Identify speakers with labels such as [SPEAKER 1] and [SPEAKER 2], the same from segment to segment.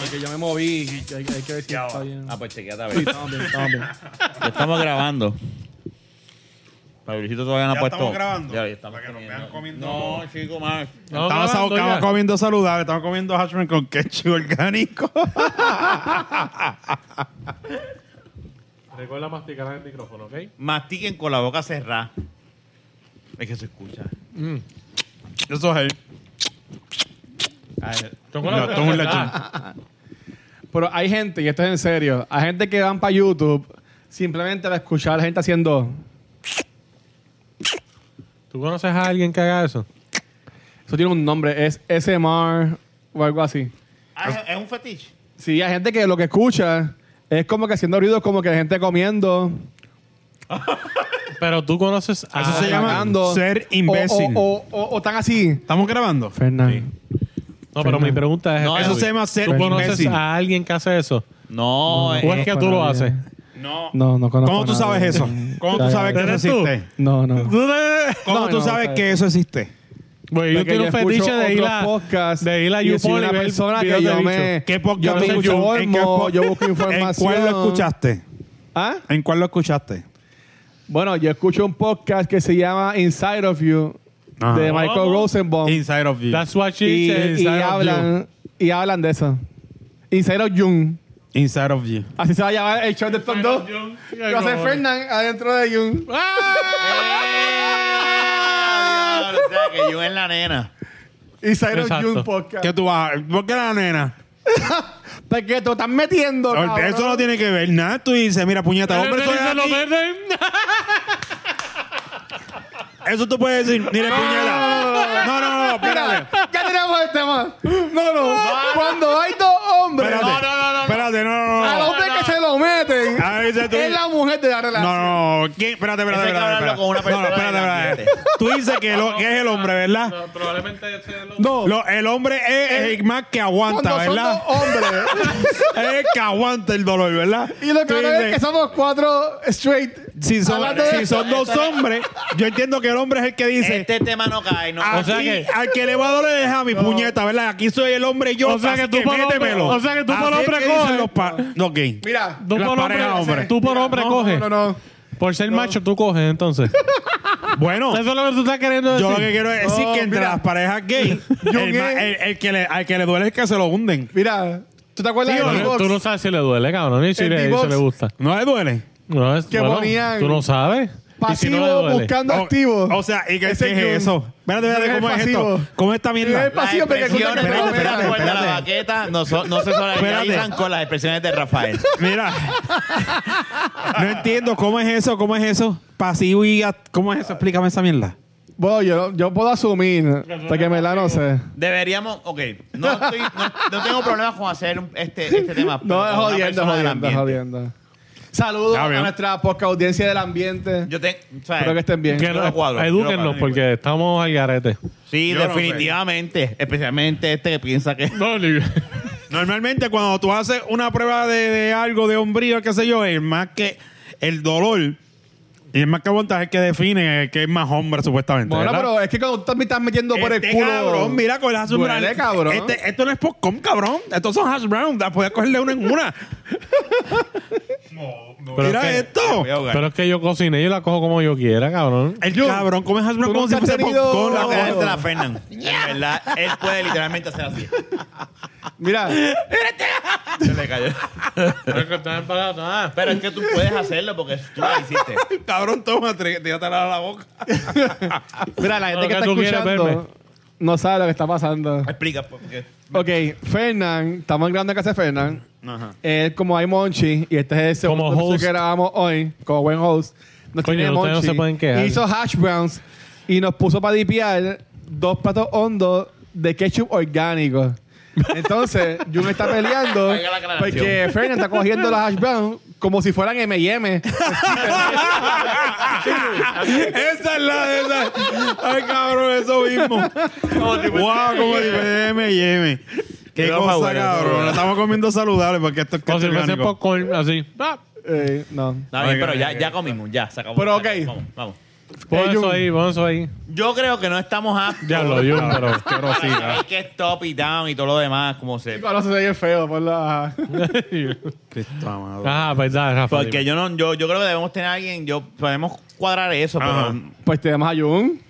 [SPEAKER 1] Porque yo me moví y hay, hay que ver si
[SPEAKER 2] Ya
[SPEAKER 1] está
[SPEAKER 2] va.
[SPEAKER 1] bien.
[SPEAKER 3] Ah, pues chequeate a
[SPEAKER 1] Sí,
[SPEAKER 3] ver.
[SPEAKER 1] estamos bien, estamos bien.
[SPEAKER 3] Ya estamos grabando. Fabricito todavía no ha
[SPEAKER 2] Ya
[SPEAKER 3] puesto.
[SPEAKER 2] estamos grabando.
[SPEAKER 3] Ya, ya estamos
[SPEAKER 2] Para que nos
[SPEAKER 3] comiendo.
[SPEAKER 2] vean comiendo.
[SPEAKER 3] No, chico, más.
[SPEAKER 2] estamos
[SPEAKER 4] No, grabando
[SPEAKER 2] estamos
[SPEAKER 4] ya.
[SPEAKER 2] comiendo saludable, estamos comiendo hash brown con ketchup orgánico.
[SPEAKER 4] Recuerda masticar en el micrófono, ¿ok?
[SPEAKER 3] Mastiquen con la boca cerrada. Es que se escucha.
[SPEAKER 2] Eso es él.
[SPEAKER 4] Chocolate.
[SPEAKER 2] No, esto es un lechón.
[SPEAKER 1] Pero hay gente, y esto es en serio, hay gente que van para YouTube simplemente para escuchar a la gente haciendo.
[SPEAKER 4] ¿Tú conoces a alguien que haga eso?
[SPEAKER 1] Eso tiene un nombre, es SMR o algo así.
[SPEAKER 3] Ah, es- es un fetiche.
[SPEAKER 1] Sí, hay gente que lo que escucha es como que haciendo ruidos como que la gente comiendo.
[SPEAKER 4] Pero tú conoces a...
[SPEAKER 2] Eso se llama-
[SPEAKER 1] tragando,
[SPEAKER 2] Ah, ser
[SPEAKER 1] o-
[SPEAKER 2] imbécil.
[SPEAKER 1] O, o- o- o están así.
[SPEAKER 2] ¿Estamos grabando?
[SPEAKER 1] Fernán.
[SPEAKER 4] No, pero mi pregunta es...
[SPEAKER 3] No,
[SPEAKER 4] esta,
[SPEAKER 2] Eso
[SPEAKER 3] Uy.
[SPEAKER 2] se llama
[SPEAKER 4] ¿Tú
[SPEAKER 2] ser
[SPEAKER 4] conoces
[SPEAKER 2] imbécil.
[SPEAKER 4] a alguien que hace eso?
[SPEAKER 3] No,
[SPEAKER 4] ¿O es
[SPEAKER 3] eh,
[SPEAKER 4] que tú lo haces?
[SPEAKER 2] No.
[SPEAKER 1] No, no conozco.
[SPEAKER 2] ¿Cómo tú
[SPEAKER 1] a nadie.
[SPEAKER 2] sabes eso? ¿Cómo tú
[SPEAKER 1] Ya,
[SPEAKER 2] sabes
[SPEAKER 1] ya,
[SPEAKER 2] que eso
[SPEAKER 4] ¿Eres tú?
[SPEAKER 2] existe?
[SPEAKER 1] No, no.
[SPEAKER 2] ¿Cómo
[SPEAKER 1] No,
[SPEAKER 2] tú
[SPEAKER 1] no,
[SPEAKER 2] sabes
[SPEAKER 1] ok.
[SPEAKER 2] que eso existe?
[SPEAKER 4] Güey, yo
[SPEAKER 1] Porque
[SPEAKER 4] tengo un
[SPEAKER 1] escucho
[SPEAKER 4] fetiche de ir
[SPEAKER 1] otros
[SPEAKER 4] a...
[SPEAKER 1] podcasts
[SPEAKER 4] de ir a
[SPEAKER 1] y soy
[SPEAKER 4] YouPorn
[SPEAKER 1] una
[SPEAKER 4] y ver
[SPEAKER 1] persona que
[SPEAKER 4] videos de
[SPEAKER 1] yo
[SPEAKER 4] bicho.
[SPEAKER 1] me...
[SPEAKER 2] ¿Qué
[SPEAKER 1] yo
[SPEAKER 2] podcast
[SPEAKER 1] me
[SPEAKER 2] escuchas?
[SPEAKER 1] informo,
[SPEAKER 2] ¿En qué po-
[SPEAKER 1] yo busco
[SPEAKER 2] ¿En
[SPEAKER 1] información.
[SPEAKER 2] cuál lo escuchaste?
[SPEAKER 1] ¿Ah?
[SPEAKER 2] ¿En cuál lo escuchaste?
[SPEAKER 1] Bueno, yo escucho un podcast que se llama Inside of You
[SPEAKER 2] Ajá.
[SPEAKER 1] de Michael
[SPEAKER 4] ¿Cómo?
[SPEAKER 1] Rosenbaum
[SPEAKER 2] Inside of you.
[SPEAKER 4] That's what she
[SPEAKER 1] y,
[SPEAKER 4] said.
[SPEAKER 1] y
[SPEAKER 4] Inside of you.
[SPEAKER 1] hablan y hablan de eso. Inside of Jung.
[SPEAKER 2] Inside of you.
[SPEAKER 1] Así se va a llamar el show de estos dos.
[SPEAKER 4] Ay,
[SPEAKER 1] Yo soy
[SPEAKER 4] cojones.
[SPEAKER 1] Fernán adentro de Jung.
[SPEAKER 3] Ah, diablo, o sea, que yo en la nena.
[SPEAKER 1] Inside of
[SPEAKER 4] Exacto.
[SPEAKER 1] Jung podcast.
[SPEAKER 2] ¿Qué tú vas a... ¿Por qué la nena?
[SPEAKER 1] Porque tú estás metiendo. cabrón.
[SPEAKER 2] Eso no tiene que ver nada. Tú dices, mira, puñeta, hombre, soy
[SPEAKER 4] ¿Se lo
[SPEAKER 2] aquí.
[SPEAKER 4] pierden?
[SPEAKER 2] Eso tú puedes decir, mire, puñeta. No, no, no, espérate.
[SPEAKER 1] Mira, ya tenemos el tema. No, no. Cuando hay dos hombres
[SPEAKER 2] Espérate.
[SPEAKER 3] No, no, no, no.
[SPEAKER 2] Espérate, no, no,
[SPEAKER 1] a
[SPEAKER 2] no.
[SPEAKER 1] los hombres que se lo meten
[SPEAKER 2] Ahí se tú-
[SPEAKER 1] es la mujer de la relación.
[SPEAKER 2] No, no, no. ¿Quién? Espérate,
[SPEAKER 3] Eso hay
[SPEAKER 2] espérate,
[SPEAKER 3] que
[SPEAKER 2] espérate.
[SPEAKER 3] hablarlo
[SPEAKER 2] espérate.
[SPEAKER 3] con una
[SPEAKER 2] No, no,
[SPEAKER 3] persona
[SPEAKER 2] espérate,
[SPEAKER 3] del
[SPEAKER 2] espérate. Tú dices que, lo- que es el hombre, ¿verdad?
[SPEAKER 4] Ah, Probablemente yo sea el hombre.
[SPEAKER 1] No,
[SPEAKER 2] Lo- el hombre es el más que aguanta,
[SPEAKER 1] cuando son
[SPEAKER 2] ¿verdad?
[SPEAKER 1] dos hombres.
[SPEAKER 2] Es el que aguanta el dolor, ¿verdad?
[SPEAKER 1] Y lo que
[SPEAKER 2] Tú
[SPEAKER 1] no es que
[SPEAKER 2] dices,
[SPEAKER 1] somos cuatro straight.
[SPEAKER 2] si son,
[SPEAKER 1] hablando de
[SPEAKER 2] si
[SPEAKER 1] esto.
[SPEAKER 2] son dos hombres, yo entiendo que el hombre es el que dice.
[SPEAKER 3] Este tema no cae, no.
[SPEAKER 2] Aquí,
[SPEAKER 1] Ah,
[SPEAKER 4] O sea que-
[SPEAKER 2] al que le va a doler es a mi puñeta, ¿verdad? Aquí soy el hombre yo.
[SPEAKER 4] O sea
[SPEAKER 2] así
[SPEAKER 4] que tú por hombre-
[SPEAKER 2] métemelo.
[SPEAKER 4] o sea que tú por
[SPEAKER 2] Así es
[SPEAKER 4] hombre
[SPEAKER 2] que dicen
[SPEAKER 4] coges.
[SPEAKER 2] Los pa- los gays.
[SPEAKER 1] Mira.
[SPEAKER 4] Tú
[SPEAKER 2] Las
[SPEAKER 4] por hombre,
[SPEAKER 2] parejas, hombre.
[SPEAKER 4] tú por hombre coges.
[SPEAKER 1] No, no, no.
[SPEAKER 4] Por ser macho, tú coges, entonces.
[SPEAKER 2] Bueno,
[SPEAKER 4] Eso es lo que tú estás queriendo decir.
[SPEAKER 2] yo lo que quiero es decir
[SPEAKER 1] No,
[SPEAKER 2] que entre
[SPEAKER 1] mira.
[SPEAKER 2] las parejas Oh, gay,
[SPEAKER 1] Yo
[SPEAKER 2] el, ma-
[SPEAKER 1] gay.
[SPEAKER 2] el- el que le, al que le duele es que se lo hunden.
[SPEAKER 1] Mira. ¿Tú te acuerdas
[SPEAKER 2] Sí,
[SPEAKER 1] de
[SPEAKER 2] o no,
[SPEAKER 1] Xbox?
[SPEAKER 4] Tú no sabes si le duele, cabrón, ni si
[SPEAKER 1] El
[SPEAKER 4] le,
[SPEAKER 1] D-Box.
[SPEAKER 4] si le gusta.
[SPEAKER 2] ¿No le duele?
[SPEAKER 4] No, es,
[SPEAKER 1] Que
[SPEAKER 4] bueno,
[SPEAKER 1] ponían
[SPEAKER 4] tú no sabes. Y si
[SPEAKER 1] Pasivo
[SPEAKER 4] no le duele.
[SPEAKER 1] buscando
[SPEAKER 2] O-
[SPEAKER 1] activo.
[SPEAKER 2] O sea, ¿y qué,
[SPEAKER 1] Ese
[SPEAKER 2] qué es
[SPEAKER 1] Jun.
[SPEAKER 2] eso? Espérate, espérate,
[SPEAKER 1] Es
[SPEAKER 2] ¿cómo es
[SPEAKER 1] pasivo.
[SPEAKER 2] esto? ¿Cómo es esta mierda?
[SPEAKER 1] Es pa-
[SPEAKER 3] Las
[SPEAKER 1] Vacío, porque
[SPEAKER 3] expresiones
[SPEAKER 1] escucha
[SPEAKER 3] de
[SPEAKER 1] que no,
[SPEAKER 3] Rafael
[SPEAKER 1] espérate,
[SPEAKER 3] Puerta la
[SPEAKER 2] espérate.
[SPEAKER 3] baqueta no, son- no se
[SPEAKER 2] Espérate.
[SPEAKER 3] solidarizan con las expresiones de Rafael.
[SPEAKER 2] Mira. no entiendo, ¿cómo es eso? ¿Cómo es eso? Pasivo y... act- ¿Cómo es eso? Explícame esa mierda.
[SPEAKER 1] Bueno, yo, yo puedo asumir, porque me la no sé.
[SPEAKER 3] Deberíamos, ok, no, estoy- no, no tengo problemas con hacer un- este, este tema. pero
[SPEAKER 1] No,
[SPEAKER 3] con
[SPEAKER 1] es
[SPEAKER 3] una
[SPEAKER 1] jodiendo,
[SPEAKER 3] persona
[SPEAKER 1] es
[SPEAKER 3] del
[SPEAKER 1] jodiendo, es
[SPEAKER 3] ambiente.
[SPEAKER 1] jodiendo. Saludos
[SPEAKER 2] Está
[SPEAKER 1] a
[SPEAKER 2] bien.
[SPEAKER 1] nuestra poca audiencia del ambiente.
[SPEAKER 3] Yo te, o sea,
[SPEAKER 1] Espero que estén bien.
[SPEAKER 4] Que
[SPEAKER 3] Yo lo cuadro, yo
[SPEAKER 4] no,
[SPEAKER 3] lo
[SPEAKER 4] edúquennos,
[SPEAKER 3] cuadro.
[SPEAKER 4] porque estamos al garete.
[SPEAKER 3] Sí,
[SPEAKER 2] Yo no
[SPEAKER 3] definitivamente. especialmente este que piensa que.
[SPEAKER 4] No, ni...
[SPEAKER 2] Normalmente cuando tú haces una prueba de, de algo, de hombrío, qué sé yo, el más que... El dolor y el más que aguanta es el que define el que es más hombre, supuestamente.
[SPEAKER 1] Bueno,
[SPEAKER 2] ¿verdad?
[SPEAKER 1] pero es que cuando tú me estás metiendo por el
[SPEAKER 2] Este
[SPEAKER 1] culo.
[SPEAKER 2] cabrón, mira con el hash brown.
[SPEAKER 1] Duele, cabrón.
[SPEAKER 2] Este- esto no es popcorn, cabrón. Estos son hash brown. La Podías cogerle una en una.
[SPEAKER 4] Pero
[SPEAKER 2] Mira
[SPEAKER 4] es que-
[SPEAKER 2] esto.
[SPEAKER 3] Voy a ahogar.
[SPEAKER 4] Pero es que yo cociné y yo la cojo como yo quiera, cabrón.
[SPEAKER 2] El cabrón come hash brown
[SPEAKER 1] ¿tú
[SPEAKER 2] como si
[SPEAKER 1] nunca has
[SPEAKER 2] fuese
[SPEAKER 1] tenido-
[SPEAKER 2] popcorn. La
[SPEAKER 3] Vamos a
[SPEAKER 2] cosa.
[SPEAKER 3] dejártela a Fernan. En verdad, él puede literalmente hacer así.
[SPEAKER 1] Mira,
[SPEAKER 3] Se le cayó.
[SPEAKER 4] Pero es que estás embarazada.
[SPEAKER 1] Ah,
[SPEAKER 3] Pero es que tú puedes hacerlo porque tú lo hiciste.
[SPEAKER 2] Cabrón, toma, tr- tíratela a la boca.
[SPEAKER 1] mira, la
[SPEAKER 4] Lo
[SPEAKER 1] gente que
[SPEAKER 4] que
[SPEAKER 1] está
[SPEAKER 4] tú quieras verme.
[SPEAKER 1] escuchando no sabe lo que está pasando.
[SPEAKER 3] Explica pues, por qué.
[SPEAKER 1] Ok, Fernán, estamos en grande casa de Fernán. Él, como hay Monchi, y este es el segundo
[SPEAKER 4] Como
[SPEAKER 1] episodio
[SPEAKER 4] host.
[SPEAKER 1] que grabamos hoy, como buen host, nos
[SPEAKER 4] Coño,
[SPEAKER 1] tiene
[SPEAKER 4] ustedes no
[SPEAKER 1] Monchi.
[SPEAKER 4] se pueden quejar.
[SPEAKER 1] Hizo hash browns y nos puso para dipiar dos platos hondos de ketchup orgánico. Entonces, Jun está peleando
[SPEAKER 3] Oiga la aclaración.
[SPEAKER 1] porque Fernán está cogiendo los hash browns como si fueran M&M.
[SPEAKER 2] esa es la esa. Ay, cabrón, eso mismo. wow, Ah, como dice M&M. Qué
[SPEAKER 3] Yo,
[SPEAKER 2] cosa,
[SPEAKER 3] Paula,
[SPEAKER 2] cabrón.
[SPEAKER 3] Paula.
[SPEAKER 2] Estamos comiendo saludables porque esto es
[SPEAKER 4] Como si
[SPEAKER 2] ketchup
[SPEAKER 4] fuese
[SPEAKER 2] orgánico.
[SPEAKER 4] popcorn, así. Ah.
[SPEAKER 1] Eh, no.
[SPEAKER 3] Está bien,
[SPEAKER 2] Oiga,
[SPEAKER 3] pero ya,
[SPEAKER 2] oiga.
[SPEAKER 3] ya comimos, ya, se acabó. Se
[SPEAKER 1] Pero,
[SPEAKER 3] acabó.
[SPEAKER 1] ok.
[SPEAKER 3] Vamos, vamos.
[SPEAKER 4] Pon
[SPEAKER 1] Eh,
[SPEAKER 4] eso
[SPEAKER 1] Jun.
[SPEAKER 4] ahí, pon eso ahí.
[SPEAKER 3] Yo creo que no estamos aptos.
[SPEAKER 4] Ya lo dio, pero qué
[SPEAKER 3] para
[SPEAKER 4] grosera.
[SPEAKER 3] saber qué es top y down y todo lo demás, como se.
[SPEAKER 1] Ahora se ve feo por la...
[SPEAKER 4] ah, verdad, Rafa.
[SPEAKER 3] Porque yo no, yo, yo creo que debemos tener a alguien, yo podemos cuadrar eso,
[SPEAKER 2] Ajá.
[SPEAKER 3] pero
[SPEAKER 1] Pues tenemos a Jun.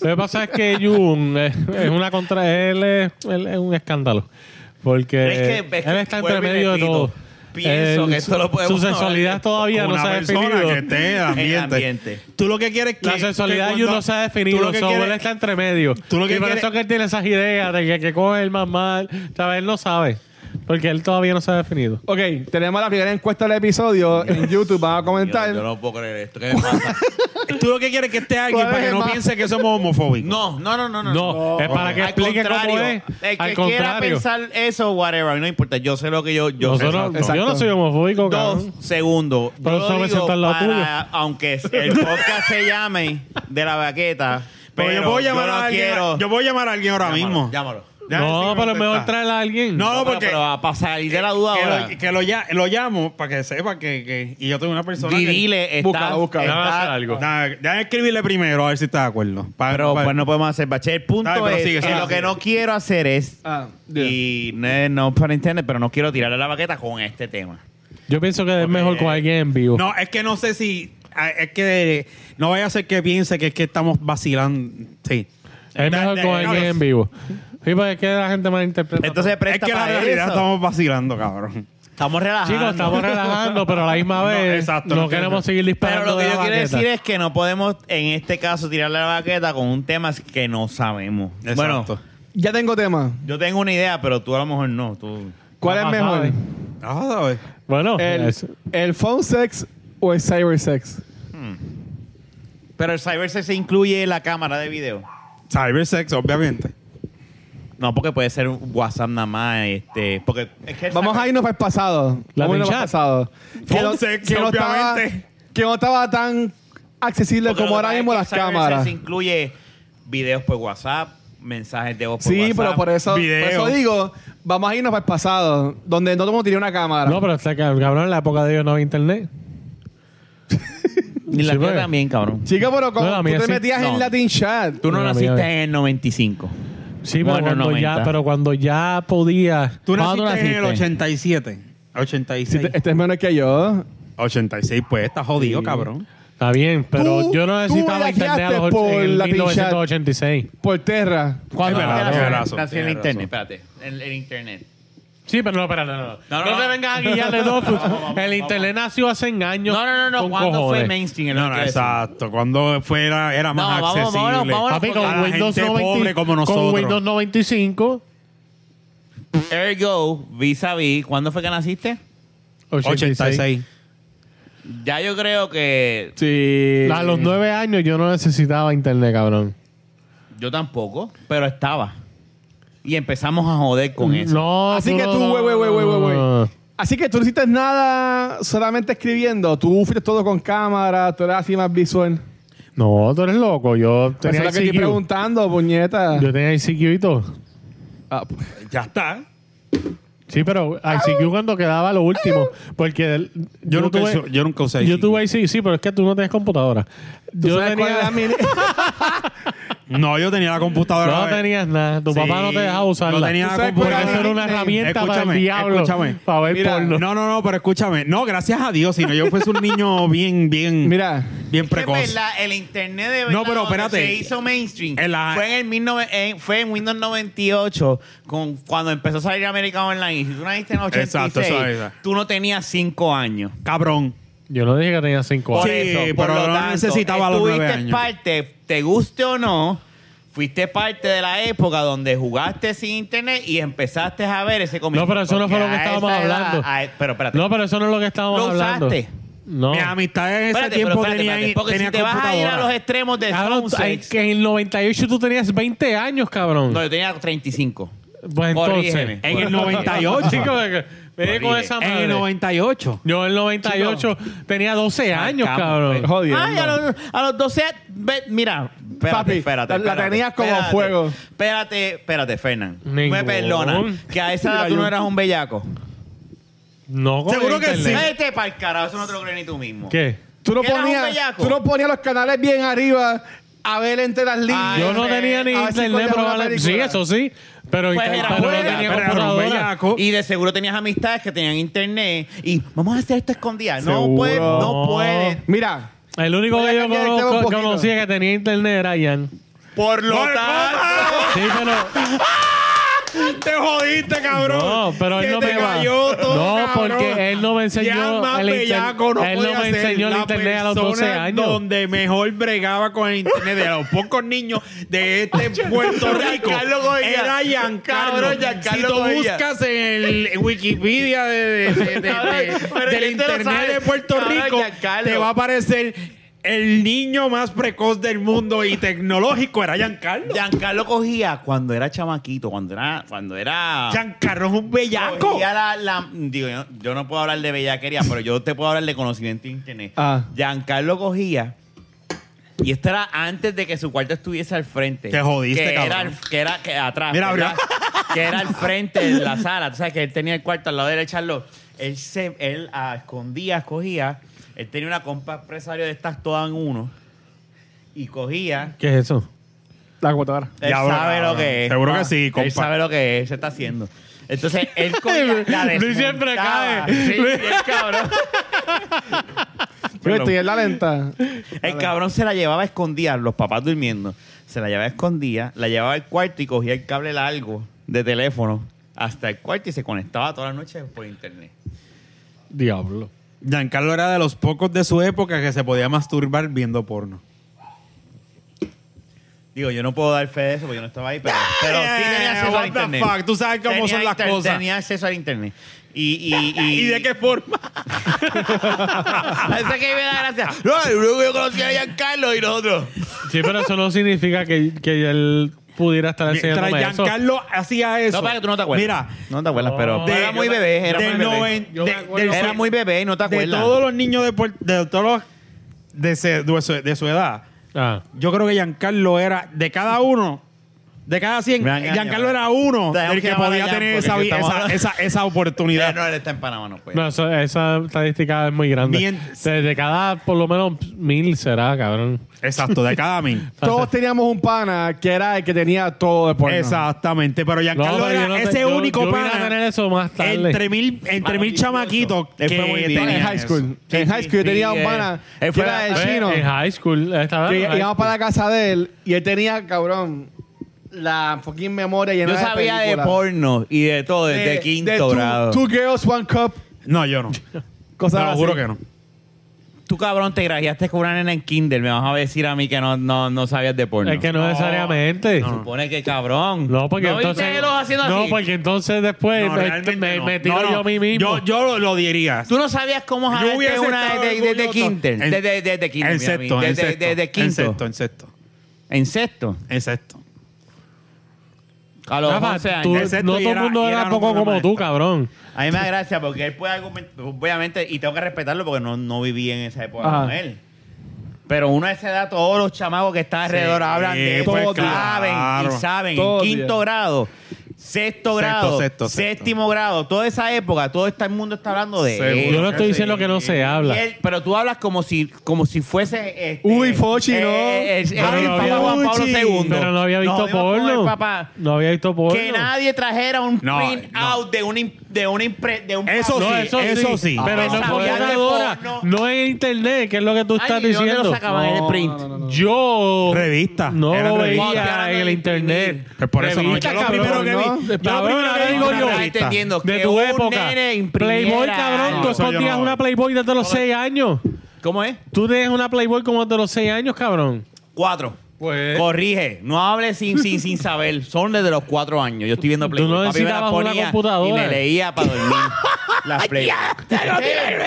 [SPEAKER 4] Lo que pasa es que Jun eh, es una contra. Él es, él es un escándalo. Porque
[SPEAKER 3] Es que- es que
[SPEAKER 4] él está entre
[SPEAKER 3] vuelvo y
[SPEAKER 4] medio de
[SPEAKER 3] repito,
[SPEAKER 4] todo.
[SPEAKER 3] pienso que esto lo podemos
[SPEAKER 4] Su
[SPEAKER 3] hablar
[SPEAKER 4] sexualidad todavía no
[SPEAKER 2] una
[SPEAKER 4] se ha
[SPEAKER 2] persona
[SPEAKER 4] definido.
[SPEAKER 2] que esté en ambiente.
[SPEAKER 3] ambiente.
[SPEAKER 2] Tú lo que quieres es que.
[SPEAKER 4] La sexualidad
[SPEAKER 2] que
[SPEAKER 4] de Jun
[SPEAKER 2] cuando-
[SPEAKER 4] no se ha
[SPEAKER 2] tú
[SPEAKER 4] definido.
[SPEAKER 2] lo que
[SPEAKER 4] so,
[SPEAKER 2] quieres-
[SPEAKER 4] él está entre medio.
[SPEAKER 2] Tú lo que
[SPEAKER 4] y por
[SPEAKER 2] quieres-
[SPEAKER 4] eso que él tiene esas ideas de que, que coge el más mal. ¿Sabes? Él no sabe. Porque él todavía no se ha definido.
[SPEAKER 1] Ok, tenemos la primera encuesta del episodio en YouTube. Vamos a comentar.
[SPEAKER 3] yo, yo no puedo creer esto. ¿Qué me pasa?
[SPEAKER 2] Tú lo que quieres es que esté alguien
[SPEAKER 1] ¿Cuál
[SPEAKER 2] para
[SPEAKER 1] es
[SPEAKER 2] que
[SPEAKER 1] el
[SPEAKER 2] no
[SPEAKER 1] más-
[SPEAKER 2] piense que somos homofóbicos.
[SPEAKER 3] Pues, No, no, no, no, no.
[SPEAKER 4] No, es para que
[SPEAKER 3] Al
[SPEAKER 4] explique cómo
[SPEAKER 3] contrario,
[SPEAKER 4] es.
[SPEAKER 3] El que
[SPEAKER 4] Al
[SPEAKER 3] quiera
[SPEAKER 4] contrario.
[SPEAKER 3] pensar eso, whatever, no importa. Yo sé lo que yo. yo
[SPEAKER 4] Nosotros-
[SPEAKER 3] Exacto.
[SPEAKER 4] no,
[SPEAKER 1] exacto.
[SPEAKER 4] Yo no soy homofóbico,
[SPEAKER 3] Dos
[SPEAKER 4] cabrón.
[SPEAKER 3] segundos.
[SPEAKER 4] Pero
[SPEAKER 3] Yo
[SPEAKER 4] sabe
[SPEAKER 3] digo
[SPEAKER 4] sentar la
[SPEAKER 3] para-
[SPEAKER 4] tuya.
[SPEAKER 3] Aunque el podcast se llame de la baqueta. Pero,
[SPEAKER 2] Pero yo puedo llamar
[SPEAKER 3] yo no
[SPEAKER 2] a alguien.
[SPEAKER 3] quiero.
[SPEAKER 2] Yo puedo llamar a alguien ahora
[SPEAKER 3] Llámalo,
[SPEAKER 2] mismo.
[SPEAKER 3] Llámalo.
[SPEAKER 2] Déjame
[SPEAKER 4] No,
[SPEAKER 2] decirme
[SPEAKER 4] pero es
[SPEAKER 2] dónde
[SPEAKER 4] mejor
[SPEAKER 2] está.
[SPEAKER 4] traer a algugien.
[SPEAKER 2] No,
[SPEAKER 3] pero-
[SPEAKER 2] porque-
[SPEAKER 3] Pero va a salir de la duda
[SPEAKER 2] Que
[SPEAKER 3] ahora.
[SPEAKER 2] lo, que lo ya- lo llamo para que sepa que, que- Y yo tengo una persona.
[SPEAKER 3] Y
[SPEAKER 2] que-
[SPEAKER 3] dile, está,
[SPEAKER 1] Búscalo, búscalo.
[SPEAKER 4] Déjame
[SPEAKER 3] está-
[SPEAKER 4] hacer algo.
[SPEAKER 2] Nada, déjame escribirle primero a ver si está de acuerdo. Pa-
[SPEAKER 3] Pero
[SPEAKER 2] pa-
[SPEAKER 3] pues no podemos hacer bache. El punto
[SPEAKER 2] Dale, pero
[SPEAKER 3] es
[SPEAKER 2] sigue,
[SPEAKER 3] que
[SPEAKER 2] sigue,
[SPEAKER 3] lo
[SPEAKER 2] sigue.
[SPEAKER 3] que no quiero hacer es.
[SPEAKER 1] Ah, yeah.
[SPEAKER 3] Y no, no para entender, pero no quiero tirarle la baqueta con este tema.
[SPEAKER 4] Yo pienso que es mejor con alguien en vivo.
[SPEAKER 2] No, es que no sé si. ah, Es que no vaya a ser que piense que es que estamos vacilando. Sí.
[SPEAKER 4] Es
[SPEAKER 2] Da-
[SPEAKER 4] mejor
[SPEAKER 2] da-
[SPEAKER 4] con
[SPEAKER 2] no,
[SPEAKER 4] alguien
[SPEAKER 2] es-
[SPEAKER 4] en vivo. Sí, porque es que la gente malinterpreta.
[SPEAKER 3] Entonces
[SPEAKER 2] Es
[SPEAKER 3] presta
[SPEAKER 2] que la
[SPEAKER 3] para
[SPEAKER 2] realidad
[SPEAKER 3] eso.
[SPEAKER 2] estamos vacilando, cabrón.
[SPEAKER 3] Estamos relajando.
[SPEAKER 4] Chicos, estamos relajando, pero a la misma
[SPEAKER 2] No,
[SPEAKER 4] vez no,
[SPEAKER 2] exacto, no entiendo.
[SPEAKER 4] queremos seguir
[SPEAKER 3] Pero
[SPEAKER 4] disparando.
[SPEAKER 3] lo que
[SPEAKER 4] de
[SPEAKER 3] yo
[SPEAKER 4] la
[SPEAKER 3] quiero
[SPEAKER 4] baqueta.
[SPEAKER 3] decir es que no podemos, en este caso, tirarle la baqueta con un tema que no sabemos. Bueno,
[SPEAKER 2] Exacto.
[SPEAKER 1] Ya tengo tema.
[SPEAKER 3] yo tengo una idea, pero tú a lo mejor no. Tú.
[SPEAKER 1] ¿Cuál es
[SPEAKER 4] Ajá,
[SPEAKER 1] mejor?
[SPEAKER 4] ¿sabes?
[SPEAKER 2] Ah, ¿sabes?
[SPEAKER 4] Bueno,
[SPEAKER 1] ¿El,
[SPEAKER 4] es-
[SPEAKER 1] ¿El phone sex o el cyber sex?
[SPEAKER 3] Pero el cybersex se incluye la cámara de video.
[SPEAKER 2] Cybersex, obviamente.
[SPEAKER 3] No, porque puede ser un WhatsApp nada más. Este, porque es que el
[SPEAKER 1] Vamos a
[SPEAKER 3] cyber-
[SPEAKER 1] irnos para el pasado.
[SPEAKER 4] La
[SPEAKER 1] Vamos
[SPEAKER 4] del
[SPEAKER 1] a irnos para el
[SPEAKER 4] chat.
[SPEAKER 1] pasado.
[SPEAKER 2] Phone
[SPEAKER 1] no-
[SPEAKER 2] sex,
[SPEAKER 1] no estaba-
[SPEAKER 2] obviamente.
[SPEAKER 1] que no estaba tan accesible
[SPEAKER 3] porque lo
[SPEAKER 1] como
[SPEAKER 3] que
[SPEAKER 1] ahora
[SPEAKER 3] pasa
[SPEAKER 1] mismo
[SPEAKER 3] es
[SPEAKER 1] las
[SPEAKER 3] que el cybersex
[SPEAKER 1] cámaras.
[SPEAKER 3] Se incluye videos por WhatsApp, mensajes de voz por
[SPEAKER 1] Sí,
[SPEAKER 3] WhatsApp.
[SPEAKER 1] pero por eso, por
[SPEAKER 2] video.
[SPEAKER 1] eso digo, vamos a irnos para el pasado, donde no todo el mundo tenía una cámara.
[SPEAKER 4] no, pero está cab- cabrón, en la época de ellos no había internet.
[SPEAKER 3] Ni la mía
[SPEAKER 4] Sí,
[SPEAKER 1] pues.
[SPEAKER 4] porque-
[SPEAKER 3] también, cabrón.
[SPEAKER 1] Chica, pero como
[SPEAKER 4] No, la
[SPEAKER 1] tú
[SPEAKER 4] mía
[SPEAKER 1] te
[SPEAKER 4] sí.
[SPEAKER 1] metías en
[SPEAKER 3] No.
[SPEAKER 1] Latin Chat.
[SPEAKER 3] Tú no
[SPEAKER 4] Mira,
[SPEAKER 3] naciste
[SPEAKER 4] mira,
[SPEAKER 3] en el 95.
[SPEAKER 4] Sí, pero,
[SPEAKER 3] Bueno,
[SPEAKER 4] cuando
[SPEAKER 3] 90.
[SPEAKER 4] ya, pero cuando ya podía. Ah,
[SPEAKER 2] Tú
[SPEAKER 3] ¿Cuándo
[SPEAKER 2] naciste, en el
[SPEAKER 3] naciste?
[SPEAKER 2] 87.
[SPEAKER 1] Si
[SPEAKER 2] 86.
[SPEAKER 1] te- este es menor que yo.
[SPEAKER 2] 86, pues está jodido,
[SPEAKER 4] Sí.
[SPEAKER 2] cabrón.
[SPEAKER 4] Está bien, pero
[SPEAKER 1] Tú-
[SPEAKER 4] yo no
[SPEAKER 1] tú
[SPEAKER 4] necesitaba internet a los
[SPEAKER 1] viajaste
[SPEAKER 4] och-
[SPEAKER 1] por
[SPEAKER 4] en
[SPEAKER 1] la
[SPEAKER 4] el 1986.
[SPEAKER 1] Por Terra.
[SPEAKER 4] ¿Cuándo?
[SPEAKER 2] verdad,
[SPEAKER 4] Ah,
[SPEAKER 2] es
[SPEAKER 4] no.
[SPEAKER 2] verdad.
[SPEAKER 3] Nació
[SPEAKER 2] razón,
[SPEAKER 3] en el
[SPEAKER 2] tienes
[SPEAKER 3] internet. Espérate, en el internet.
[SPEAKER 4] Sí, pero no, espérate, no.
[SPEAKER 3] No,
[SPEAKER 4] No, no,
[SPEAKER 3] no, no.
[SPEAKER 4] te vengas a guiar de Dofus. el internet nació hace años.
[SPEAKER 3] No, no, no, no.
[SPEAKER 4] con
[SPEAKER 3] ¿Cuándo fue
[SPEAKER 4] cojones.
[SPEAKER 3] mainstream? el
[SPEAKER 2] No, no,
[SPEAKER 3] internet?
[SPEAKER 2] exacto. Cuando fuera, era más
[SPEAKER 3] No, vamos,
[SPEAKER 2] accesible.
[SPEAKER 3] vámonos, vámonos.
[SPEAKER 4] Papi,
[SPEAKER 2] A
[SPEAKER 4] con
[SPEAKER 2] la
[SPEAKER 4] Windows,
[SPEAKER 2] gente
[SPEAKER 4] 90
[SPEAKER 2] pobre como nosotros.
[SPEAKER 4] con Windows 95.
[SPEAKER 3] Ergo, vis a vis, ¿cuándo fue que naciste?
[SPEAKER 2] 86.
[SPEAKER 3] Ya yo creo que
[SPEAKER 1] Sí.
[SPEAKER 4] A los nueve años yo no necesitaba internet, cabrón.
[SPEAKER 3] yo tampoco, pero estaba. Y empezamos a joder con eso.
[SPEAKER 4] No,
[SPEAKER 1] Así que
[SPEAKER 4] no,
[SPEAKER 1] tú,
[SPEAKER 4] no,
[SPEAKER 1] güey, güey, güey, güey, güey, güey.
[SPEAKER 4] no, no.
[SPEAKER 1] Así que tú no hiciste nada solamente escribiendo. Tú fuiste todo con cámara, tú eras así más visual.
[SPEAKER 4] No, tú eres loco. Yo
[SPEAKER 1] Eso es
[SPEAKER 4] tenía
[SPEAKER 1] lo que estoy
[SPEAKER 4] ICQ.
[SPEAKER 1] preguntando, puñeta.
[SPEAKER 4] Yo tenía ICQ y todo.
[SPEAKER 1] Ah, p-
[SPEAKER 2] Ya está.
[SPEAKER 4] Sí, pero ICQ cuando quedaba lo último. Porque el-
[SPEAKER 2] Yo, nunca,
[SPEAKER 4] tuve,
[SPEAKER 2] uso- yo nunca usé
[SPEAKER 4] yo
[SPEAKER 2] ICQ.
[SPEAKER 4] tuve ICQ, sí, pero es que tú no tenías computadora.
[SPEAKER 1] ¿tú
[SPEAKER 4] Yo
[SPEAKER 1] sabes cuál
[SPEAKER 4] tenía,
[SPEAKER 1] era mi-
[SPEAKER 2] No, yo tenía la computadora.
[SPEAKER 4] no tenías nada. Tu
[SPEAKER 2] Sí.
[SPEAKER 4] papá no te dejaba usarla.
[SPEAKER 2] No tenía
[SPEAKER 1] ¿Tú
[SPEAKER 2] la
[SPEAKER 1] sabes cuál
[SPEAKER 4] Porque
[SPEAKER 1] era
[SPEAKER 4] eso era
[SPEAKER 2] computadora.
[SPEAKER 1] mi-
[SPEAKER 4] una herramienta para el
[SPEAKER 2] Escúchame,
[SPEAKER 4] diablo.
[SPEAKER 2] escúchame.
[SPEAKER 4] Para ver
[SPEAKER 1] Mira,
[SPEAKER 4] porno.
[SPEAKER 2] No, no, no, pero escúchame. No, gracias a Dios, sino yo fuese un niño bien, bien,
[SPEAKER 1] Mira,
[SPEAKER 2] bien
[SPEAKER 3] Es que,
[SPEAKER 2] precoz.
[SPEAKER 3] verdad, el internet de verdad
[SPEAKER 2] No, pero
[SPEAKER 3] donde
[SPEAKER 2] espérate.
[SPEAKER 3] se hizo mainstream
[SPEAKER 2] En la-
[SPEAKER 3] fue en el 19 en- fue en Windows 98 con, cuando empezó a salir American Online y si tú naciste en 86
[SPEAKER 2] Exacto, eso es verdad.
[SPEAKER 3] tú no tenías 5 años
[SPEAKER 2] Cabrón.
[SPEAKER 4] Yo no dije que tenía cinco
[SPEAKER 3] por
[SPEAKER 2] Sí,
[SPEAKER 4] años.
[SPEAKER 3] eso por
[SPEAKER 2] pero
[SPEAKER 3] lo
[SPEAKER 2] no
[SPEAKER 3] tanto,
[SPEAKER 2] necesitaba los
[SPEAKER 3] estuviste
[SPEAKER 2] nueve años.
[SPEAKER 3] parte te guste o no fuiste parte de la época donde jugaste sin internet y empezaste a ver ese comienzo
[SPEAKER 4] No, pero eso no fue lo
[SPEAKER 3] Porque
[SPEAKER 4] que
[SPEAKER 3] a
[SPEAKER 4] estábamos
[SPEAKER 3] esa edad-
[SPEAKER 4] hablando.
[SPEAKER 3] a- pero espérate
[SPEAKER 4] No, pero eso no es lo que estábamos
[SPEAKER 3] Lo
[SPEAKER 4] hablando.
[SPEAKER 3] usaste.
[SPEAKER 4] No.
[SPEAKER 2] Mis amistades en ese
[SPEAKER 3] Espérate, pero
[SPEAKER 2] tiempo
[SPEAKER 3] espérate,
[SPEAKER 2] tenían,
[SPEAKER 3] espérate, porque
[SPEAKER 2] tenían
[SPEAKER 3] si te vas a ir a los
[SPEAKER 2] computadora.
[SPEAKER 3] extremos de
[SPEAKER 4] Cabrón,
[SPEAKER 3] phone
[SPEAKER 4] ay,
[SPEAKER 3] sex,
[SPEAKER 4] que en el 98 tú tenías 20 años, cabrón.
[SPEAKER 3] No, yo tenía 35.
[SPEAKER 4] pues entonces.
[SPEAKER 3] corrígeme.
[SPEAKER 2] En el 98.
[SPEAKER 4] Chico, que- vete con
[SPEAKER 3] Corrige.
[SPEAKER 4] esa
[SPEAKER 2] En el
[SPEAKER 4] madre.
[SPEAKER 2] 98.
[SPEAKER 4] Yo en el 98 tenía 12 años,
[SPEAKER 3] capo,
[SPEAKER 4] cabrón.
[SPEAKER 1] jodiendo.
[SPEAKER 3] Ay, a los, a los 12, ve- mira, espérate,
[SPEAKER 1] Papi,
[SPEAKER 3] espérate,
[SPEAKER 1] la- la
[SPEAKER 3] espérate,
[SPEAKER 1] tenías como
[SPEAKER 3] espérate,
[SPEAKER 1] fuego.
[SPEAKER 3] Espérate, espérate, Fernán. Me
[SPEAKER 4] Ningún.
[SPEAKER 3] perdona, que a esa edad
[SPEAKER 1] Mira,
[SPEAKER 3] tú no
[SPEAKER 1] yo-
[SPEAKER 3] eras un bellaco.
[SPEAKER 4] No con
[SPEAKER 2] Seguro que
[SPEAKER 4] internet.
[SPEAKER 2] sí.
[SPEAKER 3] Vete para el carajo, eso no te lo crees ni tú mismo.
[SPEAKER 4] ¿Qué?
[SPEAKER 1] Tú no,
[SPEAKER 3] ¿Que eras un
[SPEAKER 1] ponías,
[SPEAKER 3] bellaco?
[SPEAKER 1] tú no ponías los canales bien arriba a ver entre las líneas.
[SPEAKER 3] Ay,
[SPEAKER 4] Yo no
[SPEAKER 3] ese-
[SPEAKER 4] tenía ni
[SPEAKER 1] a ver si
[SPEAKER 4] internet
[SPEAKER 1] cogíamos la
[SPEAKER 4] probablemente. Sí,
[SPEAKER 1] película.
[SPEAKER 4] eso sí. Pero,
[SPEAKER 3] Pues
[SPEAKER 4] pero
[SPEAKER 3] era
[SPEAKER 4] no
[SPEAKER 3] buena.
[SPEAKER 4] tenía
[SPEAKER 2] Pero era un
[SPEAKER 4] computadora.
[SPEAKER 2] bellaco.
[SPEAKER 3] Y de seguro tenías amistades que tenían internet y vamos a hacer esto escondida. No
[SPEAKER 1] Seguro.
[SPEAKER 3] puede, no puede.
[SPEAKER 1] Mira,
[SPEAKER 4] El único
[SPEAKER 1] Voy a
[SPEAKER 4] que yo
[SPEAKER 1] cambiar el tema un
[SPEAKER 4] conozco,
[SPEAKER 1] poquito.
[SPEAKER 4] conocía que tenía internet era Ian.
[SPEAKER 3] Por lo
[SPEAKER 2] ¡Por
[SPEAKER 3] tanto,
[SPEAKER 4] Sí, pero...
[SPEAKER 2] Te jodiste, cabrón.
[SPEAKER 4] No, pero él
[SPEAKER 2] Se
[SPEAKER 4] no
[SPEAKER 2] te
[SPEAKER 4] me va.
[SPEAKER 2] cayó todo,
[SPEAKER 4] No,
[SPEAKER 2] cabrón.
[SPEAKER 4] porque él no me enseñó
[SPEAKER 2] Ya más
[SPEAKER 4] el inter-
[SPEAKER 2] bellaco no
[SPEAKER 4] él no
[SPEAKER 2] podía
[SPEAKER 4] me
[SPEAKER 2] ser.
[SPEAKER 4] enseñó el
[SPEAKER 2] La
[SPEAKER 4] internet a los 12
[SPEAKER 2] persona
[SPEAKER 4] años.
[SPEAKER 2] Donde mejor bregaba con el internet de los pocos niños de este Puerto Rico.
[SPEAKER 3] Giancarlo Goya.
[SPEAKER 2] Era Giancarlo.
[SPEAKER 3] Cabrón, Giancarlo
[SPEAKER 2] si tú
[SPEAKER 3] Goya.
[SPEAKER 2] buscas en el en Wikipedia de, de- de- de-
[SPEAKER 3] Cabrón,
[SPEAKER 2] de-
[SPEAKER 3] pero
[SPEAKER 2] del
[SPEAKER 3] ¿quién te lo
[SPEAKER 2] internet
[SPEAKER 3] sabe?
[SPEAKER 2] de Puerto
[SPEAKER 3] Cabrón,
[SPEAKER 2] Rico,
[SPEAKER 3] Giancarlo.
[SPEAKER 2] te va a aparecer el niño más precoz del mundo y tecnológico era Giancarlo.
[SPEAKER 3] Giancarlo cogía cuando era chamaquito, cuando era, cuando era.
[SPEAKER 2] Giancarlo es un bellaco.
[SPEAKER 3] Cogía la- la- digo, yo, yo no puedo hablar de bellaquería, pero yo te puedo hablar de conocimiento de internet.
[SPEAKER 1] Ah.
[SPEAKER 3] Giancarlo cogía. Y esto era antes de que su cuarto estuviese al frente.
[SPEAKER 2] Te jodiste,
[SPEAKER 3] que
[SPEAKER 2] cabrón.
[SPEAKER 3] Era al- que era que atrás.
[SPEAKER 2] Mira,
[SPEAKER 3] ¿verdad? Que era al frente de la sala. Tú sabes que él tenía el cuarto al lado derecho. Charlo. Él se él a escondidas cogía. Él tenía una compa empresario de estas todas en uno. Y cogía.
[SPEAKER 4] ¿Qué es eso?
[SPEAKER 1] la computadora.
[SPEAKER 3] Él
[SPEAKER 2] Ya, bro,
[SPEAKER 3] sabe
[SPEAKER 2] cabrón.
[SPEAKER 3] lo que es.
[SPEAKER 2] Seguro que
[SPEAKER 3] Ah,
[SPEAKER 2] sí, compa.
[SPEAKER 3] Él sabe lo que es, se está haciendo. Entonces, él cogía la
[SPEAKER 4] Luis siempre
[SPEAKER 3] desmontaba.
[SPEAKER 4] cae.
[SPEAKER 3] Sí,
[SPEAKER 4] Luis-
[SPEAKER 3] el cabrón.
[SPEAKER 1] Yo estoy en la lenta.
[SPEAKER 3] El cabrón se la llevaba escondida, los papás durmiendo. Se la llevaba escondida, la llevaba al cuarto y cogía el cable largo de teléfono hasta el cuarto y se conectaba toda la noche por internet.
[SPEAKER 4] Diablo.
[SPEAKER 2] Giancarlo era de los pocos de su época que se podía masturbar viendo porno.
[SPEAKER 3] Digo, yo no puedo dar fe de eso porque yo no estaba ahí, pero, pero sí tenía
[SPEAKER 2] Yeah,
[SPEAKER 3] acceso
[SPEAKER 2] what
[SPEAKER 3] al
[SPEAKER 2] the
[SPEAKER 3] internet.
[SPEAKER 2] fuck, Tú sabes cómo
[SPEAKER 3] Tenía
[SPEAKER 2] son las
[SPEAKER 3] inter-
[SPEAKER 2] cosas.
[SPEAKER 3] Tenía acceso al internet. Y, y, y,
[SPEAKER 2] ¿Y de qué forma?
[SPEAKER 3] Esa que me da gracia. No, luego yo conocí a Giancarlo y nosotros.
[SPEAKER 4] Sí, pero eso no significa que, que él pudiera estar
[SPEAKER 2] Mientras
[SPEAKER 4] enseñándome eso.
[SPEAKER 2] Giancarlo hacía eso.
[SPEAKER 3] No, para que tú no te acuerdas.
[SPEAKER 2] Mira,
[SPEAKER 3] No te acuerdas, Ah, pero.
[SPEAKER 4] De-
[SPEAKER 3] era muy bebé, era
[SPEAKER 2] de
[SPEAKER 3] muy bebé.
[SPEAKER 2] noven-
[SPEAKER 4] Yo
[SPEAKER 2] de-
[SPEAKER 4] me acuerdo.
[SPEAKER 2] del-
[SPEAKER 3] Era muy bebé, no te
[SPEAKER 2] de
[SPEAKER 3] acuerdas.
[SPEAKER 2] todos los niños de, Puer- de todos los de, ese- de su, de su edad.
[SPEAKER 4] Ah.
[SPEAKER 2] Yo creo que Giancarlo era de cada uno. De cada 100,
[SPEAKER 3] Me han engañado.
[SPEAKER 2] Giancarlo era uno
[SPEAKER 3] Tenemos que
[SPEAKER 2] del que
[SPEAKER 3] llamar a
[SPEAKER 2] podía
[SPEAKER 3] Gian
[SPEAKER 2] tener
[SPEAKER 3] porque
[SPEAKER 2] esa, vi-
[SPEAKER 3] estamos
[SPEAKER 2] esa,
[SPEAKER 3] hablando-
[SPEAKER 2] esa, esa oportunidad.
[SPEAKER 3] Eh, No, él está en Panamá, no puede.
[SPEAKER 4] No, eso- esa estadística es muy grande.
[SPEAKER 2] Bien.
[SPEAKER 4] Desde cada, por lo menos mil será, cabrón.
[SPEAKER 2] Exacto, de cada mil.
[SPEAKER 1] Todos teníamos un pana que era el que tenía todo de porno.
[SPEAKER 2] Exactamente, pero Giancarlo
[SPEAKER 4] No, pero
[SPEAKER 2] era
[SPEAKER 4] yo no te-
[SPEAKER 2] ese
[SPEAKER 4] yo-
[SPEAKER 2] único
[SPEAKER 4] yo vine a
[SPEAKER 2] pana
[SPEAKER 4] tener eso más tarde.
[SPEAKER 2] Entre mil, entre
[SPEAKER 3] Mano,
[SPEAKER 2] mil
[SPEAKER 3] yo-
[SPEAKER 2] chamaquitos que
[SPEAKER 3] Él fue muy bien.
[SPEAKER 1] En
[SPEAKER 2] tenían
[SPEAKER 1] high school.
[SPEAKER 2] eso.
[SPEAKER 1] en
[SPEAKER 3] Sí,
[SPEAKER 1] high
[SPEAKER 3] sí,
[SPEAKER 1] school yo tenía
[SPEAKER 3] sí,
[SPEAKER 1] un
[SPEAKER 3] eh.
[SPEAKER 1] pana
[SPEAKER 3] Él
[SPEAKER 1] que
[SPEAKER 3] fue
[SPEAKER 1] era
[SPEAKER 3] a-
[SPEAKER 1] el
[SPEAKER 4] Fue
[SPEAKER 1] chino.
[SPEAKER 4] Eh, En high school.
[SPEAKER 3] Ah,
[SPEAKER 4] Estaba en
[SPEAKER 1] Que
[SPEAKER 4] high
[SPEAKER 1] íbamos
[SPEAKER 4] school.
[SPEAKER 1] para la casa de él y él tenía, cabrón, la fucking memoria llena
[SPEAKER 3] Yo
[SPEAKER 1] de
[SPEAKER 3] sabía de
[SPEAKER 1] películas.
[SPEAKER 3] porno y de todo desde
[SPEAKER 1] De-
[SPEAKER 3] quinto
[SPEAKER 1] de two-
[SPEAKER 3] grado.
[SPEAKER 1] Two girls, one cup.
[SPEAKER 2] No, yo no.
[SPEAKER 1] Cosas
[SPEAKER 2] Te lo
[SPEAKER 1] así.
[SPEAKER 2] juro que no.
[SPEAKER 3] Tú, cabrón, te grajeaste con una nena en Kindle. Me vas a decir a mí que no, no, no sabías de porno.
[SPEAKER 4] Es que no, necesariamente.
[SPEAKER 3] Se
[SPEAKER 4] No,
[SPEAKER 3] supone que cabrón.
[SPEAKER 4] porque
[SPEAKER 3] ¿No
[SPEAKER 4] entonces.
[SPEAKER 3] viste los haciendo
[SPEAKER 4] no,
[SPEAKER 3] así?
[SPEAKER 4] porque entonces después
[SPEAKER 2] No,
[SPEAKER 4] Eh, me,
[SPEAKER 2] realmente
[SPEAKER 4] me-
[SPEAKER 2] no.
[SPEAKER 4] me tiro
[SPEAKER 2] No, no.
[SPEAKER 4] yo a mí mismo.
[SPEAKER 2] Yo, yo lo, lo diría.
[SPEAKER 3] Tú no sabías cómo
[SPEAKER 2] Yo
[SPEAKER 3] jalarte
[SPEAKER 2] hubiese
[SPEAKER 3] una
[SPEAKER 2] estado
[SPEAKER 3] desde de, de
[SPEAKER 2] orgulloso.
[SPEAKER 3] Kindle.
[SPEAKER 2] En-
[SPEAKER 3] Desde de, de, de Kindle.
[SPEAKER 2] En
[SPEAKER 3] mira a mí.
[SPEAKER 2] sexto, en
[SPEAKER 3] Desde-
[SPEAKER 2] sexto.
[SPEAKER 3] desde
[SPEAKER 2] En
[SPEAKER 3] quinto.
[SPEAKER 2] sexto, en sexto.
[SPEAKER 3] En sexto.
[SPEAKER 2] En sexto.
[SPEAKER 3] A los
[SPEAKER 4] Rafa,
[SPEAKER 3] 11
[SPEAKER 4] tú-
[SPEAKER 3] años.
[SPEAKER 2] Excepto
[SPEAKER 4] no
[SPEAKER 2] y
[SPEAKER 4] todo el
[SPEAKER 2] era-
[SPEAKER 4] mundo
[SPEAKER 2] y
[SPEAKER 4] era,
[SPEAKER 2] era
[SPEAKER 4] poco
[SPEAKER 2] nombre
[SPEAKER 4] como tú,
[SPEAKER 2] maestra.
[SPEAKER 4] cabrón.
[SPEAKER 3] A mí me da gracia porque él puede argumentar, obviamente, y tengo que respetarlo porque no, no viví en esa época
[SPEAKER 1] Ajá.
[SPEAKER 3] con él. Pero uno a esa edad, todos los chamacos que están alrededor hablan de eso,
[SPEAKER 1] pues
[SPEAKER 3] y
[SPEAKER 1] claro.
[SPEAKER 3] saben y saben.
[SPEAKER 1] Todo
[SPEAKER 3] en quinto
[SPEAKER 1] día.
[SPEAKER 3] grado, sexto grado,
[SPEAKER 2] sexto, sexto.
[SPEAKER 3] séptimo grado, toda esa época, todo este mundo está hablando de
[SPEAKER 2] Seguro.
[SPEAKER 3] él.
[SPEAKER 4] Yo no estoy diciendo que no se habla.
[SPEAKER 3] Y él- pero tú hablas como si, como si fuese. este,
[SPEAKER 1] Uy, Fochi, no.
[SPEAKER 3] eh, el- el-
[SPEAKER 4] Pero
[SPEAKER 3] el
[SPEAKER 4] no
[SPEAKER 3] papá
[SPEAKER 4] había-
[SPEAKER 3] Juan Pablo
[SPEAKER 1] Uchi.
[SPEAKER 3] II.
[SPEAKER 4] Pero no había visto
[SPEAKER 3] Nos vimos con el
[SPEAKER 4] porno.
[SPEAKER 3] papá.
[SPEAKER 4] No había visto porno.
[SPEAKER 3] Que nadie trajera un
[SPEAKER 2] No,
[SPEAKER 3] print
[SPEAKER 2] no.
[SPEAKER 3] out de un de una impre- de un
[SPEAKER 2] Eso
[SPEAKER 4] No,
[SPEAKER 2] sí,
[SPEAKER 4] eso,
[SPEAKER 2] eso
[SPEAKER 4] sí.
[SPEAKER 2] sí.
[SPEAKER 4] Pero no
[SPEAKER 3] Ah,
[SPEAKER 4] en
[SPEAKER 3] sabían de
[SPEAKER 4] computadora,
[SPEAKER 3] porno.
[SPEAKER 4] no en internet, que es lo que tú
[SPEAKER 3] Ay,
[SPEAKER 4] estás
[SPEAKER 3] ¿y dónde
[SPEAKER 4] diciendo.
[SPEAKER 3] lo sacaban el print?
[SPEAKER 4] Yo
[SPEAKER 2] Revista.
[SPEAKER 4] Oh. no
[SPEAKER 2] Eran
[SPEAKER 4] lo
[SPEAKER 2] revistas.
[SPEAKER 3] Estoy
[SPEAKER 4] veía
[SPEAKER 3] hablando
[SPEAKER 4] en el
[SPEAKER 3] de
[SPEAKER 4] internet.
[SPEAKER 2] imprimir. Pues por eso no,
[SPEAKER 4] Revista,
[SPEAKER 2] yo lo
[SPEAKER 4] cabrón,
[SPEAKER 2] primero que
[SPEAKER 4] ¿no?
[SPEAKER 2] vi-
[SPEAKER 4] Yo lo
[SPEAKER 2] cabrón,
[SPEAKER 4] primero que
[SPEAKER 2] ahora
[SPEAKER 4] vi
[SPEAKER 2] digo
[SPEAKER 4] fue
[SPEAKER 2] yo.
[SPEAKER 4] una
[SPEAKER 3] Estás
[SPEAKER 4] revista.
[SPEAKER 3] entendiendo
[SPEAKER 4] De
[SPEAKER 3] que
[SPEAKER 4] tu
[SPEAKER 3] un
[SPEAKER 4] época.
[SPEAKER 3] nene imprimiera
[SPEAKER 4] Playboy, cabrón.
[SPEAKER 3] algo.
[SPEAKER 4] tú
[SPEAKER 2] No, eso yo
[SPEAKER 4] escondías
[SPEAKER 2] no.
[SPEAKER 4] una Playboy desde los 6 años.
[SPEAKER 3] ¿Cómo es?
[SPEAKER 4] Tú tenías una Playboy como desde los 6 años, cabrón.
[SPEAKER 3] Cuatro.
[SPEAKER 4] Pues-
[SPEAKER 3] Corrige, no hables sin, sin, sin saber. Son desde los cuatro años. Yo estoy viendo Playboy.
[SPEAKER 4] no
[SPEAKER 3] Papi me
[SPEAKER 4] necesitabas
[SPEAKER 3] las
[SPEAKER 4] una
[SPEAKER 3] ponía
[SPEAKER 4] computadora.
[SPEAKER 3] Y me leía para dormir. Las Playboy.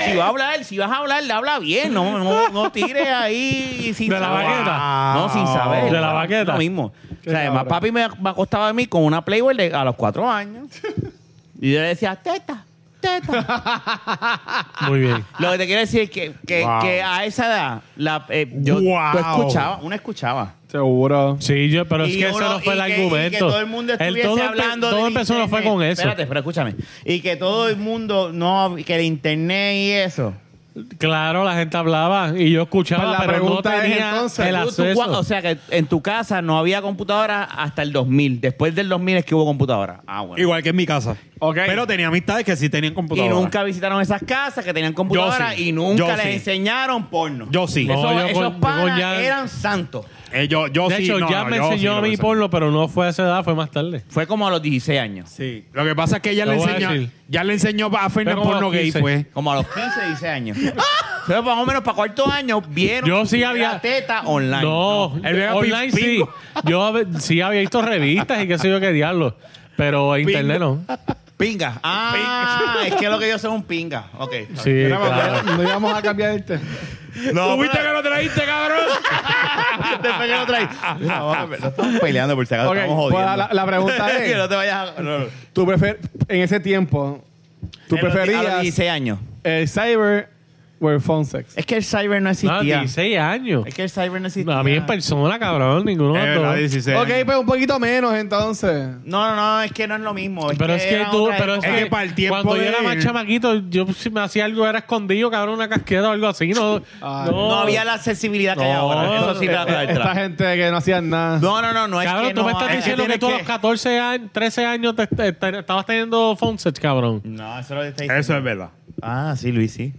[SPEAKER 3] si vas a hablar, si vas a hablar, le habla bien. No, no, no tires ahí sin
[SPEAKER 4] De la
[SPEAKER 3] saber.
[SPEAKER 4] baqueta.
[SPEAKER 3] No, sin saber.
[SPEAKER 4] De la baqueta.
[SPEAKER 3] Lo mismo. O sea,
[SPEAKER 1] Qué
[SPEAKER 3] además,
[SPEAKER 1] cabrón.
[SPEAKER 3] papi me, me acostaba a mí con una Playboy de- a los cuatro años. Y yo le decía, teta, teta.
[SPEAKER 4] Muy bien.
[SPEAKER 3] Lo que te quiero decir es que, que,
[SPEAKER 2] Wow.
[SPEAKER 3] que a esa edad, la, eh, yo tú
[SPEAKER 2] Wow.
[SPEAKER 3] escuchaba, uno escuchaba.
[SPEAKER 1] Seguro.
[SPEAKER 4] Sí, yo, pero es
[SPEAKER 3] Y
[SPEAKER 4] que
[SPEAKER 3] uno-
[SPEAKER 4] eso no fue
[SPEAKER 3] y
[SPEAKER 4] el
[SPEAKER 3] que- y
[SPEAKER 4] argumento.
[SPEAKER 3] que todo el mundo estuviese
[SPEAKER 4] todo empe-
[SPEAKER 3] hablando
[SPEAKER 4] Todo
[SPEAKER 3] del
[SPEAKER 4] empezó no fue
[SPEAKER 3] internet.
[SPEAKER 4] con eso.
[SPEAKER 3] Espérate, pero escúchame. Y que todo el mundo, no, que el internet y eso.
[SPEAKER 4] Claro, la gente hablaba y yo escuchaba,
[SPEAKER 1] Pues la
[SPEAKER 4] pero no
[SPEAKER 1] pregunta es,
[SPEAKER 4] tenía
[SPEAKER 1] entonces,
[SPEAKER 4] el
[SPEAKER 1] ¿tú-
[SPEAKER 3] Tú- tú cua-
[SPEAKER 4] acceso.
[SPEAKER 3] o sea que en tu casa no había computadora hasta el 2000. Después del 2000 es que hubo computadora. Ah, bueno.
[SPEAKER 2] Igual que en mi casa.
[SPEAKER 1] Ok.
[SPEAKER 2] Pero tenía amistades que sí tenían
[SPEAKER 3] y
[SPEAKER 2] computadora.
[SPEAKER 3] nunca visitaron esas casas que tenían computadora
[SPEAKER 2] sí.
[SPEAKER 3] y nunca
[SPEAKER 2] Yo
[SPEAKER 3] les
[SPEAKER 2] sí.
[SPEAKER 3] enseñaron porno.
[SPEAKER 2] Yo sí.
[SPEAKER 4] No,
[SPEAKER 3] Esos-
[SPEAKER 4] yo
[SPEAKER 3] esos
[SPEAKER 4] con- yo
[SPEAKER 3] panas
[SPEAKER 4] con ya-
[SPEAKER 3] eran santos.
[SPEAKER 2] Eh, yo, yo
[SPEAKER 4] de
[SPEAKER 3] Oh,
[SPEAKER 2] sí,
[SPEAKER 4] hecho,
[SPEAKER 2] no,
[SPEAKER 4] ya
[SPEAKER 2] no,
[SPEAKER 4] me
[SPEAKER 2] yo sí
[SPEAKER 4] enseñó
[SPEAKER 2] lo
[SPEAKER 4] a mí
[SPEAKER 2] hice.
[SPEAKER 4] porno, pero no fue a esa edad, fue más tarde.
[SPEAKER 3] Fue como a los 16 años.
[SPEAKER 2] Sí. Lo que pasa es que ella
[SPEAKER 4] Te
[SPEAKER 2] le
[SPEAKER 4] voy a
[SPEAKER 2] enseñó,
[SPEAKER 4] decir.
[SPEAKER 2] ya le enseñó a Fernan
[SPEAKER 4] Tengo como
[SPEAKER 2] porno gay,
[SPEAKER 4] 15.
[SPEAKER 2] fue.
[SPEAKER 3] Como a los 15, 16 años. Pero más o menos para cuarto año vieron
[SPEAKER 4] Yo sí
[SPEAKER 3] que
[SPEAKER 4] había-
[SPEAKER 3] era teta online.
[SPEAKER 4] No, eh,
[SPEAKER 2] El Vega
[SPEAKER 4] online
[SPEAKER 2] Pin-
[SPEAKER 4] sí.
[SPEAKER 2] Pingo.
[SPEAKER 4] Yo a ve- sí había visto revistas y qué sé yo qué diablo. Pero internet no.
[SPEAKER 3] Pinga. Ah, es que lo que yo soy un pinga. Ok.
[SPEAKER 4] Sí, claro.
[SPEAKER 1] No íbamos a cambiar el tema.
[SPEAKER 3] No,
[SPEAKER 2] ¿Tú viste que lo trajiste, cabrón?
[SPEAKER 3] después que lo traí.
[SPEAKER 4] Ah,
[SPEAKER 3] No, no estamos peleando por si acaso.
[SPEAKER 1] Ok,
[SPEAKER 3] estamos
[SPEAKER 1] pues,
[SPEAKER 3] jodiendo.
[SPEAKER 1] la- la pregunta es-
[SPEAKER 3] que no te vayas a... no, no.
[SPEAKER 1] ¿Tú prefer en ese tiempo, tú
[SPEAKER 3] A los- A los
[SPEAKER 1] preferías
[SPEAKER 3] 16 años.
[SPEAKER 1] el cyber o el phone sex?
[SPEAKER 3] Es que el cyber no
[SPEAKER 4] No,
[SPEAKER 3] existía.
[SPEAKER 4] 16 años.
[SPEAKER 3] es que el cyber no existía.
[SPEAKER 4] A mí en persona, cabrón, ninguno
[SPEAKER 2] Es
[SPEAKER 1] Eh,
[SPEAKER 4] de los
[SPEAKER 2] verdad,
[SPEAKER 4] dos.
[SPEAKER 2] 16
[SPEAKER 1] Ok,
[SPEAKER 2] años.
[SPEAKER 1] pues un poquito menos entonces.
[SPEAKER 3] No, no, no, es que no es lo mismo.
[SPEAKER 4] Pero es que
[SPEAKER 3] era
[SPEAKER 4] tú,
[SPEAKER 3] otra
[SPEAKER 4] pero es
[SPEAKER 3] época.
[SPEAKER 2] Es
[SPEAKER 4] que
[SPEAKER 2] que para el tiempo
[SPEAKER 4] cuando yo
[SPEAKER 2] de
[SPEAKER 4] era más
[SPEAKER 2] él-
[SPEAKER 4] chamaquito, yo si me hacía algo era escondido, cabrón, una casqueta o algo así. No,
[SPEAKER 1] Ay.
[SPEAKER 3] no había la accesibilidad que hay
[SPEAKER 4] No,
[SPEAKER 3] ahora. Eso sí te va a
[SPEAKER 1] Eh,
[SPEAKER 3] dar
[SPEAKER 1] Esta
[SPEAKER 3] atrás.
[SPEAKER 1] gente que no hacían nada.
[SPEAKER 3] No, no, no, no es
[SPEAKER 4] Cabrón,
[SPEAKER 3] que
[SPEAKER 4] tú
[SPEAKER 3] no
[SPEAKER 4] me estás
[SPEAKER 3] hay-
[SPEAKER 4] diciendo que tú a los
[SPEAKER 3] tienes
[SPEAKER 4] 14 años, 13 años te- te- te- estabas teniendo phone sex, cabrón.
[SPEAKER 3] No, eso lo está diciendo.
[SPEAKER 2] Eso es verdad.
[SPEAKER 3] Ah, sí, Luis, sí.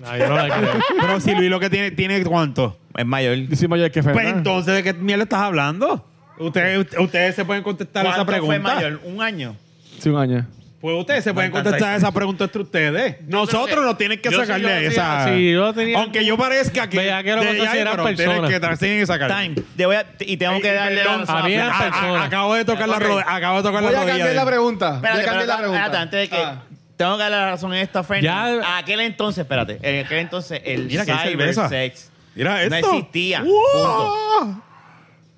[SPEAKER 4] No, yo no la creo.
[SPEAKER 2] Pero si Luis lo que tiene, ¿tiene cuánto?
[SPEAKER 3] Es mayor.
[SPEAKER 1] Yo soy mayor que
[SPEAKER 2] Pues
[SPEAKER 1] Fernan.
[SPEAKER 2] entonces, ¿de qué mierda estás hablando? Ustedes, ustedes se pueden contestar esa
[SPEAKER 3] ¿Cuánto fue
[SPEAKER 2] pregunta.
[SPEAKER 3] mayor? ¿Un año?
[SPEAKER 1] Sí, un año.
[SPEAKER 2] Pues ustedes se pueden
[SPEAKER 3] ¿Cuántas
[SPEAKER 2] contestar
[SPEAKER 3] hay?
[SPEAKER 2] esa pregunta entre ustedes. Nosotros
[SPEAKER 3] que-
[SPEAKER 2] nos tienen que
[SPEAKER 4] yo sí,
[SPEAKER 2] sacarle
[SPEAKER 4] yo sí,
[SPEAKER 2] esa.
[SPEAKER 4] sí, yo tenía-
[SPEAKER 2] Aunque yo parezca que.
[SPEAKER 4] Bellaquero
[SPEAKER 2] de
[SPEAKER 4] no sé si
[SPEAKER 2] ahí,
[SPEAKER 4] eran
[SPEAKER 2] pero tienen
[SPEAKER 4] personas.
[SPEAKER 2] que tra- tienen que sacarle.
[SPEAKER 3] Time. Te voy a- y tengo que
[SPEAKER 2] Eh,
[SPEAKER 3] darle
[SPEAKER 2] perdón,
[SPEAKER 3] lanza.
[SPEAKER 4] a mí
[SPEAKER 2] A-
[SPEAKER 4] eran
[SPEAKER 2] a-
[SPEAKER 4] personas.
[SPEAKER 2] ah, acabo de tocar la
[SPEAKER 3] Ok.
[SPEAKER 2] rodilla. Acabo de tocar
[SPEAKER 1] Voy
[SPEAKER 2] la
[SPEAKER 1] a
[SPEAKER 2] rodilla.
[SPEAKER 1] cambiar
[SPEAKER 2] de
[SPEAKER 1] la
[SPEAKER 2] él.
[SPEAKER 1] pregunta. Voy a
[SPEAKER 3] Espérate,
[SPEAKER 1] cambiar la
[SPEAKER 3] espérate, espérate,
[SPEAKER 1] pregunta.
[SPEAKER 3] antes de que.
[SPEAKER 1] Ah.
[SPEAKER 3] Tengo que darle la razón en esto, Fernández.
[SPEAKER 4] Ya-
[SPEAKER 3] A aquel entonces, espérate. En aquel entonces, el
[SPEAKER 2] Mira que hay
[SPEAKER 3] cyber
[SPEAKER 2] cerveza.
[SPEAKER 3] sex
[SPEAKER 2] Mira
[SPEAKER 3] no
[SPEAKER 2] esto.
[SPEAKER 3] existía.
[SPEAKER 2] ¡Wow!
[SPEAKER 3] punto.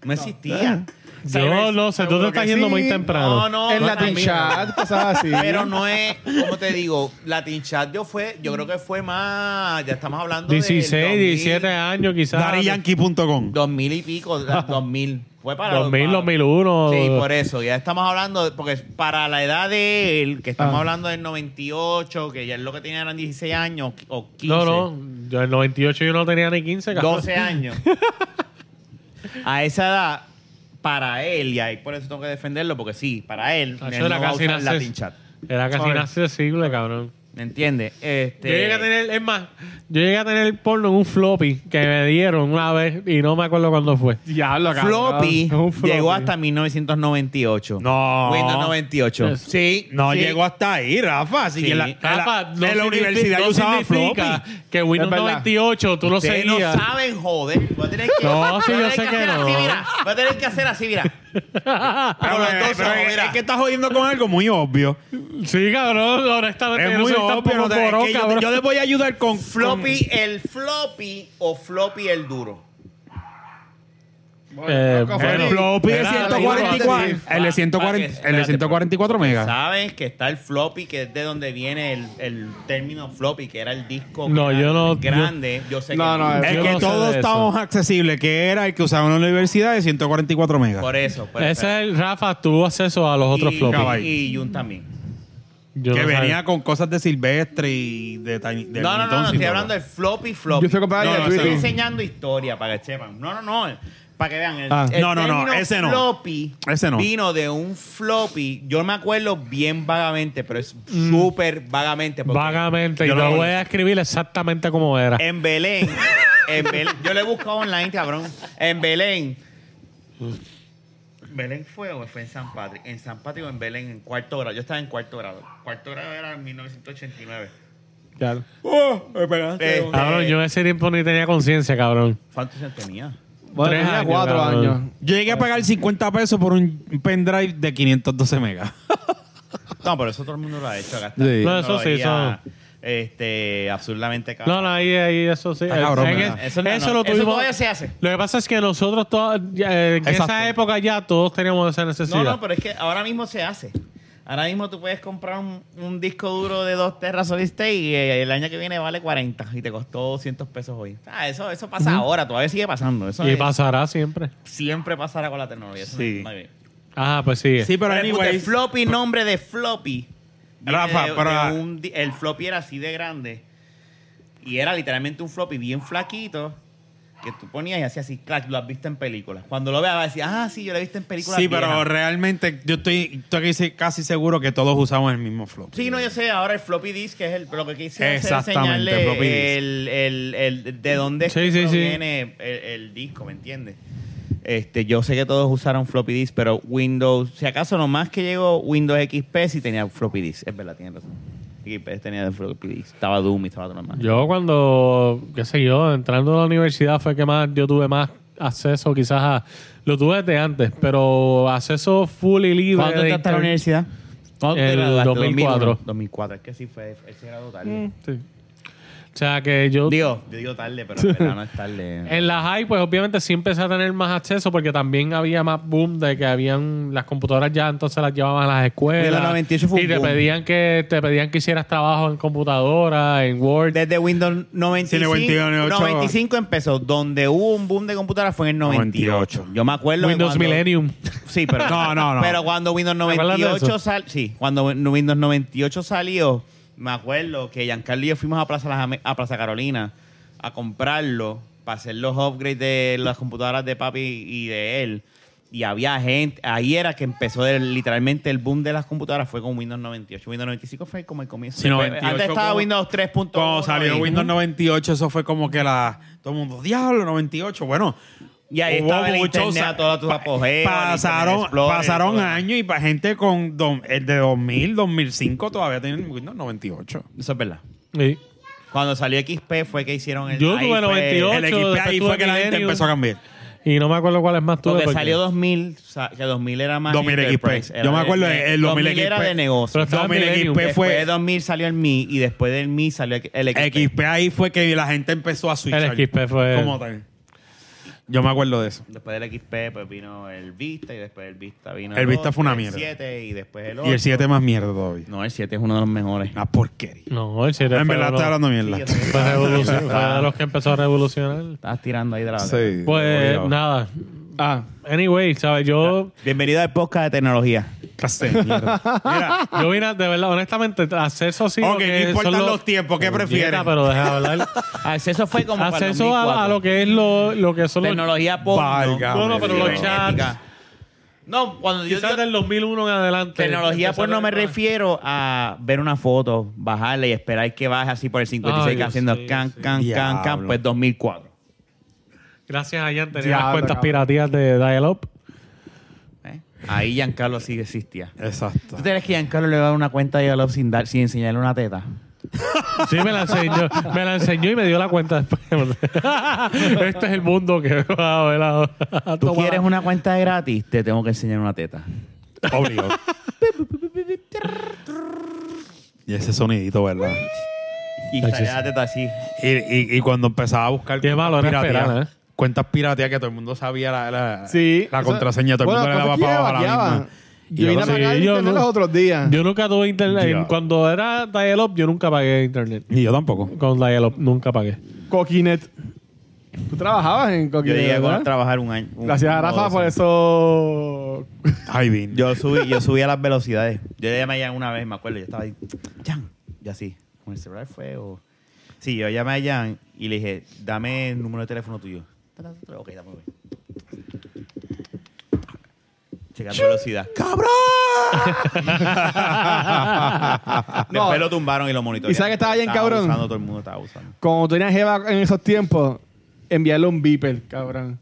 [SPEAKER 3] No existía.
[SPEAKER 4] Yo no sé, tú te
[SPEAKER 1] seguro
[SPEAKER 4] estás
[SPEAKER 1] que
[SPEAKER 4] yendo
[SPEAKER 1] sí.
[SPEAKER 4] muy temprano.
[SPEAKER 3] No, no,
[SPEAKER 1] en
[SPEAKER 3] no,
[SPEAKER 1] Latin
[SPEAKER 3] amigo.
[SPEAKER 1] Chat, cosas así.
[SPEAKER 3] Pero no es, como te digo, Latin Chat yo fue, yo creo que fue más, ya estamos hablando de
[SPEAKER 4] 16, 17 años quizás.
[SPEAKER 2] DaddyYankee.com.
[SPEAKER 3] 2000 y pico, la- 2000. Fue para
[SPEAKER 4] 2000,
[SPEAKER 3] para-
[SPEAKER 4] 2001.
[SPEAKER 3] Sí, por eso. Ya estamos hablando, de- porque para la edad de él, que estamos
[SPEAKER 1] Ah.
[SPEAKER 3] hablando del 98, que ya es lo que tenía eran 16 años o 15.
[SPEAKER 4] No, no, yo en 98 yo no tenía ni 15, cabrón.
[SPEAKER 3] 12 años. A esa edad, para él, y ahí por eso tengo que defenderlo, porque sí, para él,
[SPEAKER 4] Ah, Eso
[SPEAKER 3] él
[SPEAKER 4] era
[SPEAKER 3] no va a
[SPEAKER 4] casi
[SPEAKER 3] usar
[SPEAKER 4] inacces-
[SPEAKER 3] Latin Chat.
[SPEAKER 4] Era casi
[SPEAKER 1] Sorry.
[SPEAKER 4] inaccesible, cabrón.
[SPEAKER 3] ¿Me entiendes? Este,
[SPEAKER 4] Yo llegué a tener, es más, yo llegué a tener porno en un floppy que me dieron una vez y no me acuerdo cuándo fue.
[SPEAKER 1] Diablo, cabrón.
[SPEAKER 3] floppy,
[SPEAKER 1] Es un floppy.
[SPEAKER 3] llegó hasta 1998.
[SPEAKER 2] No.
[SPEAKER 3] Windows 98.
[SPEAKER 4] Yes.
[SPEAKER 3] Sí.
[SPEAKER 2] No
[SPEAKER 3] sí.
[SPEAKER 2] llegó hasta ahí, Rafa. Si
[SPEAKER 3] Sí.
[SPEAKER 2] en la, en la-
[SPEAKER 4] Rafa,
[SPEAKER 2] en la
[SPEAKER 4] no significa-
[SPEAKER 2] universidad yo
[SPEAKER 4] no
[SPEAKER 2] usaba floppy.
[SPEAKER 4] significa que Windows
[SPEAKER 1] Es verdad.
[SPEAKER 4] 98 tú lo
[SPEAKER 3] Ustedes no
[SPEAKER 4] seguías.
[SPEAKER 3] saben, joder. Voy a tener que,
[SPEAKER 4] No, sí,
[SPEAKER 3] voy a
[SPEAKER 4] yo
[SPEAKER 3] tener
[SPEAKER 4] sé que
[SPEAKER 3] hacer
[SPEAKER 4] no.
[SPEAKER 3] así, mira. Voy a tener que hacer así, mira.
[SPEAKER 2] Pero,
[SPEAKER 3] Con los
[SPEAKER 2] eh,
[SPEAKER 3] dos
[SPEAKER 2] pero
[SPEAKER 3] ojos,
[SPEAKER 2] es-
[SPEAKER 3] mira.
[SPEAKER 2] es que estás jodiendo con algo muy obvio.
[SPEAKER 4] Sí, cabrón, honestamente
[SPEAKER 2] Es
[SPEAKER 4] yo no
[SPEAKER 2] muy
[SPEAKER 4] soy
[SPEAKER 2] obvio.
[SPEAKER 4] tampoco
[SPEAKER 2] no te- es
[SPEAKER 4] morón,
[SPEAKER 2] que yo,
[SPEAKER 4] cabrón.
[SPEAKER 2] te- yo les voy a ayudar con
[SPEAKER 3] Floppy,
[SPEAKER 4] Mm.
[SPEAKER 3] el floppy o floppy el duro.
[SPEAKER 4] Eh,
[SPEAKER 1] Con-
[SPEAKER 2] con- El
[SPEAKER 4] Bueno,
[SPEAKER 2] floppy de
[SPEAKER 4] era-
[SPEAKER 2] 144.
[SPEAKER 1] sí.
[SPEAKER 2] El de 140 el de 144 megas.
[SPEAKER 3] Saben que está el floppy, que es de donde viene el, el término floppy, que era el disco
[SPEAKER 4] No,
[SPEAKER 3] grande,
[SPEAKER 4] yo no-
[SPEAKER 3] grande. Yo, sé
[SPEAKER 1] No,
[SPEAKER 3] que
[SPEAKER 1] no,
[SPEAKER 2] El
[SPEAKER 4] Yo
[SPEAKER 2] que
[SPEAKER 4] no sé
[SPEAKER 2] todos
[SPEAKER 4] de eso.
[SPEAKER 2] estábamos accesibles, que era el que usaba en la universidad de 144 megas.
[SPEAKER 3] Por eso. por eso.
[SPEAKER 4] Ese es el Rafa tuvo acceso a los otros
[SPEAKER 3] y,
[SPEAKER 4] floppy.
[SPEAKER 2] Cabal.
[SPEAKER 3] Y Jun también.
[SPEAKER 4] Yo
[SPEAKER 2] que
[SPEAKER 4] no sabía.
[SPEAKER 2] venía con cosas de Silvestre y de Tiny. de
[SPEAKER 3] No, no, no, no,
[SPEAKER 2] Tonsil,
[SPEAKER 3] estoy
[SPEAKER 2] ¿no?
[SPEAKER 3] hablando del floppy floppy.
[SPEAKER 1] Yo estoy comparando
[SPEAKER 3] no,
[SPEAKER 1] el
[SPEAKER 3] no, estoy
[SPEAKER 1] Twitter.
[SPEAKER 3] enseñando historia para que sepan. No, no, no. Para que vean. El,
[SPEAKER 1] Ah.
[SPEAKER 3] el
[SPEAKER 2] No, no, no,
[SPEAKER 3] término
[SPEAKER 2] ese no.
[SPEAKER 3] Floppy
[SPEAKER 2] Ese no.
[SPEAKER 3] Vino de un floppy. Yo me acuerdo bien vagamente, pero es súper vagamente. porque
[SPEAKER 4] Vagamente, y
[SPEAKER 2] Yo
[SPEAKER 4] te
[SPEAKER 2] lo Eh,
[SPEAKER 4] voy
[SPEAKER 2] conozco.
[SPEAKER 4] a escribir exactamente como era.
[SPEAKER 3] En Belén. en Belén. Yo le he buscado online, cabrón. En Belén. ¿Belén fue o fue en San Patrick? En San Patrick o en Belén, en cuarto grado. Yo estaba en cuarto grado. Cuarto grado era en 1989.
[SPEAKER 1] Claro.
[SPEAKER 2] Oh,
[SPEAKER 3] Este,
[SPEAKER 4] Cabrón,
[SPEAKER 2] eh,
[SPEAKER 4] yo en ese tiempo ni tenía conciencia, cabrón.
[SPEAKER 3] ¿Cuántos años tenía?
[SPEAKER 1] Bueno,
[SPEAKER 4] Tres
[SPEAKER 1] tenía
[SPEAKER 4] años,
[SPEAKER 1] cuatro
[SPEAKER 4] cabrón.
[SPEAKER 1] años.
[SPEAKER 2] Yo llegué a pagar 50 pesos por un pendrive de 512 megas.
[SPEAKER 3] No, pero eso todo el mundo lo ha hecho. Acá está.
[SPEAKER 2] Sí.
[SPEAKER 4] No, eso sí,
[SPEAKER 3] Tecnología, Este, absurdamente caro.
[SPEAKER 4] No, no, ahí, ahí, eso sí.
[SPEAKER 2] Ah, cabrón,
[SPEAKER 4] En
[SPEAKER 2] ¿verdad?
[SPEAKER 4] es-
[SPEAKER 3] Eso no, no.
[SPEAKER 4] lo
[SPEAKER 3] Eso
[SPEAKER 4] tuvimos.
[SPEAKER 3] todavía se hace.
[SPEAKER 4] Lo que pasa es que nosotros, toda- ya, eh, en
[SPEAKER 2] Exacto.
[SPEAKER 4] esa época ya todos teníamos esa necesidad.
[SPEAKER 3] No, no, pero es que ahora mismo se hace. Ahora mismo tú puedes comprar un, un disco duro de dos terras soliste y eh, el año que viene vale 40 y te costó 200 pesos hoy. Ah, eso, eso pasa ahora, todavía sigue pasando. Eso
[SPEAKER 4] y
[SPEAKER 3] es-
[SPEAKER 4] pasará siempre.
[SPEAKER 3] siempre pasará con la tecnología. eso
[SPEAKER 2] Sí.
[SPEAKER 3] no- no hay bien.
[SPEAKER 4] Ah, pues sí.
[SPEAKER 2] Sí, pero
[SPEAKER 3] Pero el puto, el
[SPEAKER 2] anyway.
[SPEAKER 3] floppy, nombre de floppy. viene
[SPEAKER 2] Rafa,
[SPEAKER 3] de-
[SPEAKER 2] pero-
[SPEAKER 3] de un di- el floppy era así de grande. Y era literalmente un floppy bien flaquito que tú ponías y hacías así, clac, lo has visto en películas. Cuando lo veas, vas a decir, ah, sí, yo lo he visto en películas.
[SPEAKER 2] Sí, pero
[SPEAKER 3] viejas".
[SPEAKER 2] realmente yo estoy, estoy casi- casi seguro que todos usamos el mismo flow.
[SPEAKER 3] Sí, no, yo sé, ahora el floppy disk es el, pero lo que quise hacer es
[SPEAKER 2] Exactamente,
[SPEAKER 3] enseñarle
[SPEAKER 2] floppy disk.
[SPEAKER 3] el, el, el- de dónde es
[SPEAKER 4] Sí,
[SPEAKER 3] que
[SPEAKER 4] sí, sí.
[SPEAKER 3] proviene El, el disco, ¿me entiendes? Este, yo sé que todos usaron floppy disk, pero Windows, si acaso nomás que llegó Windows XP sí tenía floppy disk, es verdad, tienes razón. XP tenía de floppy disk, estaba Doom y estaba todo lo demás.
[SPEAKER 4] Yo cuando, qué sé yo, entrando a la universidad fue que más yo tuve más acceso quizás a... Lo tuve desde antes, pero acceso full y libre.
[SPEAKER 3] ¿Cuándo
[SPEAKER 4] de
[SPEAKER 3] entraste a la
[SPEAKER 4] internet.
[SPEAKER 3] universidad? ¿Cuándo te
[SPEAKER 4] El
[SPEAKER 3] graduaste?
[SPEAKER 4] 2004.
[SPEAKER 3] 2004, es que sí fue, él se graduó tarde.
[SPEAKER 4] Sí. O sea que yo...
[SPEAKER 3] Digo, yo digo tarde, pero en verdad no es tarde.
[SPEAKER 4] En la high, pues obviamente sí empecé a tener más acceso porque también había más boom de que habían las computadoras ya, entonces las llevaban a las escuelas.
[SPEAKER 3] Windows 98 fue un
[SPEAKER 4] y te
[SPEAKER 3] boom.
[SPEAKER 4] pedían que te pedían que hicieras trabajo en computadora, en Word.
[SPEAKER 3] Desde Windows 95,
[SPEAKER 2] Sí, 98.
[SPEAKER 3] 95 empezó. Donde hubo un boom de computadoras fue en el 98.
[SPEAKER 2] 98.
[SPEAKER 3] Yo me acuerdo. que
[SPEAKER 4] Windows
[SPEAKER 3] cuando-
[SPEAKER 4] Millennium.
[SPEAKER 3] Sí, pero.
[SPEAKER 2] No, no, no.
[SPEAKER 3] Pero cuando Windows
[SPEAKER 4] acuerdas de
[SPEAKER 3] 98
[SPEAKER 4] eso?
[SPEAKER 3] salió. Sí, cuando Win- Windows 98 salió, me acuerdo que Giancarlo y yo fuimos a Plaza, Las Ame- a Plaza Carolina a comprarlo para hacer los upgrades de las computadoras de papi y de él. Y había gente, ahí era que empezó el- literalmente el boom de las computadoras fue con Windows 98. Windows 95 fue como el comienzo.
[SPEAKER 2] Sí,
[SPEAKER 3] Pero
[SPEAKER 2] 98
[SPEAKER 3] Antes estaba
[SPEAKER 2] como-
[SPEAKER 3] Windows 3.1.
[SPEAKER 2] Cuando salió
[SPEAKER 3] y-
[SPEAKER 2] Windows 98, eso fue como que la. Todo el mundo, diablo, 98. Bueno.
[SPEAKER 3] Y ahí estaba el internet a todos tus
[SPEAKER 2] pa-
[SPEAKER 3] apogeos, el
[SPEAKER 2] Pasaron,
[SPEAKER 3] Internet Explorer,
[SPEAKER 2] pasaron
[SPEAKER 3] todo.
[SPEAKER 2] años y para gente con. don- el de 2000, 2005 todavía tienen Windows 98.
[SPEAKER 3] Eso es verdad.
[SPEAKER 4] Sí.
[SPEAKER 3] Cuando salió XP fue que hicieron el. eh,
[SPEAKER 4] Yo
[SPEAKER 3] ahí
[SPEAKER 4] tuve
[SPEAKER 3] fue-
[SPEAKER 4] 98.
[SPEAKER 2] El equipo
[SPEAKER 4] después
[SPEAKER 2] ahí
[SPEAKER 4] tuve
[SPEAKER 2] fue que la gente
[SPEAKER 4] Millennium.
[SPEAKER 2] empezó a cambiar.
[SPEAKER 4] Y no me acuerdo cuál es más tuve.
[SPEAKER 3] Porque
[SPEAKER 4] porque-
[SPEAKER 3] salió 2000, sa- que 2000 era más.
[SPEAKER 2] 2000
[SPEAKER 3] enterprise,
[SPEAKER 2] XP.
[SPEAKER 3] era
[SPEAKER 2] Yo me
[SPEAKER 3] de-
[SPEAKER 2] acuerdo
[SPEAKER 3] de-
[SPEAKER 2] el 2000
[SPEAKER 3] era
[SPEAKER 2] XP.
[SPEAKER 3] de negocio.
[SPEAKER 4] Pero estaba en
[SPEAKER 2] 2000
[SPEAKER 4] Millennium.
[SPEAKER 2] XP
[SPEAKER 3] después de
[SPEAKER 2] fue.
[SPEAKER 3] 2000 salió el Mi y después del Mi salió el XP.
[SPEAKER 2] XP ahí fue que la gente empezó a switchar.
[SPEAKER 4] El XP fue-
[SPEAKER 2] Como tal. Yo me acuerdo de eso.
[SPEAKER 3] Después del XP pues vino el Vista y después el Vista vino
[SPEAKER 2] El Vista fue una
[SPEAKER 3] el
[SPEAKER 2] mierda.
[SPEAKER 3] 7 y después el 8.
[SPEAKER 2] Y el 7 más mierda todavía.
[SPEAKER 3] No, el 7 es uno de los mejores.
[SPEAKER 2] Una porquería.
[SPEAKER 4] No, el 7
[SPEAKER 2] En
[SPEAKER 4] fue
[SPEAKER 2] verdad
[SPEAKER 4] uno-
[SPEAKER 2] está hablando
[SPEAKER 3] Sí,
[SPEAKER 2] mierda.
[SPEAKER 3] yo sé que
[SPEAKER 4] fue
[SPEAKER 3] estabas-
[SPEAKER 4] revolución- fue de los que empezó a
[SPEAKER 2] Ah.
[SPEAKER 4] revolucionar.
[SPEAKER 3] Estabas tirando ahí de la
[SPEAKER 2] Sí.
[SPEAKER 4] Pues
[SPEAKER 2] Obligado.
[SPEAKER 4] nada.
[SPEAKER 1] Ah,
[SPEAKER 4] Anyway, ¿sabes? Yo,
[SPEAKER 3] Bienvenido al podcast de tecnología.
[SPEAKER 2] Clase de mierda. Mira,
[SPEAKER 4] yo vine a- de verdad, honestamente, acceso sí. lo
[SPEAKER 2] Ok,
[SPEAKER 4] que
[SPEAKER 2] no importan
[SPEAKER 4] son
[SPEAKER 2] los tiempos, ¿qué
[SPEAKER 4] Puñeta,
[SPEAKER 2] prefieres?
[SPEAKER 4] Pero deja de hablar.
[SPEAKER 3] Acceso fue como para el
[SPEAKER 4] acceso a,
[SPEAKER 3] 2004.
[SPEAKER 4] a lo que es lo, lo que son los
[SPEAKER 3] Tecnología porno.
[SPEAKER 2] Válgame
[SPEAKER 4] No, no, pero los
[SPEAKER 2] Dios.
[SPEAKER 4] chats.
[SPEAKER 3] No, cuando yo
[SPEAKER 4] Quizás
[SPEAKER 3] digo
[SPEAKER 4] del 2001 en adelante.
[SPEAKER 3] tecnología
[SPEAKER 4] Empezaron
[SPEAKER 3] porno me
[SPEAKER 4] a-
[SPEAKER 1] ah.
[SPEAKER 3] refiero a ver una foto, bajarla y esperar que baje así por el 56
[SPEAKER 4] Ay, Dios,
[SPEAKER 3] haciendo
[SPEAKER 4] sí,
[SPEAKER 3] can,
[SPEAKER 4] sí.
[SPEAKER 3] can, can, can,
[SPEAKER 2] Diablo.
[SPEAKER 3] pues 2004.
[SPEAKER 4] Gracias a Jan tenía
[SPEAKER 1] Ya,
[SPEAKER 4] las cuentas
[SPEAKER 1] cabrón.
[SPEAKER 4] piratías de Dial-Up.
[SPEAKER 3] ¿eh? Ahí Giancarlo sí existía.
[SPEAKER 2] Exacto.
[SPEAKER 3] ¿Tú crees que Giancarlo le va a dar una cuenta de Yalop sin, dar, sin enseñarle una teta?
[SPEAKER 4] Sí, me la enseñó. me la enseñó y me dio la cuenta después. este es el mundo que va a ver ahora.
[SPEAKER 3] ¿Tú
[SPEAKER 4] Toma.
[SPEAKER 3] quieres una cuenta de gratis? Te tengo que enseñar una teta.
[SPEAKER 2] Obligado. y ese sonidito, ¿verdad?
[SPEAKER 3] Y
[SPEAKER 4] Ay,
[SPEAKER 3] sale
[SPEAKER 4] sí.
[SPEAKER 3] la teta así.
[SPEAKER 2] Y, y, y cuando empezaba a buscar
[SPEAKER 4] Qué malo era esperar, ¿eh?
[SPEAKER 2] cuentas piratías que todo el mundo sabía la, la,
[SPEAKER 1] sí.
[SPEAKER 2] la
[SPEAKER 1] Eso-
[SPEAKER 2] contraseña, todo el
[SPEAKER 1] Bueno,
[SPEAKER 2] mundo le daba
[SPEAKER 1] cosas que
[SPEAKER 2] para abajo a
[SPEAKER 1] lleva,
[SPEAKER 2] la
[SPEAKER 1] lleva.
[SPEAKER 2] misma. Y
[SPEAKER 1] Yo vine a
[SPEAKER 2] ahora sí,
[SPEAKER 1] pagar
[SPEAKER 4] yo
[SPEAKER 1] internet
[SPEAKER 4] no-
[SPEAKER 1] los otros días.
[SPEAKER 4] Yo nunca tuve internet.
[SPEAKER 2] Ya.
[SPEAKER 4] Cuando era Dial-Up, yo nunca pagué internet.
[SPEAKER 2] Y yo tampoco.
[SPEAKER 4] Con Dial-Up, nunca pagué.
[SPEAKER 1] Coquinet. Tú trabajabas en
[SPEAKER 3] Yo
[SPEAKER 1] Coquinet.
[SPEAKER 3] llegué a
[SPEAKER 1] ¿verdad?
[SPEAKER 3] trabajar un año. un-
[SPEAKER 1] Gracias a
[SPEAKER 3] un-
[SPEAKER 1] Rafa por eso.
[SPEAKER 2] Ay, bien.
[SPEAKER 3] Yo subí, yo subí a las velocidades. Yo llamé a Jan una vez, me acuerdo. Yo estaba ahí, Jan, y así, con el celular fue o... Sí, yo llamé a Jan y le dije, dame el número de teléfono tuyo. Ta, ta, ta, ta. Ok, dame. Checando velocidad.
[SPEAKER 2] ¡Cabrón!
[SPEAKER 3] Después
[SPEAKER 1] No.
[SPEAKER 3] lo tumbaron y lo monitorearon.
[SPEAKER 1] ¿Y sabes que estaba bien cabrón?
[SPEAKER 3] Usando, todo el mundo estaba usando.
[SPEAKER 1] Cuando tenía Jeva en esos tiempos, enviarle un beeper, cabrón.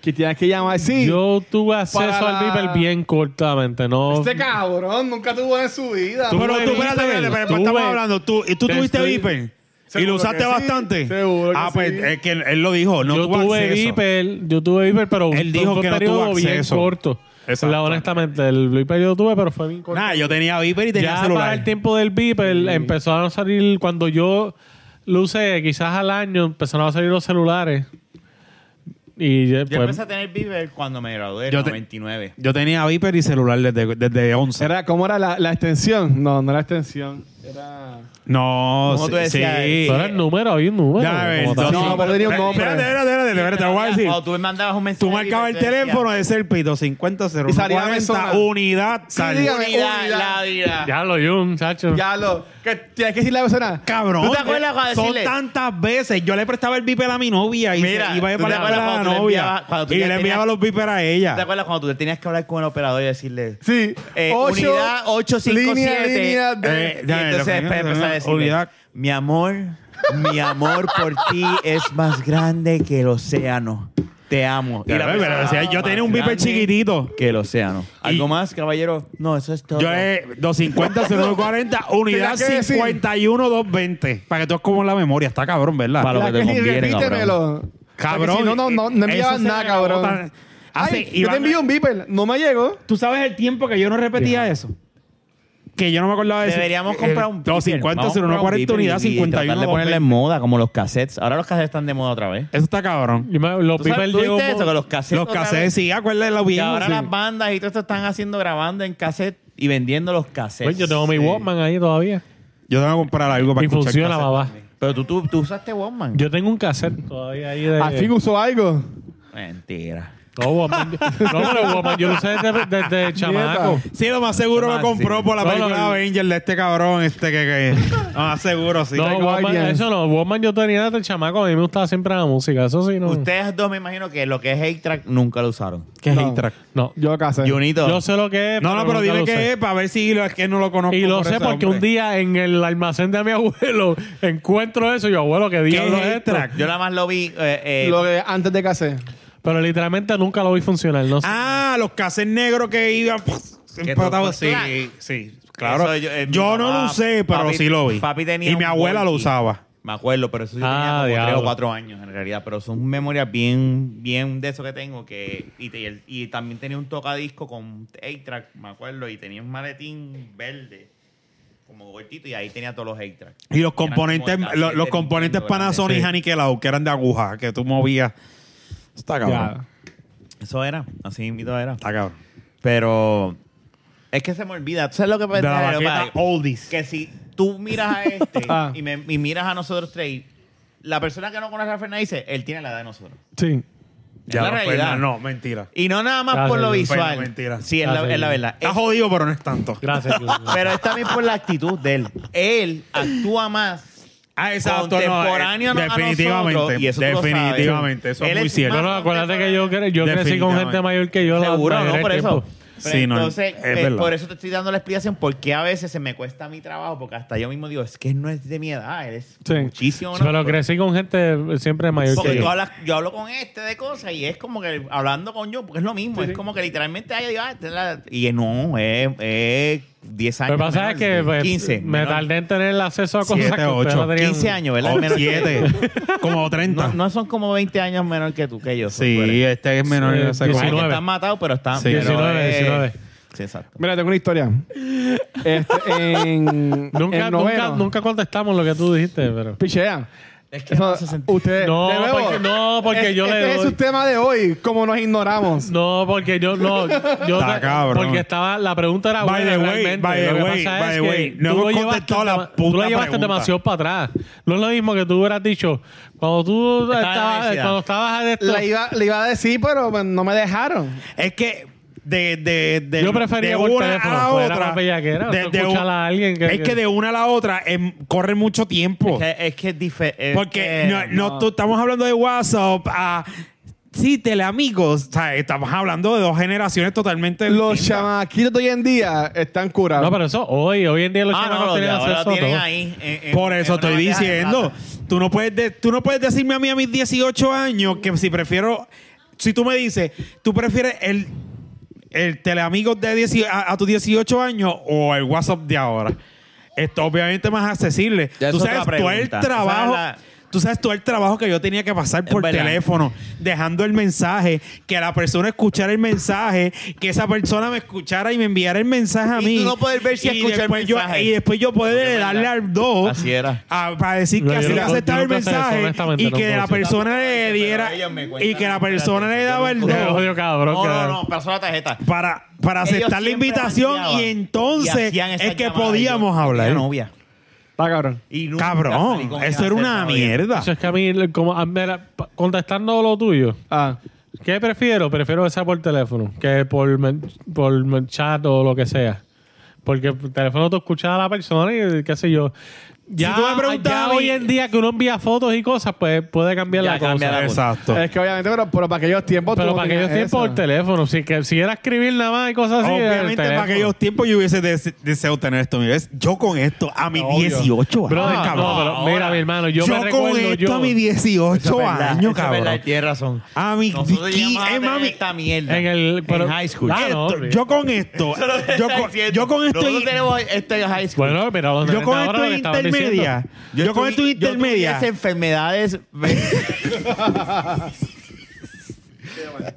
[SPEAKER 1] Que tienes que llamar. Sí.
[SPEAKER 4] Yo tuve acceso
[SPEAKER 1] Para
[SPEAKER 4] al
[SPEAKER 1] la-
[SPEAKER 4] Viper bien cortamente. No,
[SPEAKER 1] Este cabrón nunca tuvo en su vida.
[SPEAKER 4] Tú-
[SPEAKER 2] Ah, Pero
[SPEAKER 4] Tuve
[SPEAKER 2] tú, espérate,
[SPEAKER 4] Viper,
[SPEAKER 2] espérate, espérate,
[SPEAKER 4] tuve-
[SPEAKER 2] estamos hablando. ¿Tú, ¿Y tú
[SPEAKER 4] Te
[SPEAKER 2] tuviste
[SPEAKER 4] estoy-
[SPEAKER 2] Viper? ¿Y
[SPEAKER 1] Seguro
[SPEAKER 2] lo
[SPEAKER 1] que
[SPEAKER 2] usaste
[SPEAKER 1] sí,
[SPEAKER 2] bastante?
[SPEAKER 1] seguro que
[SPEAKER 2] Ah, pues
[SPEAKER 1] sí.
[SPEAKER 2] es que él, él lo dijo. No
[SPEAKER 4] yo
[SPEAKER 2] tuvo
[SPEAKER 4] tuve
[SPEAKER 2] acceso.
[SPEAKER 4] Viper, yo tuve Viper, pero
[SPEAKER 2] Él dijo
[SPEAKER 4] fue un
[SPEAKER 2] que no tuvo
[SPEAKER 4] periodo bien
[SPEAKER 2] acceso.
[SPEAKER 4] corto.
[SPEAKER 2] Exacto.
[SPEAKER 4] La- honestamente, el Viper yo lo tuve, pero fue bien corto.
[SPEAKER 2] Nada, yo tenía Viper y tenía
[SPEAKER 4] ya para
[SPEAKER 2] celular.
[SPEAKER 4] el tiempo del Viper empezaron a salir cuando yo lo usé, quizás al año empezaron a salir los celulares. Y ya,
[SPEAKER 3] Yo
[SPEAKER 4] pues,
[SPEAKER 3] empecé a tener Bieber cuando me gradué, en
[SPEAKER 2] Yo te-
[SPEAKER 3] 99.
[SPEAKER 2] Yo tenía Viper y celular desde, desde 11.
[SPEAKER 1] Era, ¿Cómo era la, la extensión? No, no era extensión. era.
[SPEAKER 2] No,
[SPEAKER 3] ¿Cómo tú
[SPEAKER 2] sí.
[SPEAKER 3] decías
[SPEAKER 2] sí.
[SPEAKER 3] eso?
[SPEAKER 4] Pero el número, hay un número.
[SPEAKER 2] Ya, a ver,
[SPEAKER 4] como tal.
[SPEAKER 1] No,
[SPEAKER 2] sí.
[SPEAKER 1] pero tenía un nombre.
[SPEAKER 2] Espérate, espérate, espérate, espérate, te voy a decir.
[SPEAKER 3] Cuando tú me mandabas un mensaje.
[SPEAKER 2] Tú marcabas el teléfono, ese es el pito, 50 0
[SPEAKER 1] Y salía persona.
[SPEAKER 2] unidad,
[SPEAKER 1] Sí,
[SPEAKER 2] salud.
[SPEAKER 1] diga-
[SPEAKER 3] Unidad, la vida.
[SPEAKER 4] Ya lo Jun, chacho.
[SPEAKER 1] Ya lo. Que, tienes que decirle a la persona.
[SPEAKER 2] Cabrón,
[SPEAKER 3] ¿Tú te acuerdas cuando
[SPEAKER 2] son
[SPEAKER 3] decirle-
[SPEAKER 2] tantas veces. Yo le prestaba el viper a mi novia y
[SPEAKER 3] Mira,
[SPEAKER 2] se iba
[SPEAKER 3] ¿tú te
[SPEAKER 2] para la
[SPEAKER 3] acuerdas
[SPEAKER 2] casa de la
[SPEAKER 3] cuando tú le
[SPEAKER 2] novia
[SPEAKER 3] enviabas- cuando tú
[SPEAKER 2] y
[SPEAKER 3] ya
[SPEAKER 2] le enviaba
[SPEAKER 3] tenías-
[SPEAKER 2] los viper a
[SPEAKER 3] ¿Tú ¿Te
[SPEAKER 2] ella.
[SPEAKER 3] acuerdas cuando tú tenías que hablar con el operador y decirle?
[SPEAKER 1] Sí.
[SPEAKER 3] Eh,
[SPEAKER 1] Ocho,
[SPEAKER 3] unidad 857.
[SPEAKER 1] Línea, línea de.
[SPEAKER 2] Eh,
[SPEAKER 3] Y
[SPEAKER 2] ya, lo que
[SPEAKER 3] entonces después
[SPEAKER 2] yo-
[SPEAKER 3] empezar a decirle,
[SPEAKER 2] Unidad.
[SPEAKER 3] mi amor, mi amor por ti es más grande que el océano. Te amo.
[SPEAKER 2] Ya, pero,
[SPEAKER 3] persona,
[SPEAKER 2] o sea, yo
[SPEAKER 3] "Más
[SPEAKER 2] tenía un viper
[SPEAKER 3] grande
[SPEAKER 2] chiquitito.
[SPEAKER 3] Que el océano. ¿Algo
[SPEAKER 2] Y-
[SPEAKER 3] más, caballero? No, eso es todo.
[SPEAKER 2] Yo eh, es 250 040 unidad
[SPEAKER 1] Tenía que decir.
[SPEAKER 2] 51 220. Para que tú como la memoria, está cabrón, ¿verdad?
[SPEAKER 3] Para lo
[SPEAKER 1] La
[SPEAKER 3] que te
[SPEAKER 1] que-
[SPEAKER 3] conviene,
[SPEAKER 1] Repítemelo.
[SPEAKER 2] Cabrón. eh,
[SPEAKER 1] Porque si no, no, no, no enviabas
[SPEAKER 2] Eso se
[SPEAKER 1] nada,
[SPEAKER 2] me
[SPEAKER 1] cabrón.
[SPEAKER 2] rebota. Hace-
[SPEAKER 1] Ay, yo
[SPEAKER 2] Iván-
[SPEAKER 1] te envío un beeper. No me llegó.
[SPEAKER 2] ¿Tú sabes el tiempo que yo no repetía eso? Que yo no me acordaba de eh, eso.
[SPEAKER 3] Deberíamos comprar un beeper.
[SPEAKER 2] 250,
[SPEAKER 3] Vamos a comprar un
[SPEAKER 2] 0140,
[SPEAKER 3] beeper y-
[SPEAKER 2] unidad
[SPEAKER 3] y tratar
[SPEAKER 2] 51.
[SPEAKER 3] de ponerle en
[SPEAKER 2] 220.
[SPEAKER 3] moda, como los cassettes. Ahora los cassettes están de moda otra vez.
[SPEAKER 2] Eso está cabrón.
[SPEAKER 4] Yo me- Los
[SPEAKER 3] ¿Tú sabes-
[SPEAKER 4] Piper
[SPEAKER 3] tú
[SPEAKER 4] llegó.
[SPEAKER 3] viste eso? Que los cassettes.
[SPEAKER 2] Los
[SPEAKER 3] otra vez-
[SPEAKER 2] cassettes, sí, acuérdate lo
[SPEAKER 3] Y
[SPEAKER 2] bien.
[SPEAKER 3] ahora
[SPEAKER 2] sí.
[SPEAKER 3] las bandas y todo esto están haciendo grabando en cassette y vendiendo los cassettes.
[SPEAKER 2] Pues
[SPEAKER 4] Oye, Pues, yo tengo mi Walkman ahí todavía.
[SPEAKER 2] Yo tengo que comprar algo para
[SPEAKER 4] Y
[SPEAKER 2] escuchar
[SPEAKER 4] funciona,
[SPEAKER 2] cassette.
[SPEAKER 4] papá.
[SPEAKER 3] Pero tú, tú, tú usaste Walkman.
[SPEAKER 4] Yo tengo un cassette todavía ahí de.
[SPEAKER 1] Al fin usó algo.
[SPEAKER 3] Mentira.
[SPEAKER 4] No, Walkman. No, pero Walkman yo lo usé desde, desde chamaco.
[SPEAKER 2] Sí, lo más seguro
[SPEAKER 3] Lo
[SPEAKER 2] lo
[SPEAKER 3] más,
[SPEAKER 2] compró
[SPEAKER 3] sí.
[SPEAKER 2] por la
[SPEAKER 4] No,
[SPEAKER 2] película
[SPEAKER 4] no, no.
[SPEAKER 2] Avenger de este cabrón, este que... que- Lo más seguro, sí.
[SPEAKER 4] No,
[SPEAKER 1] Tengo
[SPEAKER 4] Walkman,
[SPEAKER 1] Guardians.
[SPEAKER 4] eso no. Walkman yo tenía desde chamaco. A mí me gustaba siempre la música. Eso sí, no.
[SPEAKER 3] Ustedes dos me imagino que lo que es 8-track nunca lo usaron.
[SPEAKER 2] que
[SPEAKER 1] no.
[SPEAKER 4] No.
[SPEAKER 1] Yo casé.
[SPEAKER 3] Junito.
[SPEAKER 4] Yo sé lo que es.
[SPEAKER 2] No, no, pero
[SPEAKER 4] nunca
[SPEAKER 2] dile
[SPEAKER 4] lo usé.
[SPEAKER 2] qué es para ver si lo- es que no lo conozco.
[SPEAKER 4] Y lo
[SPEAKER 2] por
[SPEAKER 4] sé
[SPEAKER 2] ese
[SPEAKER 4] porque un
[SPEAKER 2] hombre.
[SPEAKER 4] día en el almacén de mi abuelo encuentro eso y yo, abuelo, ¿qué diablo
[SPEAKER 2] es
[SPEAKER 4] es
[SPEAKER 2] el
[SPEAKER 4] esto?
[SPEAKER 2] track?
[SPEAKER 3] Yo nada más lo vi. eh, eh,
[SPEAKER 1] Lo que antes de casé.
[SPEAKER 4] Pero literalmente nunca lo vi funcionar. No sé.
[SPEAKER 2] Ah, los cassettes negros que iban... se
[SPEAKER 3] Que
[SPEAKER 2] empataban.
[SPEAKER 3] todo fue clac.
[SPEAKER 2] Sí, sí, claro.
[SPEAKER 3] eso eh, mi
[SPEAKER 2] yo no
[SPEAKER 3] papá-
[SPEAKER 2] lo usé, pero
[SPEAKER 3] papi-
[SPEAKER 2] sí lo vi.
[SPEAKER 3] Papi tenía
[SPEAKER 2] y mi
[SPEAKER 3] un
[SPEAKER 2] abuela lo
[SPEAKER 3] walkie.
[SPEAKER 2] usaba.
[SPEAKER 3] Me acuerdo, pero eso yo
[SPEAKER 4] Ah,
[SPEAKER 3] tenía como
[SPEAKER 4] diablo.
[SPEAKER 3] tres o cuatro años en realidad. Pero son memorias bien, bien de eso que tengo. que Y, te- y el- y también tenía un tocadisco con 8-track, me acuerdo. Y tenía un maletín verde, como cortito, y ahí tenía todos los 8-track.
[SPEAKER 2] Y los
[SPEAKER 3] como
[SPEAKER 2] componentes,
[SPEAKER 3] cassettes
[SPEAKER 2] lo-
[SPEAKER 3] de
[SPEAKER 2] los
[SPEAKER 3] Nintendo
[SPEAKER 2] componentes
[SPEAKER 3] grandes.
[SPEAKER 2] Panasonic
[SPEAKER 4] Sí.
[SPEAKER 2] y Aniquelado, que eran de aguja, que tú movías. Está cabrón.
[SPEAKER 1] Ya.
[SPEAKER 3] Eso era, así mismo era.
[SPEAKER 2] Está cabrón.
[SPEAKER 3] Pero es que se me olvida. ¿Tú sabes lo que
[SPEAKER 2] De la oh.
[SPEAKER 3] pensaba?
[SPEAKER 2] baqueta Oldies.
[SPEAKER 3] Que si tú miras a este
[SPEAKER 1] Ah.
[SPEAKER 3] y, me- y miras a nosotros tres, y la persona que no conoce a Fernández dice, él tiene la edad de nosotros.
[SPEAKER 4] sí.
[SPEAKER 3] Es la
[SPEAKER 2] no,
[SPEAKER 3] realidad.
[SPEAKER 2] Fernan, no, mentira.
[SPEAKER 3] Y no nada más
[SPEAKER 4] Gracias,
[SPEAKER 3] por lo
[SPEAKER 4] Dios.
[SPEAKER 3] visual.
[SPEAKER 2] Bueno, mentira.
[SPEAKER 3] Sí, es la,
[SPEAKER 4] Gracias,
[SPEAKER 3] es la
[SPEAKER 4] Dios.
[SPEAKER 3] verdad.
[SPEAKER 2] Está jodido, pero no es tanto.
[SPEAKER 4] Gracias. Jun.
[SPEAKER 3] pero es también por la actitud de él. Él actúa más
[SPEAKER 2] Ah,
[SPEAKER 3] contemporáneo
[SPEAKER 2] no,
[SPEAKER 3] a
[SPEAKER 2] eh, definitivamente.
[SPEAKER 3] nosotros, y eso tú lo sabes.
[SPEAKER 2] definitivamente. Eso
[SPEAKER 3] Él
[SPEAKER 2] es muy
[SPEAKER 3] es
[SPEAKER 2] cierto.
[SPEAKER 4] no, no, acuérdate que yo, cre- yo crecí con gente
[SPEAKER 2] Definitivamente.
[SPEAKER 4] mayor que yo. la
[SPEAKER 3] Seguro,
[SPEAKER 4] mayoría
[SPEAKER 3] ¿no?
[SPEAKER 4] del
[SPEAKER 3] Por eso.
[SPEAKER 4] tiempo.
[SPEAKER 3] Pero
[SPEAKER 2] Sí, no,
[SPEAKER 3] entonces,
[SPEAKER 2] es
[SPEAKER 3] eh,
[SPEAKER 2] verdad.
[SPEAKER 3] por eso te estoy dando la explicación, porque a veces se me cuesta mi trabajo, porque hasta yo mismo digo, es que no es de mi edad, eres
[SPEAKER 4] Sí.
[SPEAKER 3] muchísimo. ¿no?
[SPEAKER 4] Pero crecí con gente siempre mayor
[SPEAKER 3] Porque
[SPEAKER 4] que
[SPEAKER 3] tú
[SPEAKER 4] yo.
[SPEAKER 3] hablas, yo hablo con este de cosas y es como que hablando con yo, porque es lo mismo, es como que literalmente ahí digo, ah, esta es la- y no, es, es 10
[SPEAKER 4] Lo
[SPEAKER 3] años.
[SPEAKER 4] que pasa
[SPEAKER 3] menor,
[SPEAKER 4] es que pues,
[SPEAKER 3] 15.
[SPEAKER 4] me
[SPEAKER 3] menor.
[SPEAKER 4] tardé en tener el acceso a cosas
[SPEAKER 2] Siete,
[SPEAKER 4] que ustedes
[SPEAKER 2] ocho.
[SPEAKER 4] no tenían.
[SPEAKER 3] 15 años, ¿verdad?
[SPEAKER 2] O
[SPEAKER 4] Oh,
[SPEAKER 3] Menos que-
[SPEAKER 2] siete, como 30.
[SPEAKER 3] No, no son como 20 años menor que tú, que yo. son, tú
[SPEAKER 2] sí,
[SPEAKER 4] eh,
[SPEAKER 3] eres-
[SPEAKER 2] este es menor.
[SPEAKER 4] Sí,
[SPEAKER 2] yo sé cómo-
[SPEAKER 4] 19.
[SPEAKER 3] Ay, que están matados, pero están.
[SPEAKER 2] Sí,
[SPEAKER 3] pero
[SPEAKER 4] 19,
[SPEAKER 3] es-
[SPEAKER 4] 19.
[SPEAKER 3] Sí, exacto.
[SPEAKER 1] Mira, tengo una historia. Este, en,
[SPEAKER 4] Nunca, nunca,
[SPEAKER 1] en noveno.
[SPEAKER 4] nunca contestamos lo que tú dijiste, pero...
[SPEAKER 1] Pichean.
[SPEAKER 3] Es que
[SPEAKER 1] Eso,
[SPEAKER 3] no se sentía.
[SPEAKER 1] ustedes-
[SPEAKER 4] No,
[SPEAKER 1] de nuevo,
[SPEAKER 4] porque- no, porque
[SPEAKER 1] es-
[SPEAKER 4] yo le
[SPEAKER 1] este es
[SPEAKER 4] doy.
[SPEAKER 1] su tema de hoy, como nos ignoramos.
[SPEAKER 4] No, porque yo no. Yo
[SPEAKER 2] Está cabrón.
[SPEAKER 4] Porque estaba. La pregunta era
[SPEAKER 2] By
[SPEAKER 4] buena.
[SPEAKER 2] the way,
[SPEAKER 4] realmente.
[SPEAKER 2] by the
[SPEAKER 4] Lo que
[SPEAKER 2] way,
[SPEAKER 4] pasa
[SPEAKER 2] by
[SPEAKER 4] es
[SPEAKER 2] the
[SPEAKER 4] que
[SPEAKER 2] way.
[SPEAKER 4] tú
[SPEAKER 2] No
[SPEAKER 4] lo
[SPEAKER 2] hemos
[SPEAKER 4] llevaste
[SPEAKER 2] contestado la
[SPEAKER 4] dema- Tú
[SPEAKER 2] puta
[SPEAKER 4] lo llevaste
[SPEAKER 2] pregunta.
[SPEAKER 4] demasiado para atrás. No es lo mismo que tú hubieras dicho. Cuando tú
[SPEAKER 3] Estaba en la
[SPEAKER 4] estabas.
[SPEAKER 3] universidad.
[SPEAKER 4] Cuando estabas de esto.
[SPEAKER 1] La iba, le iba a decir, pero pues, no me dejaron.
[SPEAKER 2] Es que de, de, de-
[SPEAKER 4] Yo prefería
[SPEAKER 2] de
[SPEAKER 4] por
[SPEAKER 2] una
[SPEAKER 4] teléfono,
[SPEAKER 2] a la
[SPEAKER 4] porque era
[SPEAKER 2] otra.
[SPEAKER 4] más bellaquera, tú escuchar a alguien que-
[SPEAKER 2] es que de una a la otra em, corre mucho tiempo.
[SPEAKER 3] Es que es, que es diferente.
[SPEAKER 2] porque no, no, tú- estamos hablando de WhatsApp. A, sí, teleamigos. O sea, estamos hablando de dos generaciones totalmente
[SPEAKER 1] Los
[SPEAKER 2] distintas.
[SPEAKER 1] chamaquitos de hoy en día están curados.
[SPEAKER 4] No, pero eso hoy. Hoy en día los
[SPEAKER 3] Ah,
[SPEAKER 4] chamacos
[SPEAKER 3] no, lo de
[SPEAKER 4] tienen
[SPEAKER 3] ahora
[SPEAKER 4] acceso
[SPEAKER 3] lo
[SPEAKER 4] a
[SPEAKER 3] tienen
[SPEAKER 4] todo.
[SPEAKER 3] ahí. en- en-
[SPEAKER 2] Por
[SPEAKER 3] en una
[SPEAKER 2] eso estoy
[SPEAKER 3] bandeja de
[SPEAKER 2] diciendo,
[SPEAKER 3] plata.
[SPEAKER 2] tú no puedes de- tú no puedes decirme a mí a mis 18 años que si prefiero si tú me dices, tú prefieres el el teleamigo de 10 a, a tus 18 años o el WhatsApp de ahora. Esto obviamente más accesible.
[SPEAKER 3] Ya
[SPEAKER 2] Tú
[SPEAKER 3] es otra
[SPEAKER 2] sabes todo el
[SPEAKER 3] pregunta.
[SPEAKER 2] trabajo
[SPEAKER 3] Esa es la-
[SPEAKER 2] Tú sabes todo el trabajo que yo tenía que pasar por
[SPEAKER 3] verdad.
[SPEAKER 2] teléfono, dejando el mensaje, que la persona escuchara el mensaje, que esa persona me escuchara y me enviara el mensaje a
[SPEAKER 3] Y
[SPEAKER 2] mí.
[SPEAKER 3] tú no poder ver si
[SPEAKER 2] Y
[SPEAKER 3] escucha el
[SPEAKER 2] después yo-
[SPEAKER 3] mensaje.
[SPEAKER 2] y después yo poder
[SPEAKER 3] Porque,
[SPEAKER 2] darle
[SPEAKER 3] ¿verdad?
[SPEAKER 2] al 2
[SPEAKER 3] Así era.
[SPEAKER 2] Ah, para decir que
[SPEAKER 4] No, yo
[SPEAKER 2] así le
[SPEAKER 4] nunca-
[SPEAKER 2] aceptaba
[SPEAKER 4] yo
[SPEAKER 2] el
[SPEAKER 4] nunca sé eso,
[SPEAKER 2] mensaje
[SPEAKER 4] honestamente,
[SPEAKER 2] y
[SPEAKER 4] nunca
[SPEAKER 2] que la
[SPEAKER 4] sé.
[SPEAKER 2] persona le
[SPEAKER 3] Pero
[SPEAKER 2] diera
[SPEAKER 3] ellos me cuentan,
[SPEAKER 2] y que la
[SPEAKER 3] espérate,
[SPEAKER 2] persona le daba el
[SPEAKER 3] yo
[SPEAKER 2] 2
[SPEAKER 4] Te odio, cabrón.
[SPEAKER 3] No, no,
[SPEAKER 4] cabrón.
[SPEAKER 3] no, pasó la tarjeta.
[SPEAKER 2] para, para
[SPEAKER 3] Ellos
[SPEAKER 2] aceptar la
[SPEAKER 3] siempre
[SPEAKER 2] invitación
[SPEAKER 3] bandeaban
[SPEAKER 2] y entonces
[SPEAKER 3] y hacían esas
[SPEAKER 2] es que
[SPEAKER 3] llamadas y yo
[SPEAKER 2] podíamos
[SPEAKER 3] tenía
[SPEAKER 2] hablar.
[SPEAKER 3] novia.
[SPEAKER 1] Está cabrón.
[SPEAKER 3] Y nunca salí
[SPEAKER 2] Cabrón,
[SPEAKER 3] con
[SPEAKER 2] eso era
[SPEAKER 3] cáncer
[SPEAKER 2] una
[SPEAKER 3] todavía.
[SPEAKER 2] mierda.
[SPEAKER 4] Eso es que a mí, como, ah, mira, pa- contestando lo tuyo,
[SPEAKER 1] Ah,
[SPEAKER 4] ¿qué prefiero? Prefiero esa por teléfono que por, men- por men- chat o lo que sea. Porque por teléfono tú escuchas a la persona y eh, qué sé yo. Ya,
[SPEAKER 2] Si tú me preguntas
[SPEAKER 4] ya
[SPEAKER 2] a mí-
[SPEAKER 4] hoy en día que uno envía fotos y cosas, pues puede cambiar
[SPEAKER 3] Ya
[SPEAKER 4] la cosa.
[SPEAKER 3] cambia la cosa.
[SPEAKER 2] Exacto.
[SPEAKER 1] es que obviamente, pero, pero para aquellos tiempos. tú
[SPEAKER 4] Pero
[SPEAKER 1] no
[SPEAKER 4] para aquellos
[SPEAKER 1] tenías
[SPEAKER 4] tiempos por
[SPEAKER 1] eso.
[SPEAKER 4] teléfono. Si, que, si era escribir nada más y cosas así. eh, era el
[SPEAKER 2] Obviamente, para
[SPEAKER 4] teléfono.
[SPEAKER 2] aquellos tiempos yo hubiese dese- deseado tener esto. mi vez. Yo con esto a mis 18
[SPEAKER 4] Brother,
[SPEAKER 2] años,
[SPEAKER 4] no,
[SPEAKER 2] ah, cabrón.
[SPEAKER 4] pero
[SPEAKER 3] Ahora.
[SPEAKER 4] mira, mi hermano, yo,
[SPEAKER 2] yo
[SPEAKER 4] me
[SPEAKER 2] con
[SPEAKER 4] recuerdo
[SPEAKER 2] esto
[SPEAKER 4] yo.
[SPEAKER 2] a mis
[SPEAKER 3] Eso
[SPEAKER 2] 18
[SPEAKER 3] es verdad,
[SPEAKER 2] años,
[SPEAKER 3] eso es verdad,
[SPEAKER 2] cabrón.
[SPEAKER 3] y Tienes razón.
[SPEAKER 2] A mi
[SPEAKER 3] Nosotros
[SPEAKER 2] y-
[SPEAKER 3] llegamos a
[SPEAKER 2] eh,
[SPEAKER 3] tener
[SPEAKER 2] mami,
[SPEAKER 3] esta mierda.
[SPEAKER 4] En el pero-
[SPEAKER 3] high school.
[SPEAKER 4] Ah, no,
[SPEAKER 2] esto-
[SPEAKER 4] olvídate.
[SPEAKER 2] yo con esto, yo con, yo con esto,
[SPEAKER 3] Nosotros
[SPEAKER 2] y-
[SPEAKER 3] tenemos esto en high school.
[SPEAKER 4] bueno, mira, los
[SPEAKER 2] yo con
[SPEAKER 4] ahora
[SPEAKER 2] esto
[SPEAKER 4] lo que estaban
[SPEAKER 2] intermedia,
[SPEAKER 4] diciendo.
[SPEAKER 2] yo, con esto
[SPEAKER 3] tuvi- yo
[SPEAKER 2] intermedia,
[SPEAKER 3] tuviese enfermedades.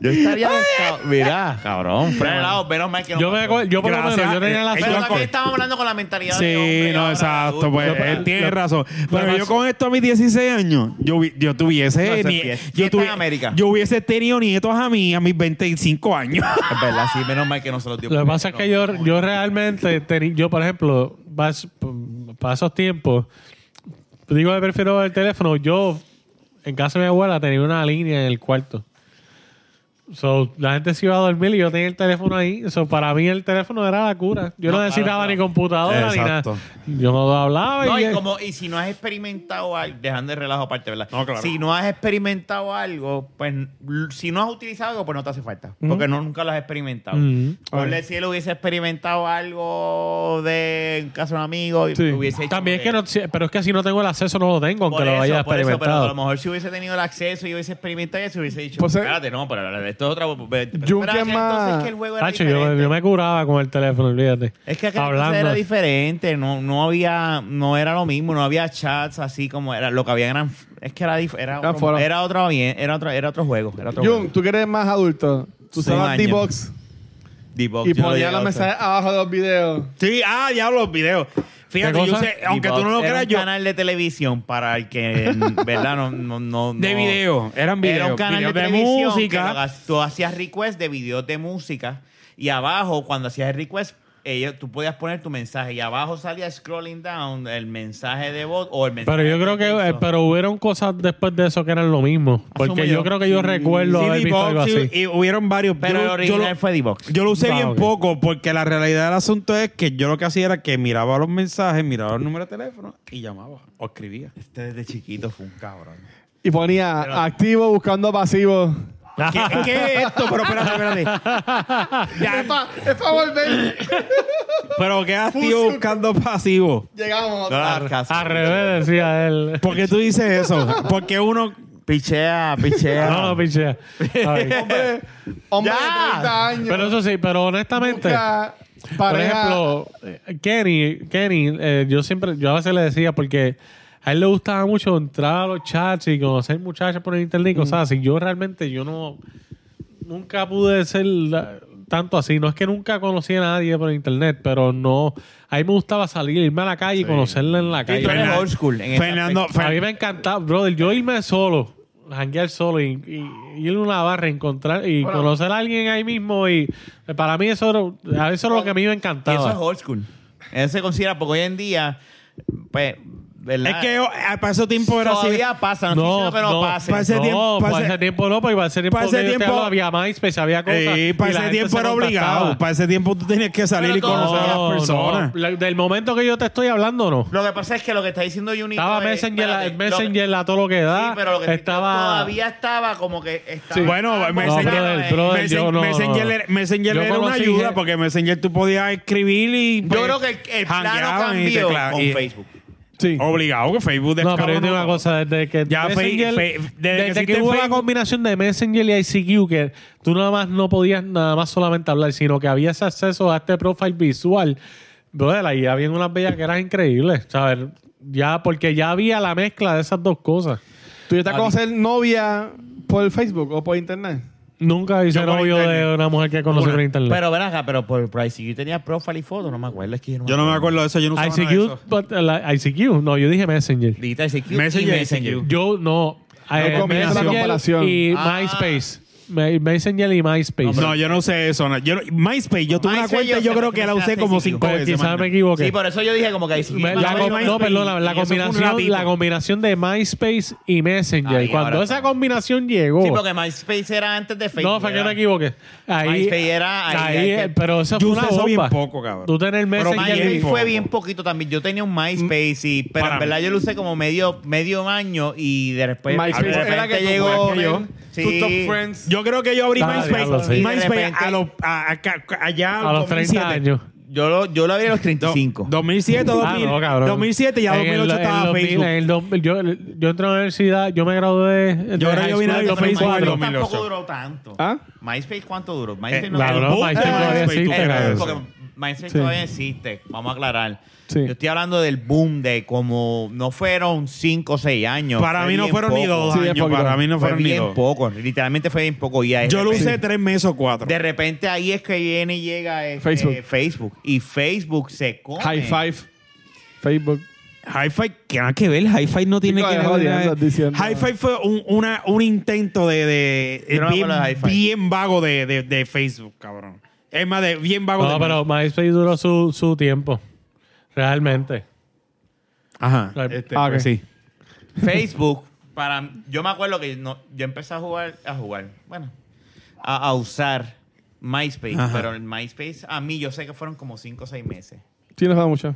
[SPEAKER 3] yo estaría. desca- Mira, cabrón. Frenado, menos mal que no.
[SPEAKER 4] Yo, me
[SPEAKER 3] pasó.
[SPEAKER 4] acuerdo- yo por lo
[SPEAKER 2] Gracias.
[SPEAKER 4] menos, yo tenía la
[SPEAKER 2] Eh,
[SPEAKER 4] suerte-
[SPEAKER 3] Pero
[SPEAKER 2] yo con-
[SPEAKER 3] también estamos hablando con la mentalidad de
[SPEAKER 2] Sí,
[SPEAKER 3] hombre,
[SPEAKER 2] no,
[SPEAKER 3] ahora,
[SPEAKER 2] exacto.
[SPEAKER 3] adulto.
[SPEAKER 2] Pues
[SPEAKER 4] Lo-
[SPEAKER 2] él tiene
[SPEAKER 4] lo-
[SPEAKER 2] razón.
[SPEAKER 4] lo
[SPEAKER 2] Pero
[SPEAKER 4] que
[SPEAKER 2] yo
[SPEAKER 4] pasa-
[SPEAKER 2] con esto a mis 16 años, yo, hubi- yo tuviese.
[SPEAKER 3] No, eso es
[SPEAKER 2] ni-
[SPEAKER 3] fiesta.
[SPEAKER 2] yo,
[SPEAKER 3] Fiesta en
[SPEAKER 2] tuvi-
[SPEAKER 3] América.
[SPEAKER 2] yo hubiese tenido nietos a mí a mis 25 años.
[SPEAKER 3] Es verdad, sí, menos mal que no se los dio.
[SPEAKER 4] Lo que pasa es que yo, yo realmente, teni- yo por ejemplo, pas- para esos tiempos, digo que prefiero el teléfono. Yo, en casa de mi abuela, tenía una línea en el cuarto. So, la gente se iba a dormir y yo tenía el teléfono ahí. So, para mí el teléfono era la cura. Yo no,
[SPEAKER 3] No, claro,
[SPEAKER 4] necesitaba
[SPEAKER 3] claro.
[SPEAKER 4] ni computadora
[SPEAKER 2] Exacto.
[SPEAKER 4] ni nada. Yo no hablaba.
[SPEAKER 3] No,
[SPEAKER 4] y,
[SPEAKER 3] y, como, y si no has experimentado algo, dejando el relajo aparte, ¿verdad?
[SPEAKER 2] No, claro.
[SPEAKER 3] Si no has experimentado algo, pues l- si no has utilizado algo, pues no te hace falta. Porque no, nunca lo has experimentado.
[SPEAKER 4] Mm.
[SPEAKER 3] Ponle si él hubiese experimentado algo de en casa de un amigo, y
[SPEAKER 4] Sí.
[SPEAKER 3] hubiese hecho
[SPEAKER 4] También es que
[SPEAKER 3] de-
[SPEAKER 4] no, si- pero es que si no tengo el acceso no lo tengo, aunque
[SPEAKER 3] Por
[SPEAKER 4] lo
[SPEAKER 3] eso,
[SPEAKER 4] haya
[SPEAKER 3] por eso, pero
[SPEAKER 4] experimentado.
[SPEAKER 3] a lo mejor si hubiese tenido el acceso y hubiese experimentado eso, hubiese dicho,
[SPEAKER 1] Pues, eh,
[SPEAKER 3] espérate, no, pero esto es otra... pero- pero
[SPEAKER 1] Yunque
[SPEAKER 3] entonces
[SPEAKER 1] más-
[SPEAKER 3] que el juego era
[SPEAKER 4] Tacho, yo,
[SPEAKER 3] diferente.
[SPEAKER 4] yo me curaba con el teléfono, olvídate.
[SPEAKER 3] Es que aquel entonces
[SPEAKER 4] hablando.
[SPEAKER 3] era diferente, no, no había, no era lo mismo, no había chats así como era, lo que había eran, es que era dif- era,
[SPEAKER 1] Era
[SPEAKER 3] otro,
[SPEAKER 1] fuera.
[SPEAKER 3] era otro bien, era otro, era otro juego, era otro
[SPEAKER 1] Jun,
[SPEAKER 3] juego.
[SPEAKER 1] tú que eres más adulto. Tú
[SPEAKER 3] Seis
[SPEAKER 1] usabas
[SPEAKER 3] años.
[SPEAKER 1] D-Box
[SPEAKER 3] Debug,
[SPEAKER 1] y
[SPEAKER 3] yo lo
[SPEAKER 1] ponías
[SPEAKER 3] llegué a
[SPEAKER 1] los
[SPEAKER 3] usar.
[SPEAKER 1] mensajes abajo de los videos.
[SPEAKER 2] sí, ah, ya los videos. Fíjate,
[SPEAKER 4] ¿Qué
[SPEAKER 2] yo
[SPEAKER 4] cosa?
[SPEAKER 2] sé, aunque tú
[SPEAKER 3] Debug
[SPEAKER 2] no lo
[SPEAKER 3] era
[SPEAKER 2] creas,
[SPEAKER 3] un
[SPEAKER 2] yo.
[SPEAKER 3] canal de televisión para el que, en verdad, no, no, no-
[SPEAKER 2] De
[SPEAKER 3] no-
[SPEAKER 2] video, eran videos.
[SPEAKER 3] Era un canal
[SPEAKER 2] videos
[SPEAKER 3] de, televisión que lo
[SPEAKER 2] música.
[SPEAKER 3] hagas- tú hacías request de videos de música y abajo, cuando hacías el request, ellos, tú podías poner tu mensaje y abajo salía scrolling down el mensaje de voz o el mensaje
[SPEAKER 4] Pero yo
[SPEAKER 3] de
[SPEAKER 4] creo que eh,
[SPEAKER 3] texto.
[SPEAKER 4] pero hubieron cosas después de eso que eran lo mismo. Porque
[SPEAKER 3] Asumo
[SPEAKER 4] yo
[SPEAKER 3] yo.
[SPEAKER 4] creo que yo recuerdo
[SPEAKER 2] Sí,
[SPEAKER 4] haber visto
[SPEAKER 2] D-Box,
[SPEAKER 4] algo
[SPEAKER 2] sí,
[SPEAKER 4] así.
[SPEAKER 2] Y hubieron varios.
[SPEAKER 3] Pero el
[SPEAKER 2] Yo- yo,
[SPEAKER 3] original
[SPEAKER 2] lo-
[SPEAKER 3] fue D-Box.
[SPEAKER 2] yo lo usé
[SPEAKER 4] Ah,
[SPEAKER 2] bien
[SPEAKER 4] ok.
[SPEAKER 2] poco porque la realidad del asunto es que yo lo que hacía era que miraba los mensajes, miraba el número de teléfono y llamaba o escribía.
[SPEAKER 3] Este desde chiquito fue un cabrón.
[SPEAKER 1] Y ponía activo buscando pasivo.
[SPEAKER 4] Ah.
[SPEAKER 2] ¿Qué, qué es esto? Pero espérate, espérate. Ya,
[SPEAKER 1] es para volver.
[SPEAKER 2] pero qué activo buscando pasivo.
[SPEAKER 1] Llegamos.
[SPEAKER 3] No la
[SPEAKER 4] Al revés, decía él.
[SPEAKER 2] ¿Por qué tú dices eso? Porque uno.
[SPEAKER 3] Pichea, pichea.
[SPEAKER 4] No, no, pichea. Ay.
[SPEAKER 1] Hombre, hombre
[SPEAKER 3] Ya.
[SPEAKER 1] de 30 años.
[SPEAKER 4] Pero eso sí, pero honestamente,
[SPEAKER 1] busca
[SPEAKER 4] por
[SPEAKER 1] pareja.
[SPEAKER 4] ejemplo, eh, Kenny, Kenny, eh, yo siempre, yo a veces le decía porque a él le gustaba mucho entrar a los chats y conocer muchachas por el internet y cosas así. Yo realmente, yo no, nunca pude ser la- tanto así. No es que nunca conocí a nadie por internet, pero no, a mí me gustaba salir, irme a la calle y conocerla en la
[SPEAKER 3] Sí, tú
[SPEAKER 4] calle.
[SPEAKER 3] eres old school. en ese
[SPEAKER 2] Fernando,
[SPEAKER 4] A mí
[SPEAKER 2] Fer-
[SPEAKER 4] me encantaba, brother, yo irme solo, janguear solo y, y- y ir a una barra, encontrar y conocer a alguien ahí mismo y para mí eso era, a eso era lo que a mí me
[SPEAKER 3] aspecto. Y eso es
[SPEAKER 4] encantaba.
[SPEAKER 3] old school. Eso se considera, porque hoy en día, pues, ¿verdad?
[SPEAKER 2] Es que oh, ah, para ese tiempo era así.
[SPEAKER 3] todavía pasa, no,
[SPEAKER 4] No,
[SPEAKER 3] estoy diciendo que no,
[SPEAKER 4] no. Pues,
[SPEAKER 3] pase.
[SPEAKER 2] Para ese
[SPEAKER 4] no,
[SPEAKER 2] tiempo-
[SPEAKER 4] para
[SPEAKER 2] para
[SPEAKER 4] ese
[SPEAKER 2] ese-
[SPEAKER 4] tiempo no, porque para ese tiempo,
[SPEAKER 2] para ese
[SPEAKER 4] que yo te
[SPEAKER 2] tiempo-
[SPEAKER 4] hablo, había MySpace, había cosas.
[SPEAKER 2] Eh,
[SPEAKER 4] y
[SPEAKER 2] para
[SPEAKER 4] la
[SPEAKER 2] ese
[SPEAKER 4] gente
[SPEAKER 2] tiempo
[SPEAKER 4] se
[SPEAKER 2] era
[SPEAKER 4] contactaba.
[SPEAKER 2] obligado. Para ese tiempo tú tenías que salir
[SPEAKER 3] Pero
[SPEAKER 2] y conocer a
[SPEAKER 4] No,
[SPEAKER 2] las personas.
[SPEAKER 4] no. La- Del momento que yo te estoy hablando, no.
[SPEAKER 3] Lo que pasa es que lo que está diciendo Junito
[SPEAKER 4] Estaba
[SPEAKER 2] eh,
[SPEAKER 3] es-
[SPEAKER 4] Messenger,
[SPEAKER 3] espérate,
[SPEAKER 4] el
[SPEAKER 3] lo-
[SPEAKER 4] Messenger a todo lo que da.
[SPEAKER 3] Sí, pero lo que
[SPEAKER 4] estaba...
[SPEAKER 3] todavía estaba como que estaba
[SPEAKER 4] Sí.
[SPEAKER 2] Bueno,
[SPEAKER 3] Ah,
[SPEAKER 2] Messenger-
[SPEAKER 3] bueno,
[SPEAKER 4] No,
[SPEAKER 3] eh.
[SPEAKER 4] brother, brother.
[SPEAKER 2] Messen-
[SPEAKER 4] yo no,
[SPEAKER 2] Messenger,
[SPEAKER 4] no.
[SPEAKER 2] era- Messenger
[SPEAKER 4] Yo
[SPEAKER 2] era una
[SPEAKER 4] conocí
[SPEAKER 2] ayuda
[SPEAKER 4] gente-
[SPEAKER 2] porque Messenger tú podías escribir y.
[SPEAKER 3] Yo
[SPEAKER 2] pues,
[SPEAKER 3] creo que el, el plano
[SPEAKER 2] jangueaban y
[SPEAKER 3] cambió
[SPEAKER 2] tecla-
[SPEAKER 3] con
[SPEAKER 2] y-
[SPEAKER 3] Facebook.
[SPEAKER 1] Sí.
[SPEAKER 2] Obligado que Facebook
[SPEAKER 4] No, pero
[SPEAKER 2] descargó
[SPEAKER 4] yo tengo una
[SPEAKER 2] todo.
[SPEAKER 4] cosa, desde que
[SPEAKER 2] Ya fe-
[SPEAKER 4] Messenger-
[SPEAKER 2] fe- desde
[SPEAKER 4] desde
[SPEAKER 2] que
[SPEAKER 4] que,
[SPEAKER 2] existe
[SPEAKER 4] hubo la
[SPEAKER 2] Facebook.
[SPEAKER 4] combinación de Messenger y ICQ, que tú nada más no podías nada más solamente hablar, sino que había ese acceso a este profile visual, brother, ahí había unas bellas que eran increíbles, ¿sabes? Ya, porque ya había la mezcla de esas dos cosas.
[SPEAKER 1] ¿Tú ya te conoces novia por Facebook o por internet?
[SPEAKER 4] Nunca hice
[SPEAKER 2] por
[SPEAKER 4] novio
[SPEAKER 2] internet.
[SPEAKER 4] de una mujer que conocí
[SPEAKER 2] Una.
[SPEAKER 4] por internet.
[SPEAKER 3] Pero ven acá, pero por, por ICQ tenía profile y foto, no me acuerdo. Es que yo no me
[SPEAKER 2] Yo no me acuerdo de eso, yo no usaba nada de
[SPEAKER 4] ICQ,
[SPEAKER 2] eso.
[SPEAKER 4] but, uh, la- ICQ, no, yo dije Messenger.
[SPEAKER 3] Digita ICQ y
[SPEAKER 2] Messenger,
[SPEAKER 3] Messenger.
[SPEAKER 4] Yo no. eh,
[SPEAKER 1] combinaste la
[SPEAKER 4] Messenger
[SPEAKER 1] comparación.
[SPEAKER 4] Y
[SPEAKER 3] Ah.
[SPEAKER 4] MySpace. Me- Messenger y MySpace.
[SPEAKER 2] No, yo no usé eso. no. Yo, no- MySpace, yo tuve una
[SPEAKER 3] MySpace
[SPEAKER 2] cuenta
[SPEAKER 3] yo
[SPEAKER 2] y yo
[SPEAKER 3] sé
[SPEAKER 2] creo
[SPEAKER 3] que
[SPEAKER 2] que la usé
[SPEAKER 3] utilizaste,
[SPEAKER 2] como
[SPEAKER 3] sí,
[SPEAKER 2] cinco
[SPEAKER 3] sí.
[SPEAKER 4] Pues
[SPEAKER 2] veces.
[SPEAKER 4] quizás
[SPEAKER 2] mano.
[SPEAKER 4] me equivoqué.
[SPEAKER 3] Sí, por eso yo dije como que ahí sí.
[SPEAKER 4] Me- la
[SPEAKER 3] MySpace,
[SPEAKER 4] com- no,
[SPEAKER 3] MySpace,
[SPEAKER 4] perdón, la, la
[SPEAKER 3] y eso fue un
[SPEAKER 4] combinación,
[SPEAKER 3] ratito.
[SPEAKER 4] la combinación de MySpace y Messenger.
[SPEAKER 3] Ahí,
[SPEAKER 4] Cuando
[SPEAKER 3] ahora
[SPEAKER 4] esa
[SPEAKER 3] está.
[SPEAKER 4] combinación llegó.
[SPEAKER 3] Sí, porque MySpace era antes de Facebook.
[SPEAKER 4] no, fue que
[SPEAKER 3] ¿verdad?
[SPEAKER 4] me equivoqué. Ahí,
[SPEAKER 3] MySpace era- ahí
[SPEAKER 4] ahí,
[SPEAKER 3] hay
[SPEAKER 4] eh,
[SPEAKER 3] que-
[SPEAKER 4] pero eso
[SPEAKER 2] Yo
[SPEAKER 4] fue una
[SPEAKER 2] usé eso
[SPEAKER 4] bomba.
[SPEAKER 2] bien poco, cabrón.
[SPEAKER 4] Tú tenés
[SPEAKER 2] Pero
[SPEAKER 4] Messenger.
[SPEAKER 3] MySpace
[SPEAKER 2] bien
[SPEAKER 3] fue
[SPEAKER 2] poco.
[SPEAKER 3] bien poquito también. Yo tenía un MySpace, y, pero
[SPEAKER 2] Para
[SPEAKER 3] en verdad
[SPEAKER 2] mí.
[SPEAKER 3] yo lo usé como medio, medio año y de después
[SPEAKER 1] MySpace
[SPEAKER 3] de
[SPEAKER 1] era
[SPEAKER 3] repente
[SPEAKER 1] que tú
[SPEAKER 3] llegó.
[SPEAKER 1] juegas
[SPEAKER 3] yo.
[SPEAKER 1] con Tu top friends.
[SPEAKER 2] Yo creo que yo abrí
[SPEAKER 4] Ah, diablo,
[SPEAKER 2] MySpace,
[SPEAKER 4] sí.
[SPEAKER 3] Y de
[SPEAKER 2] MySpace
[SPEAKER 3] repente-
[SPEAKER 2] a los, a- a- ca- allá
[SPEAKER 4] a los 30 años.
[SPEAKER 3] Yo lo, yo lo abrí a los
[SPEAKER 2] Do-
[SPEAKER 3] 35.
[SPEAKER 2] 2007, 2000,
[SPEAKER 4] Ah, no, cabrón.
[SPEAKER 2] 2007 y ya
[SPEAKER 4] En
[SPEAKER 2] 2008
[SPEAKER 4] el- en
[SPEAKER 2] estaba
[SPEAKER 4] 2000,
[SPEAKER 2] Facebook.
[SPEAKER 4] en el 2000, yo, yo entré a la universidad, yo me gradué. de
[SPEAKER 2] Yo creo
[SPEAKER 4] high
[SPEAKER 2] que yo vine a
[SPEAKER 4] school
[SPEAKER 3] Pero
[SPEAKER 2] ver
[SPEAKER 4] en
[SPEAKER 2] Facebook en el
[SPEAKER 4] 2004.
[SPEAKER 3] MySpace tampoco
[SPEAKER 2] 2008.
[SPEAKER 3] duró tanto.
[SPEAKER 1] ¿Ah?
[SPEAKER 3] ¿MySpace cuánto duró? MySpace
[SPEAKER 2] Eh,
[SPEAKER 3] no
[SPEAKER 4] la
[SPEAKER 3] duró.
[SPEAKER 4] broma,
[SPEAKER 2] boom
[SPEAKER 4] MySpace
[SPEAKER 2] de
[SPEAKER 4] todavía
[SPEAKER 2] MySpace,
[SPEAKER 4] existe,
[SPEAKER 2] tú te
[SPEAKER 4] cabrón.
[SPEAKER 3] eh,
[SPEAKER 2] crees.
[SPEAKER 3] porque MySpace
[SPEAKER 4] Sí.
[SPEAKER 3] todavía existe, vamos a aclarar.
[SPEAKER 4] Sí.
[SPEAKER 3] Yo estoy hablando del boom de como no fueron 5 o 6 años.
[SPEAKER 2] Para
[SPEAKER 3] Fue
[SPEAKER 2] mí no
[SPEAKER 3] bien
[SPEAKER 2] fueron ni
[SPEAKER 3] poco.
[SPEAKER 2] dos
[SPEAKER 1] Sí,
[SPEAKER 2] años.
[SPEAKER 1] es poquito.
[SPEAKER 2] Para mí no
[SPEAKER 3] fue
[SPEAKER 2] fueron ni
[SPEAKER 3] bien
[SPEAKER 2] dos.
[SPEAKER 3] poco, literalmente fue bien poco. Y ahí-
[SPEAKER 2] Yo lo
[SPEAKER 3] de
[SPEAKER 2] usé
[SPEAKER 3] repente-
[SPEAKER 2] tres meses o cuatro.
[SPEAKER 3] De repente ahí es que viene y llega este,
[SPEAKER 1] Facebook.
[SPEAKER 3] Facebook. Y Facebook se come.
[SPEAKER 1] High five. Facebook.
[SPEAKER 2] Hi-Fi, que nada que ver. Hi-Fi no tiene
[SPEAKER 1] Chico,
[SPEAKER 2] que
[SPEAKER 1] de
[SPEAKER 2] ver.
[SPEAKER 1] jodiendo,
[SPEAKER 2] nada.
[SPEAKER 1] diciendo-
[SPEAKER 2] Hi-Fi fue un, una- un intento de, de-
[SPEAKER 3] Yo no me
[SPEAKER 2] bien,
[SPEAKER 3] acuerdo de Hi-Fi.
[SPEAKER 2] bien vago de, de- de Facebook, cabrón. Es más, de, bien vago de
[SPEAKER 4] No, pero MySpace duró su, su tiempo. Realmente.
[SPEAKER 2] Ajá.
[SPEAKER 4] Este,
[SPEAKER 1] Ah, ok.
[SPEAKER 2] Pues sí.
[SPEAKER 3] Facebook, para, yo me acuerdo que no- yo empecé a jugar, a jugar, bueno, a, a usar MySpace,
[SPEAKER 2] Ajá.
[SPEAKER 3] pero el MySpace a mí yo sé que fueron como 5 o 6 meses.
[SPEAKER 1] Sí, nos da mucho.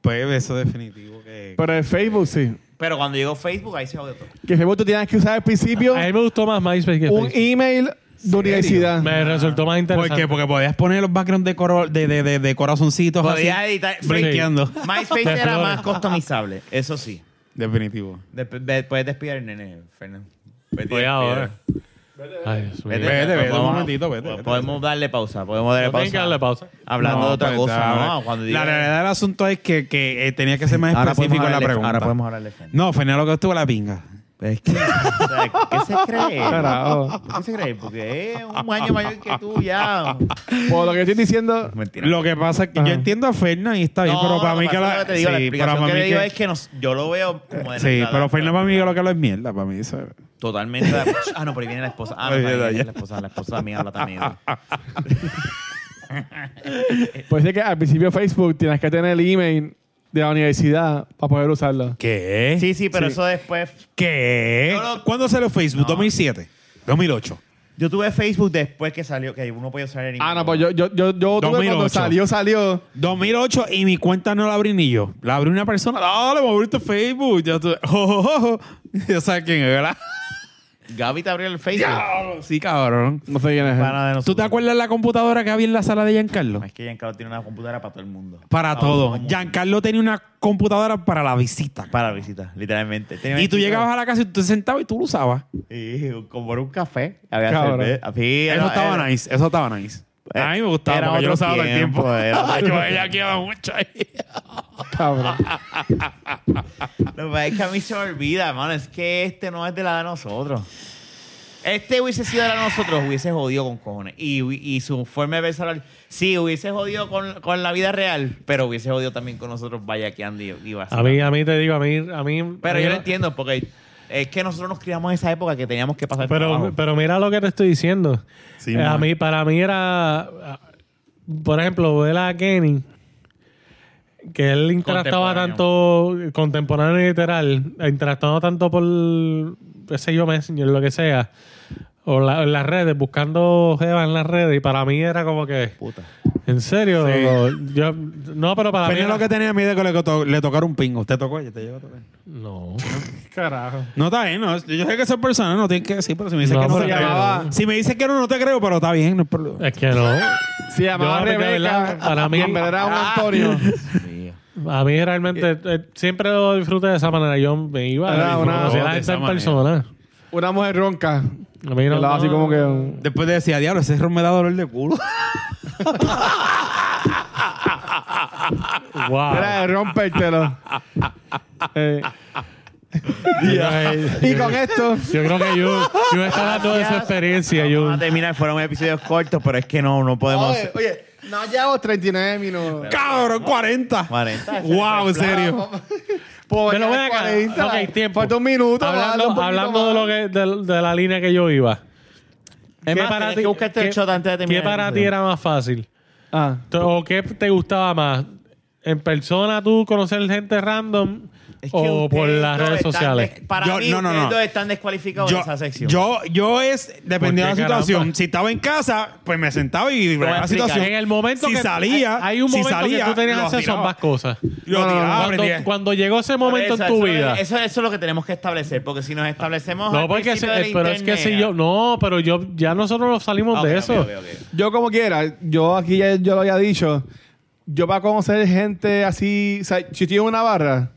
[SPEAKER 2] Pues eso definitivo que...
[SPEAKER 1] Pero en Facebook sí.
[SPEAKER 3] Pero cuando llegó Facebook, ahí se jodió todo.
[SPEAKER 1] Que Facebook tú tienes que usar al principio
[SPEAKER 4] A mí me gustó más MySpace que
[SPEAKER 1] un
[SPEAKER 4] Facebook.
[SPEAKER 1] email de universidad.
[SPEAKER 4] Me resultó más
[SPEAKER 2] ¿Por
[SPEAKER 4] interesante.
[SPEAKER 2] qué? Porque podías poner los backgrounds de, coro- de, de, de, de corazoncitos
[SPEAKER 3] Podía
[SPEAKER 2] así,
[SPEAKER 3] editar-
[SPEAKER 2] brinqueando.
[SPEAKER 3] MySpace
[SPEAKER 4] De
[SPEAKER 3] era
[SPEAKER 4] flores.
[SPEAKER 3] más customizable, eso sí.
[SPEAKER 2] Definitivo.
[SPEAKER 3] Dep- ve- puedes despedir al nene, Fernando. Puedes
[SPEAKER 4] Voy
[SPEAKER 3] despedir.
[SPEAKER 4] ahora. Ay, Dios mío.
[SPEAKER 3] Vete,
[SPEAKER 2] Vete, vete,
[SPEAKER 3] podemos-
[SPEAKER 2] un momentito, vete, vete.
[SPEAKER 3] Podemos darle pausa, podemos darle
[SPEAKER 4] No tienen que darle
[SPEAKER 3] pausa.
[SPEAKER 4] pausa.
[SPEAKER 3] Hablando
[SPEAKER 2] No,
[SPEAKER 3] de otra
[SPEAKER 2] pues,
[SPEAKER 3] cosa,
[SPEAKER 2] ahora-
[SPEAKER 3] ¿no? Cuando diga-
[SPEAKER 2] La realidad del asunto es que, que eh, tenía que ser más
[SPEAKER 3] Ahora podemos
[SPEAKER 2] específico en la
[SPEAKER 3] hablarle-
[SPEAKER 2] pregunta.
[SPEAKER 3] Ahora podemos hablarle. Fernando.
[SPEAKER 2] No, Fernando lo que estuvo la pinga.
[SPEAKER 3] Es que, o sea, ¿Qué se cree?
[SPEAKER 1] Carajo.
[SPEAKER 3] ¿Qué se cree? Porque es un año mayor que tú ya.
[SPEAKER 1] Por lo que estoy diciendo,
[SPEAKER 3] Mentira.
[SPEAKER 2] Lo que pasa es que
[SPEAKER 1] Ajá.
[SPEAKER 2] yo entiendo a Fernan y está bien,
[SPEAKER 3] No,
[SPEAKER 2] pero para
[SPEAKER 3] lo
[SPEAKER 2] mí que
[SPEAKER 3] pasa es
[SPEAKER 2] la.
[SPEAKER 3] lo te digo, la
[SPEAKER 2] sí, pero
[SPEAKER 3] explicación
[SPEAKER 2] para
[SPEAKER 3] que
[SPEAKER 2] mí
[SPEAKER 3] le digo
[SPEAKER 2] que-
[SPEAKER 3] es que nos- yo lo veo como de
[SPEAKER 2] Sí,
[SPEAKER 3] nalgada.
[SPEAKER 2] pero Fernan para mí que lo que lo es mierda, para mí eso.
[SPEAKER 3] Totalmente. de acuerdo. Ah, no, pero ahí viene la esposa. Ah, no,
[SPEAKER 2] Ahí
[SPEAKER 3] ahí
[SPEAKER 2] viene
[SPEAKER 3] viene
[SPEAKER 2] ella.
[SPEAKER 3] la esposa. La esposa mía habla también.
[SPEAKER 1] puede ser que al principio Facebook tienes que tener el email de la universidad para poder usarlo.
[SPEAKER 2] ¿Qué?
[SPEAKER 3] Sí, sí, pero eso después.
[SPEAKER 2] ¿Qué?
[SPEAKER 3] Yo lo-
[SPEAKER 2] ¿Cuándo salió Facebook?
[SPEAKER 3] No.
[SPEAKER 2] ¿2007? ¿2008?
[SPEAKER 3] Yo tuve Facebook después que salió, que uno podía usar el
[SPEAKER 1] Ah, no, pues yo, yo, yo, yo tuve
[SPEAKER 2] 2008.
[SPEAKER 1] cuando salió, salió.
[SPEAKER 2] 2008 y mi cuenta no la abrí ni yo. La abrí una persona. ¡Ah, Dale, me abriste Facebook. Ya tú- ¡Oh, Ya sabes quién es, ¿verdad?
[SPEAKER 3] Gaby te abrió el Facebook.
[SPEAKER 2] Diablo, Sí, cabrón.
[SPEAKER 1] No sé quién es.
[SPEAKER 3] Pana de
[SPEAKER 2] ¿Tú te
[SPEAKER 3] nosotros.
[SPEAKER 2] acuerdas la computadora que había en la sala de Giancarlo?
[SPEAKER 3] Es que Giancarlo tiene una computadora para todo el mundo.
[SPEAKER 2] Para todo.
[SPEAKER 3] como-
[SPEAKER 2] Giancarlo tenía una computadora para la visita.
[SPEAKER 3] Para visitas, literalmente. Tenía
[SPEAKER 2] Y tú
[SPEAKER 3] 25.
[SPEAKER 2] llegabas a la casa y tú te sentabas y tú lo usabas.
[SPEAKER 3] Y como era un café. Había
[SPEAKER 1] Cabrón.
[SPEAKER 3] cerveza. Sí,
[SPEAKER 2] Eso
[SPEAKER 3] era-
[SPEAKER 2] estaba
[SPEAKER 3] era-
[SPEAKER 2] nice, eso estaba nice.
[SPEAKER 3] Eh,
[SPEAKER 2] a mí me gustaba
[SPEAKER 3] era
[SPEAKER 2] porque yo
[SPEAKER 3] otro
[SPEAKER 2] lo usaba todo el
[SPEAKER 3] tiempo,
[SPEAKER 2] tiempo.
[SPEAKER 3] era otro
[SPEAKER 2] yo
[SPEAKER 3] tiempo.
[SPEAKER 2] ella quedaba mucho ahí.
[SPEAKER 1] Cabrón.
[SPEAKER 3] Lo que pasa es que a mí se me olvida, mano. Es que este no es de la de nosotros. Este hubiese sido de la de nosotros, hubiese jodido con cojones. Y, hu- y su forma de pensar, sí, hubiese jodido con, con la vida real, pero hubiese jodido también con nosotros vayaqueando y, y
[SPEAKER 4] A
[SPEAKER 3] vacilando.
[SPEAKER 4] mí, a mí te digo, a mí. A mí
[SPEAKER 3] Pero
[SPEAKER 4] a mí
[SPEAKER 3] yo
[SPEAKER 4] no-
[SPEAKER 3] lo entiendo, porque es que nosotros nos criamos en esa época que teníamos que pasar
[SPEAKER 4] Pero,
[SPEAKER 3] trabajo.
[SPEAKER 4] pero mira lo que te estoy diciendo.
[SPEAKER 2] Sí,
[SPEAKER 4] Eh,
[SPEAKER 2] mamá.
[SPEAKER 4] a mí, para mí era, ah, por ejemplo, ver a Kenny, que él interactuaba tanto contemporáneo y literal, interactuaba tanto por, qué sé yo, Messenger, lo que sea, o la- en las redes, buscando Jeva en las redes, y para mí era como que,
[SPEAKER 3] Puta.
[SPEAKER 4] en serio,
[SPEAKER 2] Sí.
[SPEAKER 4] Lo- yo, no, pero para mí...
[SPEAKER 2] Pero
[SPEAKER 4] era-
[SPEAKER 2] lo que tenía miedo que le, to- le tocara un pingo. Usted tocó ella, te llegó a tocar.
[SPEAKER 4] No.
[SPEAKER 1] Carajo.
[SPEAKER 2] No está bien, no. Yo sé que esa persona no tiene que decir, pero si me dice
[SPEAKER 4] No,
[SPEAKER 2] que no
[SPEAKER 4] pero
[SPEAKER 2] te
[SPEAKER 1] se
[SPEAKER 2] creo.
[SPEAKER 1] llamaba-
[SPEAKER 2] Si me dice que no, no te creo, pero está bien, no es problema.
[SPEAKER 4] Es que no.
[SPEAKER 1] Se llamaba
[SPEAKER 4] Yo, de
[SPEAKER 1] Rebeca.
[SPEAKER 4] verdad, para mí-
[SPEAKER 1] y en verdad era un
[SPEAKER 3] Ah.
[SPEAKER 1] Antonio.
[SPEAKER 4] A mí realmente eh, siempre lo disfruté de esa manera. Yo me iba
[SPEAKER 1] Era
[SPEAKER 4] a
[SPEAKER 1] una-
[SPEAKER 4] conocer a
[SPEAKER 2] de esa
[SPEAKER 4] esta
[SPEAKER 2] manera.
[SPEAKER 4] persona.
[SPEAKER 1] Una mujer ronca.
[SPEAKER 4] A mí no-
[SPEAKER 1] Hablaba así
[SPEAKER 4] no-
[SPEAKER 1] como que... un-
[SPEAKER 2] Después decía, diablo, ese ron me da dolor de culo.
[SPEAKER 4] Wow.
[SPEAKER 1] ah, Era de rompértelo. Eh,
[SPEAKER 4] Yo creo que-
[SPEAKER 1] y con esto...
[SPEAKER 4] Yo creo que yo, yo está dando de su experiencia. Yo,
[SPEAKER 3] Vamos a terminar, fueron episodios cortos, pero es que no, no podemos...
[SPEAKER 1] Oye, oye, no llevamos 39 minutos.
[SPEAKER 2] ¡Cabrón, 40!
[SPEAKER 3] 40.
[SPEAKER 2] ¡Wow, en serio!
[SPEAKER 1] Pues
[SPEAKER 4] Pero
[SPEAKER 1] ya
[SPEAKER 4] ven acá.
[SPEAKER 1] 40.
[SPEAKER 4] Ok, tiempo.
[SPEAKER 1] Falta un minuto.
[SPEAKER 4] hablando, hablando de, lo que, de, de la línea que yo iba. ¿Qué
[SPEAKER 3] más, tienes que buscarte el shot antes de terminar
[SPEAKER 4] ¿Qué
[SPEAKER 3] el
[SPEAKER 4] para ti
[SPEAKER 3] episodio?
[SPEAKER 4] era más fácil?
[SPEAKER 1] Ah.
[SPEAKER 4] T- ¿O qué te gustaba más? ¿En persona tú conocer gente random
[SPEAKER 3] Es que
[SPEAKER 4] o por
[SPEAKER 3] ustedes
[SPEAKER 4] las
[SPEAKER 3] dos
[SPEAKER 4] redes
[SPEAKER 3] están
[SPEAKER 4] sociales?
[SPEAKER 3] des- para
[SPEAKER 2] Yo-
[SPEAKER 3] mí,
[SPEAKER 2] no, no,
[SPEAKER 3] ustedes
[SPEAKER 2] no.
[SPEAKER 3] dos están descualificados de esa sección.
[SPEAKER 2] yo, yo es, dependiendo de la
[SPEAKER 4] ¿Por qué, caramba?
[SPEAKER 2] situación. Si estaba en casa, pues me sentaba y
[SPEAKER 3] voy a
[SPEAKER 2] la
[SPEAKER 3] explicar.
[SPEAKER 2] situación.
[SPEAKER 4] En el momento
[SPEAKER 2] si
[SPEAKER 4] que
[SPEAKER 2] salía,
[SPEAKER 4] hay, hay un
[SPEAKER 2] si
[SPEAKER 4] momento
[SPEAKER 2] salía,
[SPEAKER 4] que tú tenías
[SPEAKER 2] lo
[SPEAKER 4] acceso a
[SPEAKER 2] tiraba.
[SPEAKER 4] más cosas.
[SPEAKER 2] Lo tiraba,
[SPEAKER 4] cuando,
[SPEAKER 2] aprendí.
[SPEAKER 4] cuando llegó
[SPEAKER 3] Por
[SPEAKER 4] ese momento
[SPEAKER 3] eso,
[SPEAKER 4] en tu
[SPEAKER 3] eso es-
[SPEAKER 4] vida.
[SPEAKER 3] Eso, eso es lo que tenemos que establecer, porque si nos establecemos.
[SPEAKER 4] no,
[SPEAKER 3] al
[SPEAKER 4] porque
[SPEAKER 3] principio
[SPEAKER 4] se-
[SPEAKER 3] de la
[SPEAKER 4] pero es que si yo
[SPEAKER 3] internet-
[SPEAKER 4] no, pero yo ya nosotros nos salimos
[SPEAKER 3] Ah,
[SPEAKER 4] de
[SPEAKER 3] ok,
[SPEAKER 4] eso.
[SPEAKER 3] ok, ok, ok.
[SPEAKER 1] Yo como quiera, yo aquí ya yo lo había dicho, yo para conocer gente así, o sea, si estoy en una barra,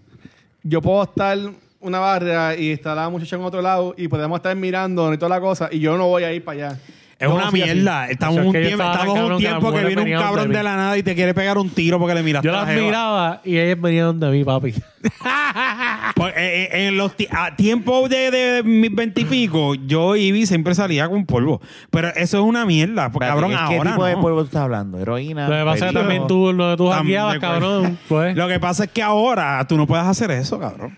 [SPEAKER 1] yo puedo estar en una barra y está la muchacha en otro lado y podemos estar mirando y toda la cosa y yo no voy a ir para allá.
[SPEAKER 2] Es
[SPEAKER 1] Yo
[SPEAKER 2] una
[SPEAKER 1] no soy así.
[SPEAKER 2] mierda. Estamos
[SPEAKER 4] Eso es
[SPEAKER 2] un
[SPEAKER 4] que yo
[SPEAKER 2] tiempo,
[SPEAKER 4] estaba tan
[SPEAKER 2] estamos un
[SPEAKER 4] cabrón que las
[SPEAKER 2] tiempo que
[SPEAKER 4] mujeres
[SPEAKER 2] viene un
[SPEAKER 4] venían donde
[SPEAKER 2] cabrón
[SPEAKER 4] mí.
[SPEAKER 2] de la nada y te quiere pegar un tiro porque le miraste
[SPEAKER 4] Yo
[SPEAKER 2] la
[SPEAKER 4] las
[SPEAKER 2] jeva.
[SPEAKER 4] miraba y ellas venían donde mí, papi.
[SPEAKER 2] Pues, eh, eh, en los ti- a tiempo de, de mis veintipico, yo y Ivy siempre salía con polvo. Pero eso es una mierda. Porque, cabrón,
[SPEAKER 3] ¿Qué
[SPEAKER 2] ahora.
[SPEAKER 3] tipo de
[SPEAKER 2] no.
[SPEAKER 3] polvo tú estás hablando? Heroína.
[SPEAKER 4] Lo que pasa es que
[SPEAKER 3] perico?
[SPEAKER 4] también tú, lo que tú
[SPEAKER 2] Tam-
[SPEAKER 4] hackeabas,
[SPEAKER 2] de-
[SPEAKER 4] cabrón. Pues.
[SPEAKER 2] Lo que pasa es que ahora tú no puedes hacer eso, cabrón.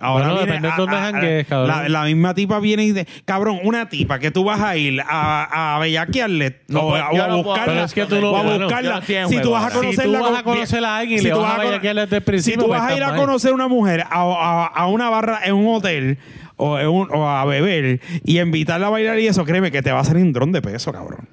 [SPEAKER 2] Ahora
[SPEAKER 4] Bueno,
[SPEAKER 2] viene
[SPEAKER 4] depende de dónde janguees, cabrón.
[SPEAKER 2] La, la misma tipa viene y dice, cabrón, una tipa que tú vas a ir a, a bellaquearle
[SPEAKER 3] No,
[SPEAKER 2] o,
[SPEAKER 3] pues,
[SPEAKER 2] a-
[SPEAKER 3] yo
[SPEAKER 2] o a
[SPEAKER 3] no puedo
[SPEAKER 2] buscarla.
[SPEAKER 4] Pero es que tú no-
[SPEAKER 2] o a
[SPEAKER 4] bueno,
[SPEAKER 3] yo
[SPEAKER 2] buscarla.
[SPEAKER 3] no estoy en
[SPEAKER 2] si
[SPEAKER 3] juego
[SPEAKER 2] tú vas a
[SPEAKER 3] ahora.
[SPEAKER 2] conocerla.
[SPEAKER 4] Si tú vas a
[SPEAKER 2] con-
[SPEAKER 4] conocer a alguien y
[SPEAKER 2] si
[SPEAKER 4] le
[SPEAKER 2] tú
[SPEAKER 4] vas a
[SPEAKER 2] cono-
[SPEAKER 4] bellaquear desde el principio,
[SPEAKER 2] Si tú
[SPEAKER 4] pues,
[SPEAKER 2] vas a ir
[SPEAKER 4] estás
[SPEAKER 2] a
[SPEAKER 4] mal.
[SPEAKER 2] conocer una mujer a, a- a una barra en un hotel o, en un- o a beber y invitarla a bailar y eso, créeme que te va a salir un dron de peso, cabrón.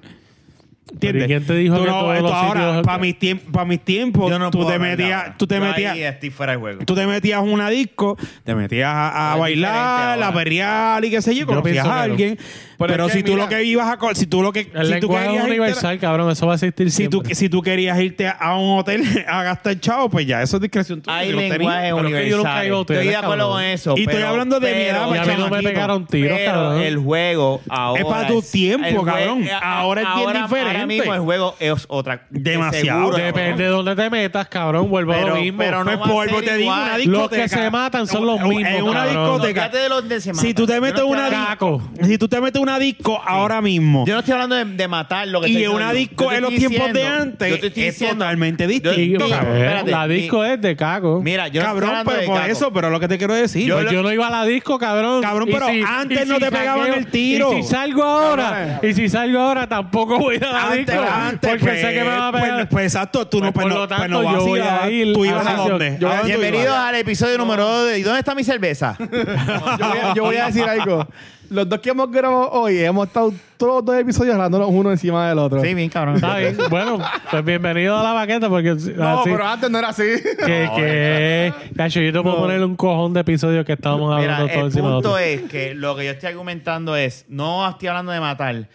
[SPEAKER 2] ¿Entiendes?
[SPEAKER 4] ¿y quién te dijo
[SPEAKER 2] Tú
[SPEAKER 4] que todos
[SPEAKER 2] esto
[SPEAKER 4] los
[SPEAKER 2] ahora,
[SPEAKER 4] sitios-
[SPEAKER 2] para mis, tiemp- pa' mis tiempos,
[SPEAKER 3] Yo no
[SPEAKER 2] tú,
[SPEAKER 3] puedo
[SPEAKER 2] te
[SPEAKER 3] hablar
[SPEAKER 2] metías,
[SPEAKER 3] ahora.
[SPEAKER 2] tú te
[SPEAKER 3] Yo
[SPEAKER 2] metías.
[SPEAKER 3] Ahí estoy fuera de juego.
[SPEAKER 2] Tú te metías a una disco, te metías a, a
[SPEAKER 3] Es
[SPEAKER 2] bailar,
[SPEAKER 3] diferente ahora.
[SPEAKER 2] a perrear y qué sé yo, conocías
[SPEAKER 4] pienso
[SPEAKER 2] a
[SPEAKER 4] que no.
[SPEAKER 2] alguien. Pero,
[SPEAKER 1] Pero es que,
[SPEAKER 2] si tú
[SPEAKER 1] mira,
[SPEAKER 2] lo que ibas a. co- Si tú lo que.
[SPEAKER 4] El
[SPEAKER 2] si tú
[SPEAKER 4] lenguaje es
[SPEAKER 2] querías irte-
[SPEAKER 4] universal, cabrón. Eso va a existir
[SPEAKER 2] si tú,
[SPEAKER 4] siempre.
[SPEAKER 2] si tú querías irte a un hotel a gastar chavo, pues ya, eso es discreción tuya.
[SPEAKER 3] Hay
[SPEAKER 2] yo no tenía.
[SPEAKER 3] lenguaje
[SPEAKER 4] Pero es que yo nunca
[SPEAKER 3] universal.
[SPEAKER 4] he ido a
[SPEAKER 3] Estoy
[SPEAKER 4] ustedes,
[SPEAKER 3] de acuerdo
[SPEAKER 4] cabrón.
[SPEAKER 3] con eso.
[SPEAKER 2] Y estoy
[SPEAKER 3] pero-
[SPEAKER 2] hablando de mi
[SPEAKER 3] pero-
[SPEAKER 2] edad,
[SPEAKER 4] Y a mí no me
[SPEAKER 2] chamaquito.
[SPEAKER 4] pegaron tiros,
[SPEAKER 3] pero
[SPEAKER 4] cabrón.
[SPEAKER 3] el juego ahora
[SPEAKER 2] Es para tu tiempo,
[SPEAKER 3] el jue-
[SPEAKER 2] cabrón.
[SPEAKER 3] eh, a-
[SPEAKER 2] Ahora es bien
[SPEAKER 3] Ahora
[SPEAKER 2] diferente.
[SPEAKER 3] mismo el juego es otra.
[SPEAKER 2] Demasiado.
[SPEAKER 3] cabrón.
[SPEAKER 4] Depende de dónde te metas, cabrón. Vuelvo a
[SPEAKER 3] Pero-
[SPEAKER 4] lo mismo. Pues,
[SPEAKER 3] pero
[SPEAKER 2] No es
[SPEAKER 3] No va a
[SPEAKER 2] polvo,
[SPEAKER 3] ser
[SPEAKER 2] te digo,
[SPEAKER 3] igual.
[SPEAKER 2] una
[SPEAKER 3] Los
[SPEAKER 2] discoteca.
[SPEAKER 4] que se matan son los
[SPEAKER 2] En- En
[SPEAKER 4] mismos,
[SPEAKER 2] una
[SPEAKER 4] cabrón.
[SPEAKER 3] No,
[SPEAKER 2] discoteca.
[SPEAKER 3] fíjate de los de semana.
[SPEAKER 2] Si tú te
[SPEAKER 3] Yo no
[SPEAKER 2] metes
[SPEAKER 3] estoy
[SPEAKER 2] una
[SPEAKER 3] hablando-
[SPEAKER 4] Caco.
[SPEAKER 2] Si tú te metes una disco ahora mismo.
[SPEAKER 3] Yo no estoy hablando de, de matar lo que
[SPEAKER 2] Y
[SPEAKER 3] estoy
[SPEAKER 2] en una
[SPEAKER 3] diciendo.
[SPEAKER 2] disco
[SPEAKER 3] Yo te
[SPEAKER 2] en los
[SPEAKER 3] estoy
[SPEAKER 2] tiempos de
[SPEAKER 3] diciendo-
[SPEAKER 2] antes
[SPEAKER 3] yo te estoy
[SPEAKER 2] es
[SPEAKER 3] diciendo-
[SPEAKER 2] totalmente distinto,
[SPEAKER 4] Y-
[SPEAKER 3] Yo- mira,
[SPEAKER 2] cabrón.
[SPEAKER 3] espérate,
[SPEAKER 4] pues, la
[SPEAKER 3] mi-
[SPEAKER 4] disco es de cago.
[SPEAKER 3] Mira, yo no estoy
[SPEAKER 2] cabrón,
[SPEAKER 3] hablando
[SPEAKER 2] pero
[SPEAKER 3] de
[SPEAKER 2] por
[SPEAKER 3] Caco.
[SPEAKER 2] eso, pero lo que te quiero decir.
[SPEAKER 4] Pues yo, no iba a la disco, cabrón.
[SPEAKER 2] Cabrón,
[SPEAKER 4] Y
[SPEAKER 2] pero antes
[SPEAKER 4] y
[SPEAKER 2] no te pegaban el tiro. eh.
[SPEAKER 4] Y si salgo ahora, y si salgo ahora, tampoco voy a la
[SPEAKER 2] Antes,
[SPEAKER 4] disco.
[SPEAKER 2] antes,
[SPEAKER 4] porque
[SPEAKER 2] pues,
[SPEAKER 4] sé que me va a pegar.
[SPEAKER 2] Pues, pues, exacto, tú no, pues,
[SPEAKER 4] Pues, por
[SPEAKER 2] no,
[SPEAKER 4] lo
[SPEAKER 2] pues,
[SPEAKER 4] tanto,
[SPEAKER 2] no vas
[SPEAKER 4] yo voy
[SPEAKER 2] a
[SPEAKER 4] a
[SPEAKER 2] ir.
[SPEAKER 4] ir
[SPEAKER 2] ¿Tú
[SPEAKER 4] a
[SPEAKER 2] ibas a
[SPEAKER 4] sitio.
[SPEAKER 2] dónde? Ah,
[SPEAKER 1] Yo-
[SPEAKER 2] ¿A dónde tú
[SPEAKER 3] Bienvenidos
[SPEAKER 2] ibas?
[SPEAKER 3] al episodio número 2 de ¿Y dónde está mi cerveza?
[SPEAKER 1] Yo voy, a- yo voy a decir algo. Los dos que hemos grabado hoy hemos estado todos los dos episodios hablándonos uno encima del otro.
[SPEAKER 3] sí, bien cabrón.
[SPEAKER 4] Está bien. Bueno, pues bienvenido a la baqueta porque
[SPEAKER 1] No,
[SPEAKER 4] así
[SPEAKER 1] pero antes no era así.
[SPEAKER 4] que,
[SPEAKER 2] eh.
[SPEAKER 4] que Cacho, yo te puedo
[SPEAKER 1] No.
[SPEAKER 4] poner un cojón de episodios que estábamos
[SPEAKER 3] Mira,
[SPEAKER 4] hablando todo
[SPEAKER 3] el
[SPEAKER 4] encima de
[SPEAKER 3] punto
[SPEAKER 4] otro.
[SPEAKER 3] es que lo que yo estoy argumentando es, no estoy hablando de matar.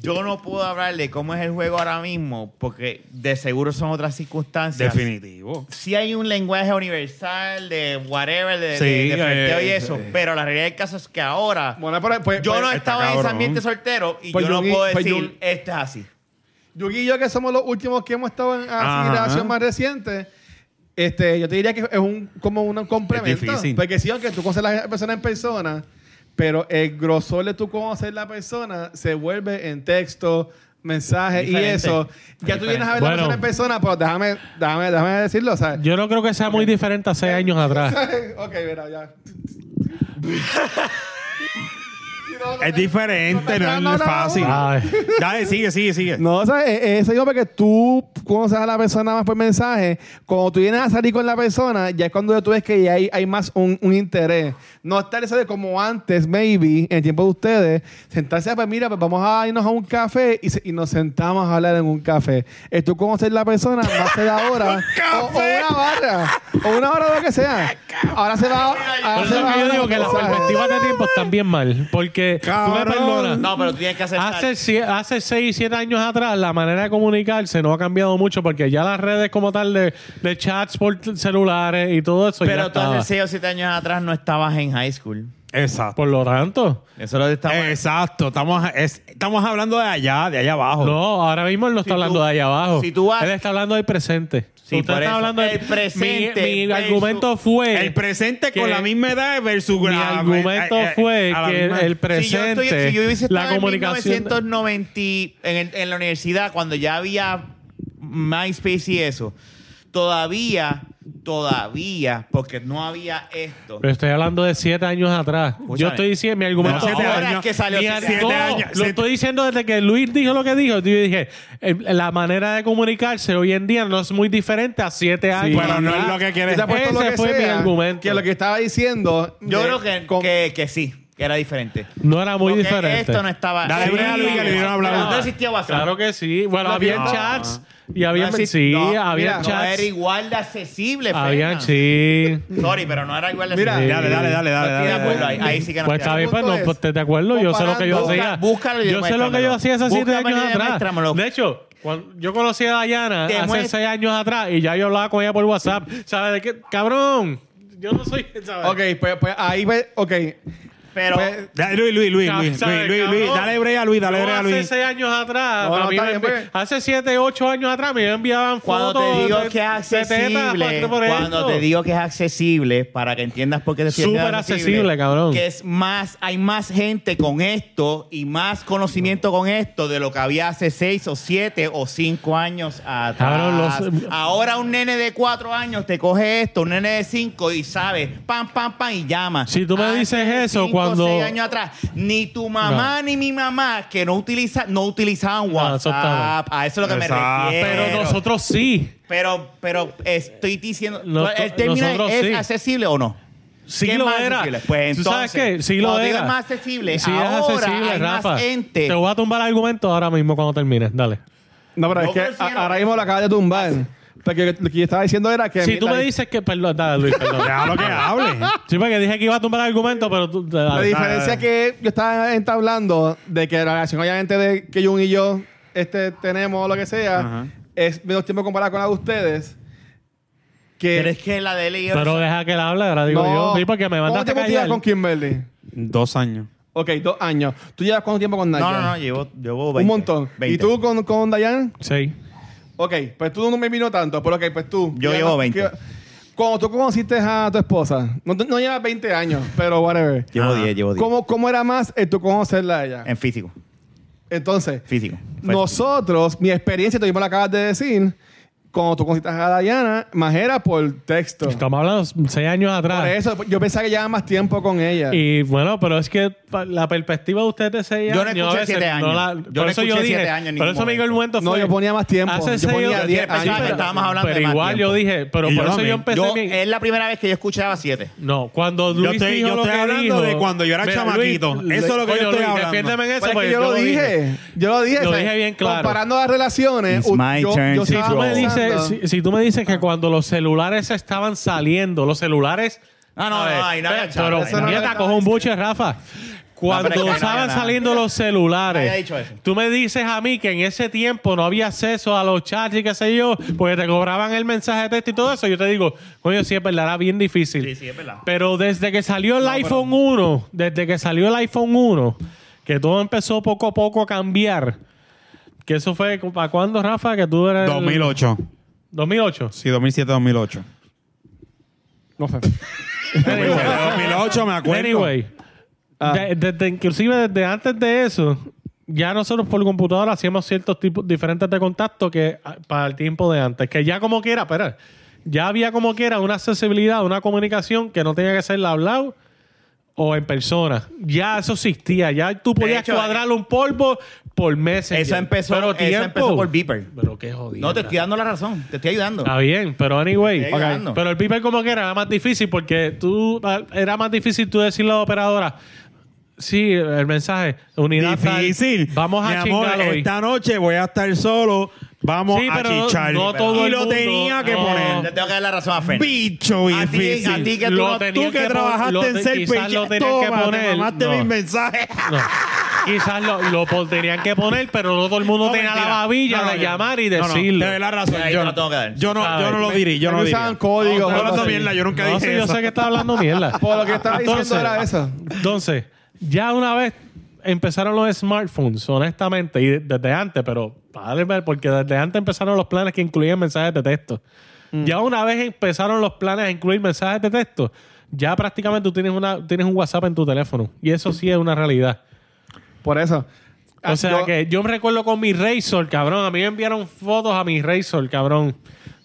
[SPEAKER 3] Yo no puedo hablar de cómo es el juego ahora mismo, porque de seguro son otras circunstancias.
[SPEAKER 2] Definitivo.
[SPEAKER 3] sí hay un lenguaje universal de whatever, de,
[SPEAKER 2] Sí,
[SPEAKER 3] de, de flirteo
[SPEAKER 2] eh,
[SPEAKER 3] y eso,
[SPEAKER 2] eh.
[SPEAKER 3] pero la realidad del caso es que ahora
[SPEAKER 1] Bueno, pero, pues,
[SPEAKER 3] yo
[SPEAKER 1] pues,
[SPEAKER 3] no he
[SPEAKER 2] está
[SPEAKER 3] estado en ese
[SPEAKER 2] cabrón.
[SPEAKER 3] ambiente soltero y
[SPEAKER 1] Pues
[SPEAKER 3] yo no
[SPEAKER 1] Yugi-
[SPEAKER 3] puedo
[SPEAKER 1] pues
[SPEAKER 3] decir,
[SPEAKER 1] Yugi-
[SPEAKER 3] esto es así.
[SPEAKER 1] Yugi y yo, que somos los últimos que hemos estado en así,
[SPEAKER 2] Ajá.
[SPEAKER 1] relación más reciente, este, yo te diría que es un, como un complemento.
[SPEAKER 2] Es difícil.
[SPEAKER 1] porque sí, aunque tú conoces a la persona en persona, pero el grosor de tú conocer la persona se vuelve en texto, mensaje y
[SPEAKER 3] Diferente.
[SPEAKER 1] eso. Ya tú vienes a ver
[SPEAKER 4] Bueno.
[SPEAKER 1] la persona en persona, pero déjame, déjame, déjame decirlo, ¿sabes?
[SPEAKER 4] Yo no creo que sea muy diferente a seis años atrás.
[SPEAKER 1] ok, mira, ya.
[SPEAKER 2] Es diferente, no, es fácil.
[SPEAKER 4] Ay.
[SPEAKER 2] Dale, sigue, sigue, sigue.
[SPEAKER 1] No, o sea, eh, eh, eso digo porque tú conoces a la persona más por mensaje. Cuando tú vienes a salir con la persona, ya es cuando tú ves que ya hay, hay más un, un interés. No estar eso de como antes, maybe, en el tiempo de ustedes, sentarse a, pues mira, pues vamos a irnos a un café y, se- y nos sentamos a hablar en un café. Es tú conocer la persona más de ahora. o, o una barra. O una barra, lo que sea. Ahora se va.
[SPEAKER 4] Por
[SPEAKER 1] Ahora
[SPEAKER 4] eso
[SPEAKER 1] se
[SPEAKER 4] es
[SPEAKER 1] va
[SPEAKER 4] que
[SPEAKER 1] a
[SPEAKER 4] yo digo
[SPEAKER 1] un
[SPEAKER 4] que las
[SPEAKER 1] mensaje.
[SPEAKER 4] perspectivas de tiempo están bien mal. Porque tú
[SPEAKER 2] Cabrón.
[SPEAKER 4] me perdonas.
[SPEAKER 3] No, pero tú tienes que aceptar.
[SPEAKER 4] Hace, sie- hace 6, 7 años atrás, la manera de comunicarse no ha cambiado mucho porque ya las redes como tal de, de chats por t- celulares y todo eso ya
[SPEAKER 3] pero tú
[SPEAKER 4] estaba.
[SPEAKER 3] hace 6 o 7 años atrás no estabas en high school.
[SPEAKER 2] Exacto.
[SPEAKER 4] Por lo tanto,
[SPEAKER 3] Eso lo estamos...
[SPEAKER 2] Exacto. Estamos, es- estamos hablando de allá, de allá abajo.
[SPEAKER 4] no, ahora mismo él no está
[SPEAKER 3] Oh. tú-
[SPEAKER 4] hablando de allá abajo.
[SPEAKER 3] si tú vas-
[SPEAKER 4] él está hablando del presente.
[SPEAKER 3] Sí,
[SPEAKER 4] Usted
[SPEAKER 3] por
[SPEAKER 4] está
[SPEAKER 3] eso.
[SPEAKER 4] hablando del
[SPEAKER 3] El presente
[SPEAKER 4] Mi, mi
[SPEAKER 3] versus-
[SPEAKER 4] argumento fue.
[SPEAKER 2] El presente con
[SPEAKER 4] eh, que-
[SPEAKER 2] la misma edad versus
[SPEAKER 4] Mi
[SPEAKER 2] la-
[SPEAKER 4] argumento
[SPEAKER 2] eh, eh,
[SPEAKER 4] fue
[SPEAKER 2] a la
[SPEAKER 4] que
[SPEAKER 2] misma-
[SPEAKER 4] el
[SPEAKER 3] Si yo,
[SPEAKER 4] presente,
[SPEAKER 3] estoy, si yo hubiese
[SPEAKER 4] la
[SPEAKER 3] estado
[SPEAKER 4] comunicación.
[SPEAKER 3] en 1990, en, el- en la universidad, cuando ya había MySpace y eso, todavía todavía porque no había esto.
[SPEAKER 4] Pero estoy hablando de siete años atrás. Yo
[SPEAKER 3] Escúchame.
[SPEAKER 4] estoy diciendo, mi argumento.
[SPEAKER 2] No, siete
[SPEAKER 4] ahora-
[SPEAKER 3] Ahora
[SPEAKER 2] años.
[SPEAKER 3] es que salió
[SPEAKER 4] mi
[SPEAKER 3] siete
[SPEAKER 4] ar-
[SPEAKER 2] siete
[SPEAKER 4] no,
[SPEAKER 2] años,
[SPEAKER 4] Lo
[SPEAKER 2] siete-
[SPEAKER 4] estoy diciendo desde que Luis dijo lo que dijo. Yo dije, eh, la manera de comunicarse hoy en día no es muy diferente a siete años.
[SPEAKER 2] Pero no es lo que quieres.
[SPEAKER 1] Te apuesto lo
[SPEAKER 4] Ese
[SPEAKER 1] que
[SPEAKER 4] fue mi
[SPEAKER 1] sea,
[SPEAKER 4] argumento.
[SPEAKER 1] Que lo que estaba diciendo.
[SPEAKER 3] Yo
[SPEAKER 1] de-
[SPEAKER 3] creo que,
[SPEAKER 1] con-
[SPEAKER 3] que, que sí, que era diferente.
[SPEAKER 4] No era muy
[SPEAKER 3] Porque
[SPEAKER 4] diferente. Ah,
[SPEAKER 3] Esto no estaba.
[SPEAKER 2] Dale,
[SPEAKER 3] Sí,
[SPEAKER 2] brea, Luis, que le dieron a hablar.
[SPEAKER 3] pero No existía WhatsApp.
[SPEAKER 4] Claro que sí. Bueno,
[SPEAKER 3] No,
[SPEAKER 4] había
[SPEAKER 3] no.
[SPEAKER 4] chats y había
[SPEAKER 3] exist-
[SPEAKER 4] sí,
[SPEAKER 3] no,
[SPEAKER 4] había
[SPEAKER 3] mira, No
[SPEAKER 4] chats.
[SPEAKER 3] era igual de accesible,
[SPEAKER 4] había
[SPEAKER 3] Fernan.
[SPEAKER 4] sí.
[SPEAKER 3] Sorry, pero no era igual de
[SPEAKER 1] Mira,
[SPEAKER 3] accesible.
[SPEAKER 2] Dale, dale, dale, dale.
[SPEAKER 3] No estoy de
[SPEAKER 2] dale,
[SPEAKER 3] acuerdo,
[SPEAKER 2] dale.
[SPEAKER 3] ahí, ahí sí que no
[SPEAKER 4] Pues
[SPEAKER 3] estoy
[SPEAKER 4] está
[SPEAKER 3] de
[SPEAKER 4] bien, pues no,
[SPEAKER 1] punto
[SPEAKER 4] pues, te, te acuerdo, yo sé lo que yo
[SPEAKER 1] Comparando,
[SPEAKER 4] hacía.
[SPEAKER 3] busca- búscalo y
[SPEAKER 4] yo sé lo que yo
[SPEAKER 3] demuéstramelo.
[SPEAKER 4] hacía hace siete
[SPEAKER 3] Búscamelo y
[SPEAKER 4] años atrás.
[SPEAKER 3] demuéstramelo.
[SPEAKER 4] De hecho, cuando yo conocí a Dayana hace
[SPEAKER 3] Demuestra-
[SPEAKER 4] seis años atrás y ya yo hablaba con ella por WhatsApp. ¿Sabes de qué? Cabrón, yo no soy. ¿sabes?
[SPEAKER 1] Ok, pues, pues ahí. ve- Ok.
[SPEAKER 3] Pero
[SPEAKER 1] Pues,
[SPEAKER 2] Dale, Luis, Luis, Luis,
[SPEAKER 4] Cab-
[SPEAKER 2] Luis,
[SPEAKER 4] ¿sabes,
[SPEAKER 2] Luis, Luis, Luis,
[SPEAKER 4] cabrón?
[SPEAKER 2] dale brea, Luis, dale
[SPEAKER 4] Yo
[SPEAKER 2] brea,
[SPEAKER 4] hace
[SPEAKER 2] Luis.
[SPEAKER 4] seis años atrás,
[SPEAKER 1] No, no,
[SPEAKER 4] a mí
[SPEAKER 1] está
[SPEAKER 4] me
[SPEAKER 1] bien,
[SPEAKER 4] envi-
[SPEAKER 1] pues.
[SPEAKER 4] hace siete, ocho años atrás me enviaban
[SPEAKER 3] cuando
[SPEAKER 4] fotos.
[SPEAKER 3] te digo
[SPEAKER 4] de-
[SPEAKER 3] que es
[SPEAKER 4] de tetas,
[SPEAKER 3] accesible,
[SPEAKER 4] por- por
[SPEAKER 3] cuando
[SPEAKER 4] esto.
[SPEAKER 3] te digo que es accesible, para que entiendas por qué te sientes
[SPEAKER 4] Súper accesible, cabrón.
[SPEAKER 3] Que es más, hay más gente con esto y más conocimiento con esto de lo que había hace seis o siete o cinco años atrás.
[SPEAKER 4] Cabrón, los-
[SPEAKER 3] Ahora un nene de cuatro años te coge esto, un nene de cinco y sabe, pam, pam, pam y llama.
[SPEAKER 4] Si tú me
[SPEAKER 3] Hace
[SPEAKER 4] dices eso,
[SPEAKER 3] cinco,
[SPEAKER 4] cuando-
[SPEAKER 3] seis años atrás, ni tu mamá ni mi mamá que no utiliza, no utilizaban
[SPEAKER 4] No, eso
[SPEAKER 3] WhatsApp.
[SPEAKER 4] está mal.
[SPEAKER 3] a eso es lo que
[SPEAKER 2] Exacto.
[SPEAKER 3] me refiero.
[SPEAKER 4] Pero nosotros sí.
[SPEAKER 3] Pero, pero estoy diciendo,
[SPEAKER 4] Nos-
[SPEAKER 3] ¿el término
[SPEAKER 4] nosotros
[SPEAKER 3] es
[SPEAKER 4] sí.
[SPEAKER 3] accesible o no?
[SPEAKER 4] Sí
[SPEAKER 3] ¿Qué es
[SPEAKER 4] lo
[SPEAKER 3] más
[SPEAKER 4] era.
[SPEAKER 3] accesible? Pues
[SPEAKER 4] ¿Tú sabes
[SPEAKER 3] entonces,
[SPEAKER 4] qué? Sí lo
[SPEAKER 3] cuando digo
[SPEAKER 4] era.
[SPEAKER 3] es más accesible,
[SPEAKER 4] Sí
[SPEAKER 3] ahora
[SPEAKER 4] es accesible,
[SPEAKER 3] hay más
[SPEAKER 4] Rafa.
[SPEAKER 3] gente.
[SPEAKER 4] Te voy a tumbar argumentos ahora mismo cuando termines. Dale.
[SPEAKER 1] No, pero
[SPEAKER 3] Yo
[SPEAKER 1] es que
[SPEAKER 3] considero-
[SPEAKER 1] a- ahora mismo lo acabas de tumbar. Porque lo que yo estaba diciendo era que.
[SPEAKER 4] Si tú me dices que... Perdón, dale, Luis, perdón.
[SPEAKER 2] Déjalo que hable.
[SPEAKER 4] Sí, porque dije que iba a tumbar argumentos, pero tú... dale.
[SPEAKER 1] La
[SPEAKER 4] ah.
[SPEAKER 1] diferencia que yo estaba entablando de que la relación obviamente de que Jun y yo este, tenemos o lo que sea
[SPEAKER 2] Ajá.
[SPEAKER 1] es menos tiempo comparado con la de ustedes. Que
[SPEAKER 3] Pero es que la de él y yo-
[SPEAKER 4] Pero deja que él hable, ahora digo yo. Sí, porque me mandaste a
[SPEAKER 1] ¿Cuánto tiempo tú llevas
[SPEAKER 4] callar.
[SPEAKER 1] con Kimberly?
[SPEAKER 2] Dos años.
[SPEAKER 1] Ok, dos años. ¿Tú llevas cuánto tiempo con
[SPEAKER 3] no,
[SPEAKER 1] Nayan?
[SPEAKER 3] no, no, llevo, llevo
[SPEAKER 1] Un
[SPEAKER 3] 20,
[SPEAKER 1] montón.
[SPEAKER 3] 20.
[SPEAKER 1] ¿Y tú con, con Dayan?
[SPEAKER 4] Sí.
[SPEAKER 1] Ok, pues tú no me vino tanto, pero ok, pues tú.
[SPEAKER 3] Yo
[SPEAKER 1] Ya
[SPEAKER 3] llevo
[SPEAKER 1] no-
[SPEAKER 3] 20.
[SPEAKER 1] que- cuando tú conociste a tu esposa, no, no llevas 20 años, pero whatever.
[SPEAKER 3] Llevo
[SPEAKER 2] Ajá.
[SPEAKER 3] 10, llevo 10.
[SPEAKER 1] ¿Cómo, ¿Cómo era más el tú conocerla a ella?
[SPEAKER 3] En físico,
[SPEAKER 1] Entonces,
[SPEAKER 3] físico. Em, Fue
[SPEAKER 1] Nosotros, mi experiencia, tú mismo la acabas de decir, cuando tú conociste a Dayana, más era por texto.
[SPEAKER 4] Estamos hablando seis años atrás.
[SPEAKER 1] Por eso, yo pensaba que llevaba más tiempo con ella.
[SPEAKER 4] Y bueno, pero es que pa- la perspectiva de ustedes de seis
[SPEAKER 3] Yo no
[SPEAKER 4] años.
[SPEAKER 3] escuché
[SPEAKER 4] a veces
[SPEAKER 3] siete años.
[SPEAKER 4] no la-
[SPEAKER 3] Yo
[SPEAKER 4] por
[SPEAKER 3] no
[SPEAKER 4] eso
[SPEAKER 3] escuché
[SPEAKER 4] yo
[SPEAKER 3] siete
[SPEAKER 4] dije.
[SPEAKER 3] años en
[SPEAKER 4] por
[SPEAKER 3] ningún
[SPEAKER 4] eso mi
[SPEAKER 3] momento.
[SPEAKER 4] argumento
[SPEAKER 1] no,
[SPEAKER 4] fue.
[SPEAKER 1] yo ponía más tiempo.
[SPEAKER 4] Hace
[SPEAKER 1] yo
[SPEAKER 4] seis
[SPEAKER 1] ponía
[SPEAKER 4] años.
[SPEAKER 1] 10
[SPEAKER 3] Yo pensaba que
[SPEAKER 1] años.
[SPEAKER 3] estaba- estábamos hablando
[SPEAKER 4] Pero
[SPEAKER 3] de más
[SPEAKER 4] igual
[SPEAKER 3] tiempo.
[SPEAKER 4] yo dije. Pero
[SPEAKER 2] Y
[SPEAKER 4] por
[SPEAKER 2] yo
[SPEAKER 4] eso yo
[SPEAKER 2] también.
[SPEAKER 4] empecé
[SPEAKER 3] Yo,
[SPEAKER 4] mi-
[SPEAKER 3] es la primera vez que yo escuchaba 7.
[SPEAKER 4] No, cuando Luis
[SPEAKER 2] estoy-
[SPEAKER 4] dijo
[SPEAKER 2] yo
[SPEAKER 4] lo
[SPEAKER 2] estoy
[SPEAKER 4] que
[SPEAKER 2] hablando
[SPEAKER 4] dijo-
[SPEAKER 2] de cuando yo era chamaquito. Eso es lo que yo
[SPEAKER 4] coño,
[SPEAKER 2] estoy
[SPEAKER 4] Luis,
[SPEAKER 2] hablando.
[SPEAKER 4] defiéndeme en eso,
[SPEAKER 1] Pero es que
[SPEAKER 4] pues,
[SPEAKER 1] yo, lo dije. Yo lo dije.
[SPEAKER 4] Lo
[SPEAKER 1] o sea,
[SPEAKER 4] dije bien claro.
[SPEAKER 1] Comparando las relaciones.
[SPEAKER 3] It's
[SPEAKER 1] u-
[SPEAKER 3] my
[SPEAKER 1] yo,
[SPEAKER 3] turn
[SPEAKER 1] yo
[SPEAKER 3] to
[SPEAKER 4] Si tú,
[SPEAKER 1] estaba
[SPEAKER 4] me
[SPEAKER 3] Claro.
[SPEAKER 4] dices,
[SPEAKER 1] pensando-
[SPEAKER 4] si, si tú me dices que cuando los celulares estaban saliendo, los celulares...
[SPEAKER 3] Ah, no,
[SPEAKER 4] A ver,
[SPEAKER 3] no, ahí no había
[SPEAKER 4] pe-
[SPEAKER 3] chat,
[SPEAKER 4] Pero,
[SPEAKER 3] ahí no había
[SPEAKER 4] nieta,
[SPEAKER 1] chat.
[SPEAKER 4] coge un buche, Rafa. Cuando
[SPEAKER 3] pero es que no había
[SPEAKER 4] estaban
[SPEAKER 3] nada.
[SPEAKER 4] saliendo los
[SPEAKER 3] Nadie ha
[SPEAKER 4] celulares,
[SPEAKER 3] dicho eso.
[SPEAKER 4] tú me dices a mí que en ese tiempo no había acceso a los chats y qué sé yo, porque te cobraban el mensaje de texto y todo eso. Yo te digo, coño, sí es verdad, era bien difícil.
[SPEAKER 3] Sí, sí, es verdad.
[SPEAKER 4] Pero desde que salió el iPhone 1, desde que salió el iPhone 1, que todo empezó poco a poco a cambiar, que eso fue, ¿para cuándo, Rafa? Que tú eras... el-
[SPEAKER 2] 2008.
[SPEAKER 4] 2008.
[SPEAKER 2] Sí, 2007, 2008.
[SPEAKER 1] No sé.
[SPEAKER 2] 2008 me acuerdo.
[SPEAKER 4] Anyway,
[SPEAKER 1] Ah.
[SPEAKER 4] de- desde- inclusive desde antes de eso, ya nosotros por computadora hacíamos ciertos tipos diferentes de contacto que ah, para el tiempo de antes, que ya como quiera, espera, ya había como quiera una accesibilidad, una comunicación que no tenía que ser hablado o en persona. Ya eso existía, ya tú podías
[SPEAKER 3] hecho,
[SPEAKER 4] cuadrar un polvo por meses.
[SPEAKER 3] Eso empezó,
[SPEAKER 4] pero
[SPEAKER 3] eso empezó por Beeper.
[SPEAKER 4] Pero qué jodido.
[SPEAKER 3] No, te estoy dando la razón, te estoy ayudando.
[SPEAKER 4] Está bien, pero anyway.
[SPEAKER 3] Estoy
[SPEAKER 4] ok.
[SPEAKER 3] ganando.
[SPEAKER 4] Pero el piper como que era, era más difícil porque tú ah, era más difícil tú decirle a la operadora. Sí, el mensaje. Unidad tal,
[SPEAKER 2] Difícil.
[SPEAKER 4] vamos a
[SPEAKER 2] Mi amor,
[SPEAKER 4] chingar hoy.
[SPEAKER 2] esta noche voy a estar solo. Vamos
[SPEAKER 4] Sí,
[SPEAKER 2] a
[SPEAKER 4] pero no-
[SPEAKER 2] chichar.
[SPEAKER 4] no todo
[SPEAKER 2] y
[SPEAKER 4] el
[SPEAKER 2] lo
[SPEAKER 4] mundo-
[SPEAKER 2] tenía que
[SPEAKER 4] no.
[SPEAKER 3] Le
[SPEAKER 2] poner.
[SPEAKER 3] tengo que dar la razón a Fer.
[SPEAKER 2] Bicho
[SPEAKER 3] A ti-
[SPEAKER 2] difícil.
[SPEAKER 3] a ti que tú
[SPEAKER 4] Lo
[SPEAKER 3] no-
[SPEAKER 4] tenían
[SPEAKER 2] Tú que
[SPEAKER 4] pon- lo
[SPEAKER 2] trabajaste
[SPEAKER 4] te-
[SPEAKER 2] en ser
[SPEAKER 4] quizás lo tenían que poner.
[SPEAKER 2] mamaste
[SPEAKER 4] No,
[SPEAKER 2] mis mensajes.
[SPEAKER 4] no. Quizás lo, lo pon- tenían que poner, pero no todo el mundo
[SPEAKER 2] No,
[SPEAKER 4] tenía la
[SPEAKER 2] mentira.
[SPEAKER 4] babilla
[SPEAKER 2] No, no,
[SPEAKER 4] de
[SPEAKER 2] yo-
[SPEAKER 4] llamar y
[SPEAKER 2] no, no,
[SPEAKER 4] decirle.
[SPEAKER 2] te doy la razón.
[SPEAKER 3] Ahí
[SPEAKER 2] Yo
[SPEAKER 3] te
[SPEAKER 2] no,
[SPEAKER 3] lo tengo que dar.
[SPEAKER 2] yo no, yo no lo diré. Yo
[SPEAKER 1] Me
[SPEAKER 2] no lo diré.
[SPEAKER 1] usaban códigos,
[SPEAKER 2] No,
[SPEAKER 1] algo
[SPEAKER 2] hablando
[SPEAKER 1] así.
[SPEAKER 2] mierda. Yo nunca
[SPEAKER 4] No,
[SPEAKER 2] dije
[SPEAKER 4] sí, yo
[SPEAKER 2] eso.
[SPEAKER 4] sé que está hablando mierda.
[SPEAKER 1] Por lo que estaba diciendo
[SPEAKER 4] Entonces-
[SPEAKER 1] era eso.
[SPEAKER 4] Entonces, ya una vez empezaron los smartphones, honestamente, y desde antes, pero padre, ver, porque desde antes empezaron los planes que incluían mensajes de texto.
[SPEAKER 1] Mm.
[SPEAKER 4] Ya una vez empezaron los planes a incluir mensajes de texto, ya prácticamente tú tienes, una, tienes un WhatsApp en tu teléfono. Y eso sí es una realidad.
[SPEAKER 1] Por eso.
[SPEAKER 2] Ah,
[SPEAKER 4] O sea
[SPEAKER 1] Yo-
[SPEAKER 4] que yo me recuerdo con mi Razor, cabrón. A mí me enviaron fotos a mi Razor, cabrón.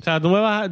[SPEAKER 4] O sea, tú me vas a...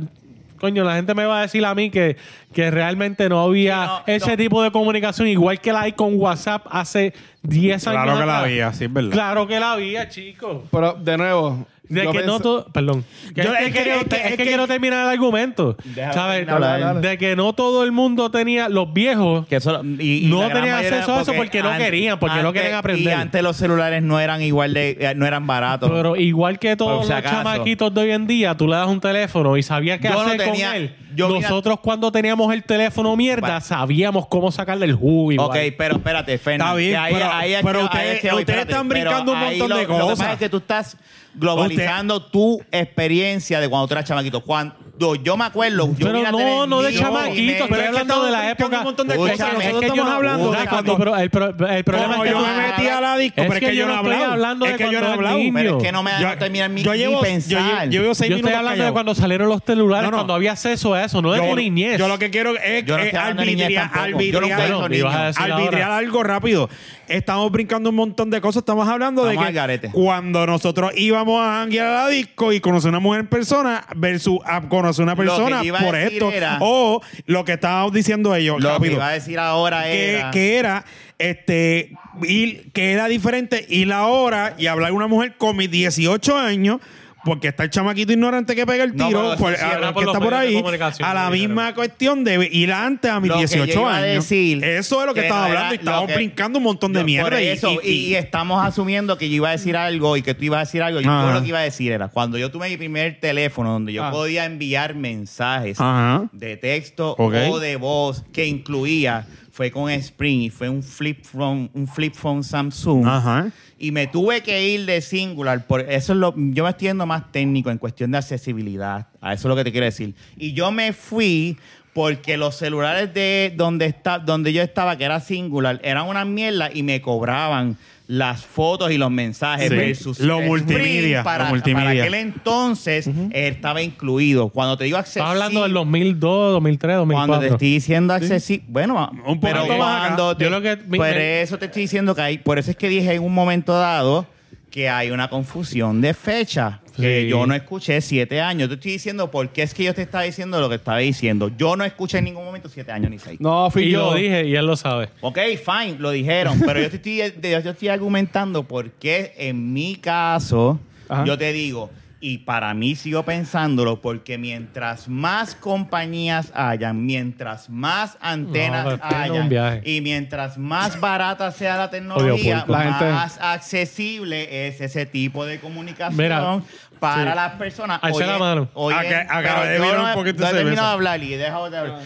[SPEAKER 4] coño, la gente me va a decir a mí que, que realmente no había
[SPEAKER 3] Sí, no,
[SPEAKER 4] ese
[SPEAKER 3] no.
[SPEAKER 4] tipo de comunicación, igual que la hay con WhatsApp hace 10 años.
[SPEAKER 2] Claro que la
[SPEAKER 4] atrás.
[SPEAKER 2] había, sí, es verdad.
[SPEAKER 4] Claro que la había, chicos.
[SPEAKER 1] Pero, de nuevo.
[SPEAKER 4] De
[SPEAKER 1] yo
[SPEAKER 4] que
[SPEAKER 1] pienso-
[SPEAKER 4] no todo. Perdón.
[SPEAKER 2] Yo-
[SPEAKER 4] es, que,
[SPEAKER 2] es que-
[SPEAKER 4] quiero-
[SPEAKER 2] es que-
[SPEAKER 4] es
[SPEAKER 2] es
[SPEAKER 4] que
[SPEAKER 2] que-
[SPEAKER 4] quiero terminar el argumento.
[SPEAKER 3] Déjame
[SPEAKER 4] ¿Sabes?
[SPEAKER 3] terminar,
[SPEAKER 1] dale, dale.
[SPEAKER 4] De que no todo el mundo tenía. Los viejos.
[SPEAKER 3] Que eso- y- y
[SPEAKER 4] No
[SPEAKER 3] la gran
[SPEAKER 4] tenían
[SPEAKER 3] mayoría-
[SPEAKER 4] acceso a eso porque no
[SPEAKER 3] an-
[SPEAKER 4] querían, porque no querían aprender.
[SPEAKER 3] Y antes los celulares no eran igual de, eh, no eran baratos.
[SPEAKER 4] Pero igual que todos
[SPEAKER 3] Por si
[SPEAKER 4] los
[SPEAKER 3] acaso.
[SPEAKER 4] chamaquitos de hoy en día, tú le das un teléfono y sabías qué
[SPEAKER 3] Yo no
[SPEAKER 4] hacer con
[SPEAKER 3] tenía-
[SPEAKER 4] él.
[SPEAKER 3] yo mira-
[SPEAKER 4] Nosotros cuando teníamos el teléfono mierda,
[SPEAKER 3] Vale.
[SPEAKER 4] sabíamos cómo sacarle el jugo igual.
[SPEAKER 3] Ok, pero espérate, Fernando.
[SPEAKER 2] Está bien,
[SPEAKER 3] que
[SPEAKER 2] pero-
[SPEAKER 3] es
[SPEAKER 2] pero
[SPEAKER 3] que-
[SPEAKER 2] ustedes-
[SPEAKER 3] es que voy,
[SPEAKER 2] ustedes
[SPEAKER 3] espérate.
[SPEAKER 2] están
[SPEAKER 3] Pero
[SPEAKER 2] brincando un
[SPEAKER 3] ahí
[SPEAKER 2] montón
[SPEAKER 3] lo-
[SPEAKER 2] de
[SPEAKER 3] Lo que
[SPEAKER 2] cosas.
[SPEAKER 3] pasa es que tú estás globalizando tu experiencia de cuando tú eras chamaquito. Cuando yo me acuerdo, yo
[SPEAKER 4] Pero
[SPEAKER 3] vine a
[SPEAKER 4] no,
[SPEAKER 3] tener
[SPEAKER 4] no de
[SPEAKER 3] niños y
[SPEAKER 4] chamaquitos,
[SPEAKER 3] me-
[SPEAKER 2] es
[SPEAKER 4] estoy
[SPEAKER 2] que
[SPEAKER 4] hablando de
[SPEAKER 2] estamos
[SPEAKER 4] la época.
[SPEAKER 2] brincando un montón de
[SPEAKER 3] cosas. Nosotros
[SPEAKER 4] yo
[SPEAKER 2] estamos hablando
[SPEAKER 4] Mira,
[SPEAKER 2] de
[SPEAKER 4] cuando- pero el, pro- el problema
[SPEAKER 2] Como
[SPEAKER 4] es que
[SPEAKER 2] yo
[SPEAKER 4] tú-
[SPEAKER 2] me metí a la disco,
[SPEAKER 4] Es
[SPEAKER 2] pero es
[SPEAKER 4] que
[SPEAKER 2] que
[SPEAKER 4] yo
[SPEAKER 2] yo no he
[SPEAKER 4] no estoy
[SPEAKER 2] hablado.
[SPEAKER 4] hablando de
[SPEAKER 2] Es que yo no he
[SPEAKER 4] cuando era
[SPEAKER 2] hablado.
[SPEAKER 4] niño.
[SPEAKER 3] Pero es que no me dejan terminar mi, mi pensar.
[SPEAKER 2] Yo, yo llevo seis
[SPEAKER 4] Yo estoy
[SPEAKER 2] minutos
[SPEAKER 4] hablando de
[SPEAKER 2] callado.
[SPEAKER 4] cuando salieron los celulares,
[SPEAKER 2] No, no.
[SPEAKER 4] cuando había acceso a eso, no de tu niñez.
[SPEAKER 2] yo lo que quiero es,
[SPEAKER 3] Yo no
[SPEAKER 2] es
[SPEAKER 3] estoy hablando de niñez
[SPEAKER 2] arbitrar,
[SPEAKER 3] tampoco. Yo no
[SPEAKER 2] arbitrar-
[SPEAKER 3] pienso
[SPEAKER 4] Bueno, ibas a
[SPEAKER 3] niño.
[SPEAKER 4] decir ahora.
[SPEAKER 2] arbitrar algo rápido. Estamos brincando un montón de cosas. Estamos hablando
[SPEAKER 3] Estamos al
[SPEAKER 2] de que
[SPEAKER 3] garete.
[SPEAKER 2] cuando nosotros íbamos a janguear a la disco y conocer una mujer en persona versus a conocer una
[SPEAKER 3] Lo que
[SPEAKER 2] persona
[SPEAKER 3] te iba a
[SPEAKER 2] por
[SPEAKER 3] decir
[SPEAKER 2] esto.
[SPEAKER 3] era-
[SPEAKER 2] o lo que estábamos diciendo ellos.
[SPEAKER 3] Lo que
[SPEAKER 2] rápido
[SPEAKER 3] iba a decir ahora
[SPEAKER 2] que,
[SPEAKER 3] era...
[SPEAKER 2] que era este ir- que era diferente ir ahora y hablar con una mujer con mis 18 años porque está el chamaquito ignorante que pega el
[SPEAKER 4] No,
[SPEAKER 2] tiro
[SPEAKER 4] pero eso
[SPEAKER 2] por-
[SPEAKER 4] sí
[SPEAKER 2] a-
[SPEAKER 4] habla
[SPEAKER 2] que
[SPEAKER 4] por los
[SPEAKER 2] está por
[SPEAKER 4] medios de
[SPEAKER 2] ahí
[SPEAKER 4] comunicación,
[SPEAKER 2] a la
[SPEAKER 4] lo dijeron.
[SPEAKER 2] misma cuestión de ir antes a mis
[SPEAKER 3] Lo que yo
[SPEAKER 2] 18
[SPEAKER 3] iba a
[SPEAKER 2] años
[SPEAKER 3] decir,
[SPEAKER 2] eso es lo que,
[SPEAKER 3] que no
[SPEAKER 2] estaba
[SPEAKER 3] era
[SPEAKER 2] hablando y
[SPEAKER 3] lo
[SPEAKER 2] estábamos
[SPEAKER 3] que-
[SPEAKER 2] brincando un montón de
[SPEAKER 3] Yo,
[SPEAKER 2] mierda
[SPEAKER 3] por
[SPEAKER 2] y-
[SPEAKER 3] eso, y,
[SPEAKER 2] y- y-
[SPEAKER 3] y estamos asumiendo que yo iba a decir algo y que tú ibas a decir algo. Yo
[SPEAKER 2] Ajá.
[SPEAKER 3] lo que iba a decir era, cuando yo tuve mi primer teléfono donde yo
[SPEAKER 2] Ah.
[SPEAKER 3] podía enviar mensajes
[SPEAKER 2] Ajá.
[SPEAKER 3] de texto
[SPEAKER 2] Ok.
[SPEAKER 3] o de voz que incluía, fue con Spring y fue un flip phone, un flip phone Samsung.
[SPEAKER 2] Ajá.
[SPEAKER 3] Y me tuve que ir de singular. Por eso es lo, yo me estoy yendo más técnico en cuestión de accesibilidad. A eso es lo que te quiero decir. Y yo me fui porque los celulares de donde está, donde yo estaba, que era singular, eran una mierda y me cobraban las fotos y los mensajes
[SPEAKER 2] Sí.
[SPEAKER 3] versus
[SPEAKER 2] Lo
[SPEAKER 3] Sprint
[SPEAKER 2] multimedia, lo
[SPEAKER 3] para,
[SPEAKER 2] multimedia.
[SPEAKER 3] para aquel entonces estaba incluido cuando te digo accesible
[SPEAKER 4] Estaba hablando del 2002, 2003, 2004.
[SPEAKER 3] cuando te estoy diciendo accesible bueno
[SPEAKER 2] Un poquito
[SPEAKER 3] pero
[SPEAKER 2] más acá.
[SPEAKER 3] cuando te-
[SPEAKER 4] Yo lo que- mi-
[SPEAKER 3] por
[SPEAKER 4] mi-
[SPEAKER 3] eso te estoy diciendo que hay por eso es que dije en un momento dado que hay una confusión de fecha que
[SPEAKER 4] Sí.
[SPEAKER 3] yo no escuché siete años te estoy diciendo por qué es que yo te estaba diciendo lo que estaba diciendo yo no escuché en ningún momento siete años ni seis
[SPEAKER 1] No, fui
[SPEAKER 4] y
[SPEAKER 1] yo.
[SPEAKER 4] lo dije y él lo sabe.
[SPEAKER 3] Ok, fine, lo dijeron, pero yo te estoy, de- yo estoy argumentando porque en mi caso,
[SPEAKER 1] Ajá.
[SPEAKER 3] yo te digo, y para mí sigo pensándolo, porque mientras más compañías hayan, mientras más
[SPEAKER 4] No,
[SPEAKER 3] antenas
[SPEAKER 4] pero tiene un
[SPEAKER 3] hayan,
[SPEAKER 4] viaje.
[SPEAKER 3] y mientras más barata sea la tecnología,
[SPEAKER 4] Odio
[SPEAKER 1] pulpo. La gente-
[SPEAKER 3] más accesible es ese tipo de comunicación
[SPEAKER 4] Mira,
[SPEAKER 3] para
[SPEAKER 4] sí.
[SPEAKER 3] las personas.
[SPEAKER 4] Alza
[SPEAKER 3] Oye,
[SPEAKER 4] la mano.
[SPEAKER 3] oye,
[SPEAKER 2] Acá- acá
[SPEAKER 3] pero
[SPEAKER 2] le
[SPEAKER 3] yo
[SPEAKER 2] dieron
[SPEAKER 3] no he-
[SPEAKER 2] un poquito
[SPEAKER 3] no he
[SPEAKER 2] de cerveza.
[SPEAKER 3] terminado de hablar y he dejado de hablar.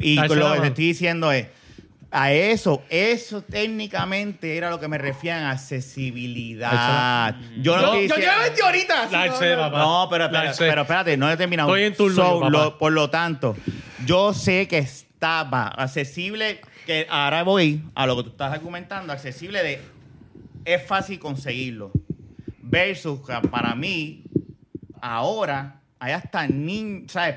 [SPEAKER 3] Y
[SPEAKER 4] Ah. Alza la
[SPEAKER 3] lo que
[SPEAKER 4] mano.
[SPEAKER 3] te estoy diciendo es, a eso, eso técnicamente era lo que me refiero a accesibilidad. Yo no estoy diciendo-
[SPEAKER 1] ahorita.
[SPEAKER 4] La alcé, papá.
[SPEAKER 3] No, pero
[SPEAKER 4] La
[SPEAKER 3] espérate,
[SPEAKER 4] alcé.
[SPEAKER 3] pero espérate, no he terminado.
[SPEAKER 4] Estoy en turno yo, papá.
[SPEAKER 3] lo- por lo tanto, yo sé que estaba accesible, que ahora voy a lo que tú estás argumentando, accesible de es fácil conseguirlo. Versus que para mí, ahora hay hasta ni, ¿sabes?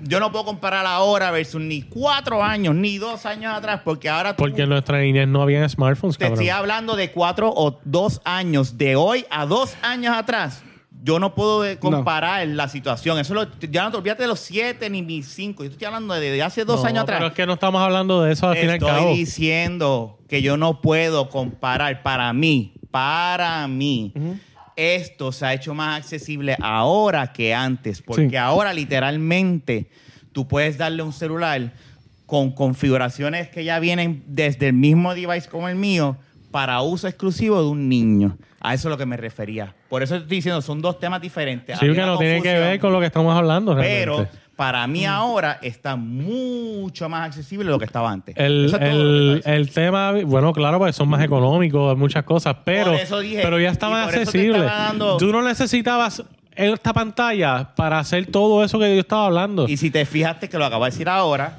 [SPEAKER 3] Yo no puedo comparar ahora versus ni cuatro años, ni dos años atrás, porque ahora tú-
[SPEAKER 4] Porque en nuestra niñez no habían smartphones,
[SPEAKER 3] te
[SPEAKER 4] cabrón.
[SPEAKER 3] estoy hablando de cuatro o dos años, de hoy a dos años atrás. Yo no puedo eh, comparar la situación. Eso lo- ya no te olvides de los siete ni mis cinco. Yo estoy hablando de, de hace dos
[SPEAKER 4] No,
[SPEAKER 3] años atrás.
[SPEAKER 4] Pero es que no estamos hablando de eso al fin y al
[SPEAKER 3] Estoy
[SPEAKER 4] cabo.
[SPEAKER 3] diciendo que yo no puedo comparar para mí, para mí. Esto se ha hecho más accesible ahora que antes, porque
[SPEAKER 1] Sí.
[SPEAKER 3] ahora literalmente tú puedes darle un celular con configuraciones que ya vienen desde el mismo device como el mío para uso exclusivo de un niño. A eso es lo que me refería. Por eso te estoy diciendo, son dos temas diferentes.
[SPEAKER 4] Sí,
[SPEAKER 3] Había
[SPEAKER 4] que no
[SPEAKER 3] una
[SPEAKER 4] tiene que
[SPEAKER 3] confusión.
[SPEAKER 4] ver con lo que estamos hablando
[SPEAKER 3] Pero
[SPEAKER 4] realmente.
[SPEAKER 3] para mí ahora está mucho más accesible de lo que estaba antes.
[SPEAKER 4] el,
[SPEAKER 3] Eso es todo lo que
[SPEAKER 4] el,
[SPEAKER 3] está diciendo.
[SPEAKER 4] el tema, bueno, claro, porque son más económicos, muchas cosas, pero,
[SPEAKER 3] Por eso dije,
[SPEAKER 4] pero ya
[SPEAKER 3] y
[SPEAKER 4] estaban
[SPEAKER 3] por eso te
[SPEAKER 4] accesibles.
[SPEAKER 3] estaba dando-
[SPEAKER 4] Tú no necesitabas esta pantalla para hacer todo eso que yo estaba hablando.
[SPEAKER 3] Y si te fijaste que lo acabo de decir ahora,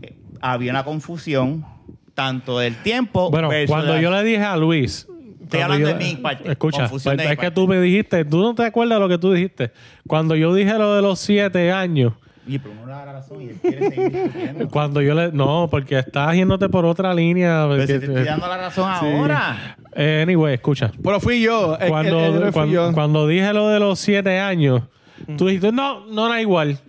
[SPEAKER 3] eh, había una confusión tanto del tiempo.
[SPEAKER 4] Bueno,
[SPEAKER 3] versus
[SPEAKER 4] cuando
[SPEAKER 3] de-
[SPEAKER 4] yo le dije a Luis. cuando
[SPEAKER 3] Oh, hablando
[SPEAKER 4] yo-
[SPEAKER 3] de mi parte,
[SPEAKER 4] Escucha,
[SPEAKER 3] confusión
[SPEAKER 4] pues,
[SPEAKER 3] de mi
[SPEAKER 4] es que
[SPEAKER 3] parte.
[SPEAKER 4] tú me dijiste, tú no te acuerdas lo que tú dijiste. Cuando yo dije lo de los siete años,
[SPEAKER 3] Y pero uno le da la razón y él quiere seguir discutiendo.
[SPEAKER 4] cuando yo le. No, porque estás yéndote por otra línea.
[SPEAKER 3] Pero
[SPEAKER 4] porque-
[SPEAKER 3] Pues si te estoy dando la razón ahora.
[SPEAKER 4] Eh, anyway, escucha.
[SPEAKER 1] Pero fui yo. El-
[SPEAKER 4] Cuando,
[SPEAKER 1] el- el- fui
[SPEAKER 4] cuan-
[SPEAKER 1] yo.
[SPEAKER 3] Mm.
[SPEAKER 4] cuando dije lo de los siete años, tú dijiste, no, no era igual.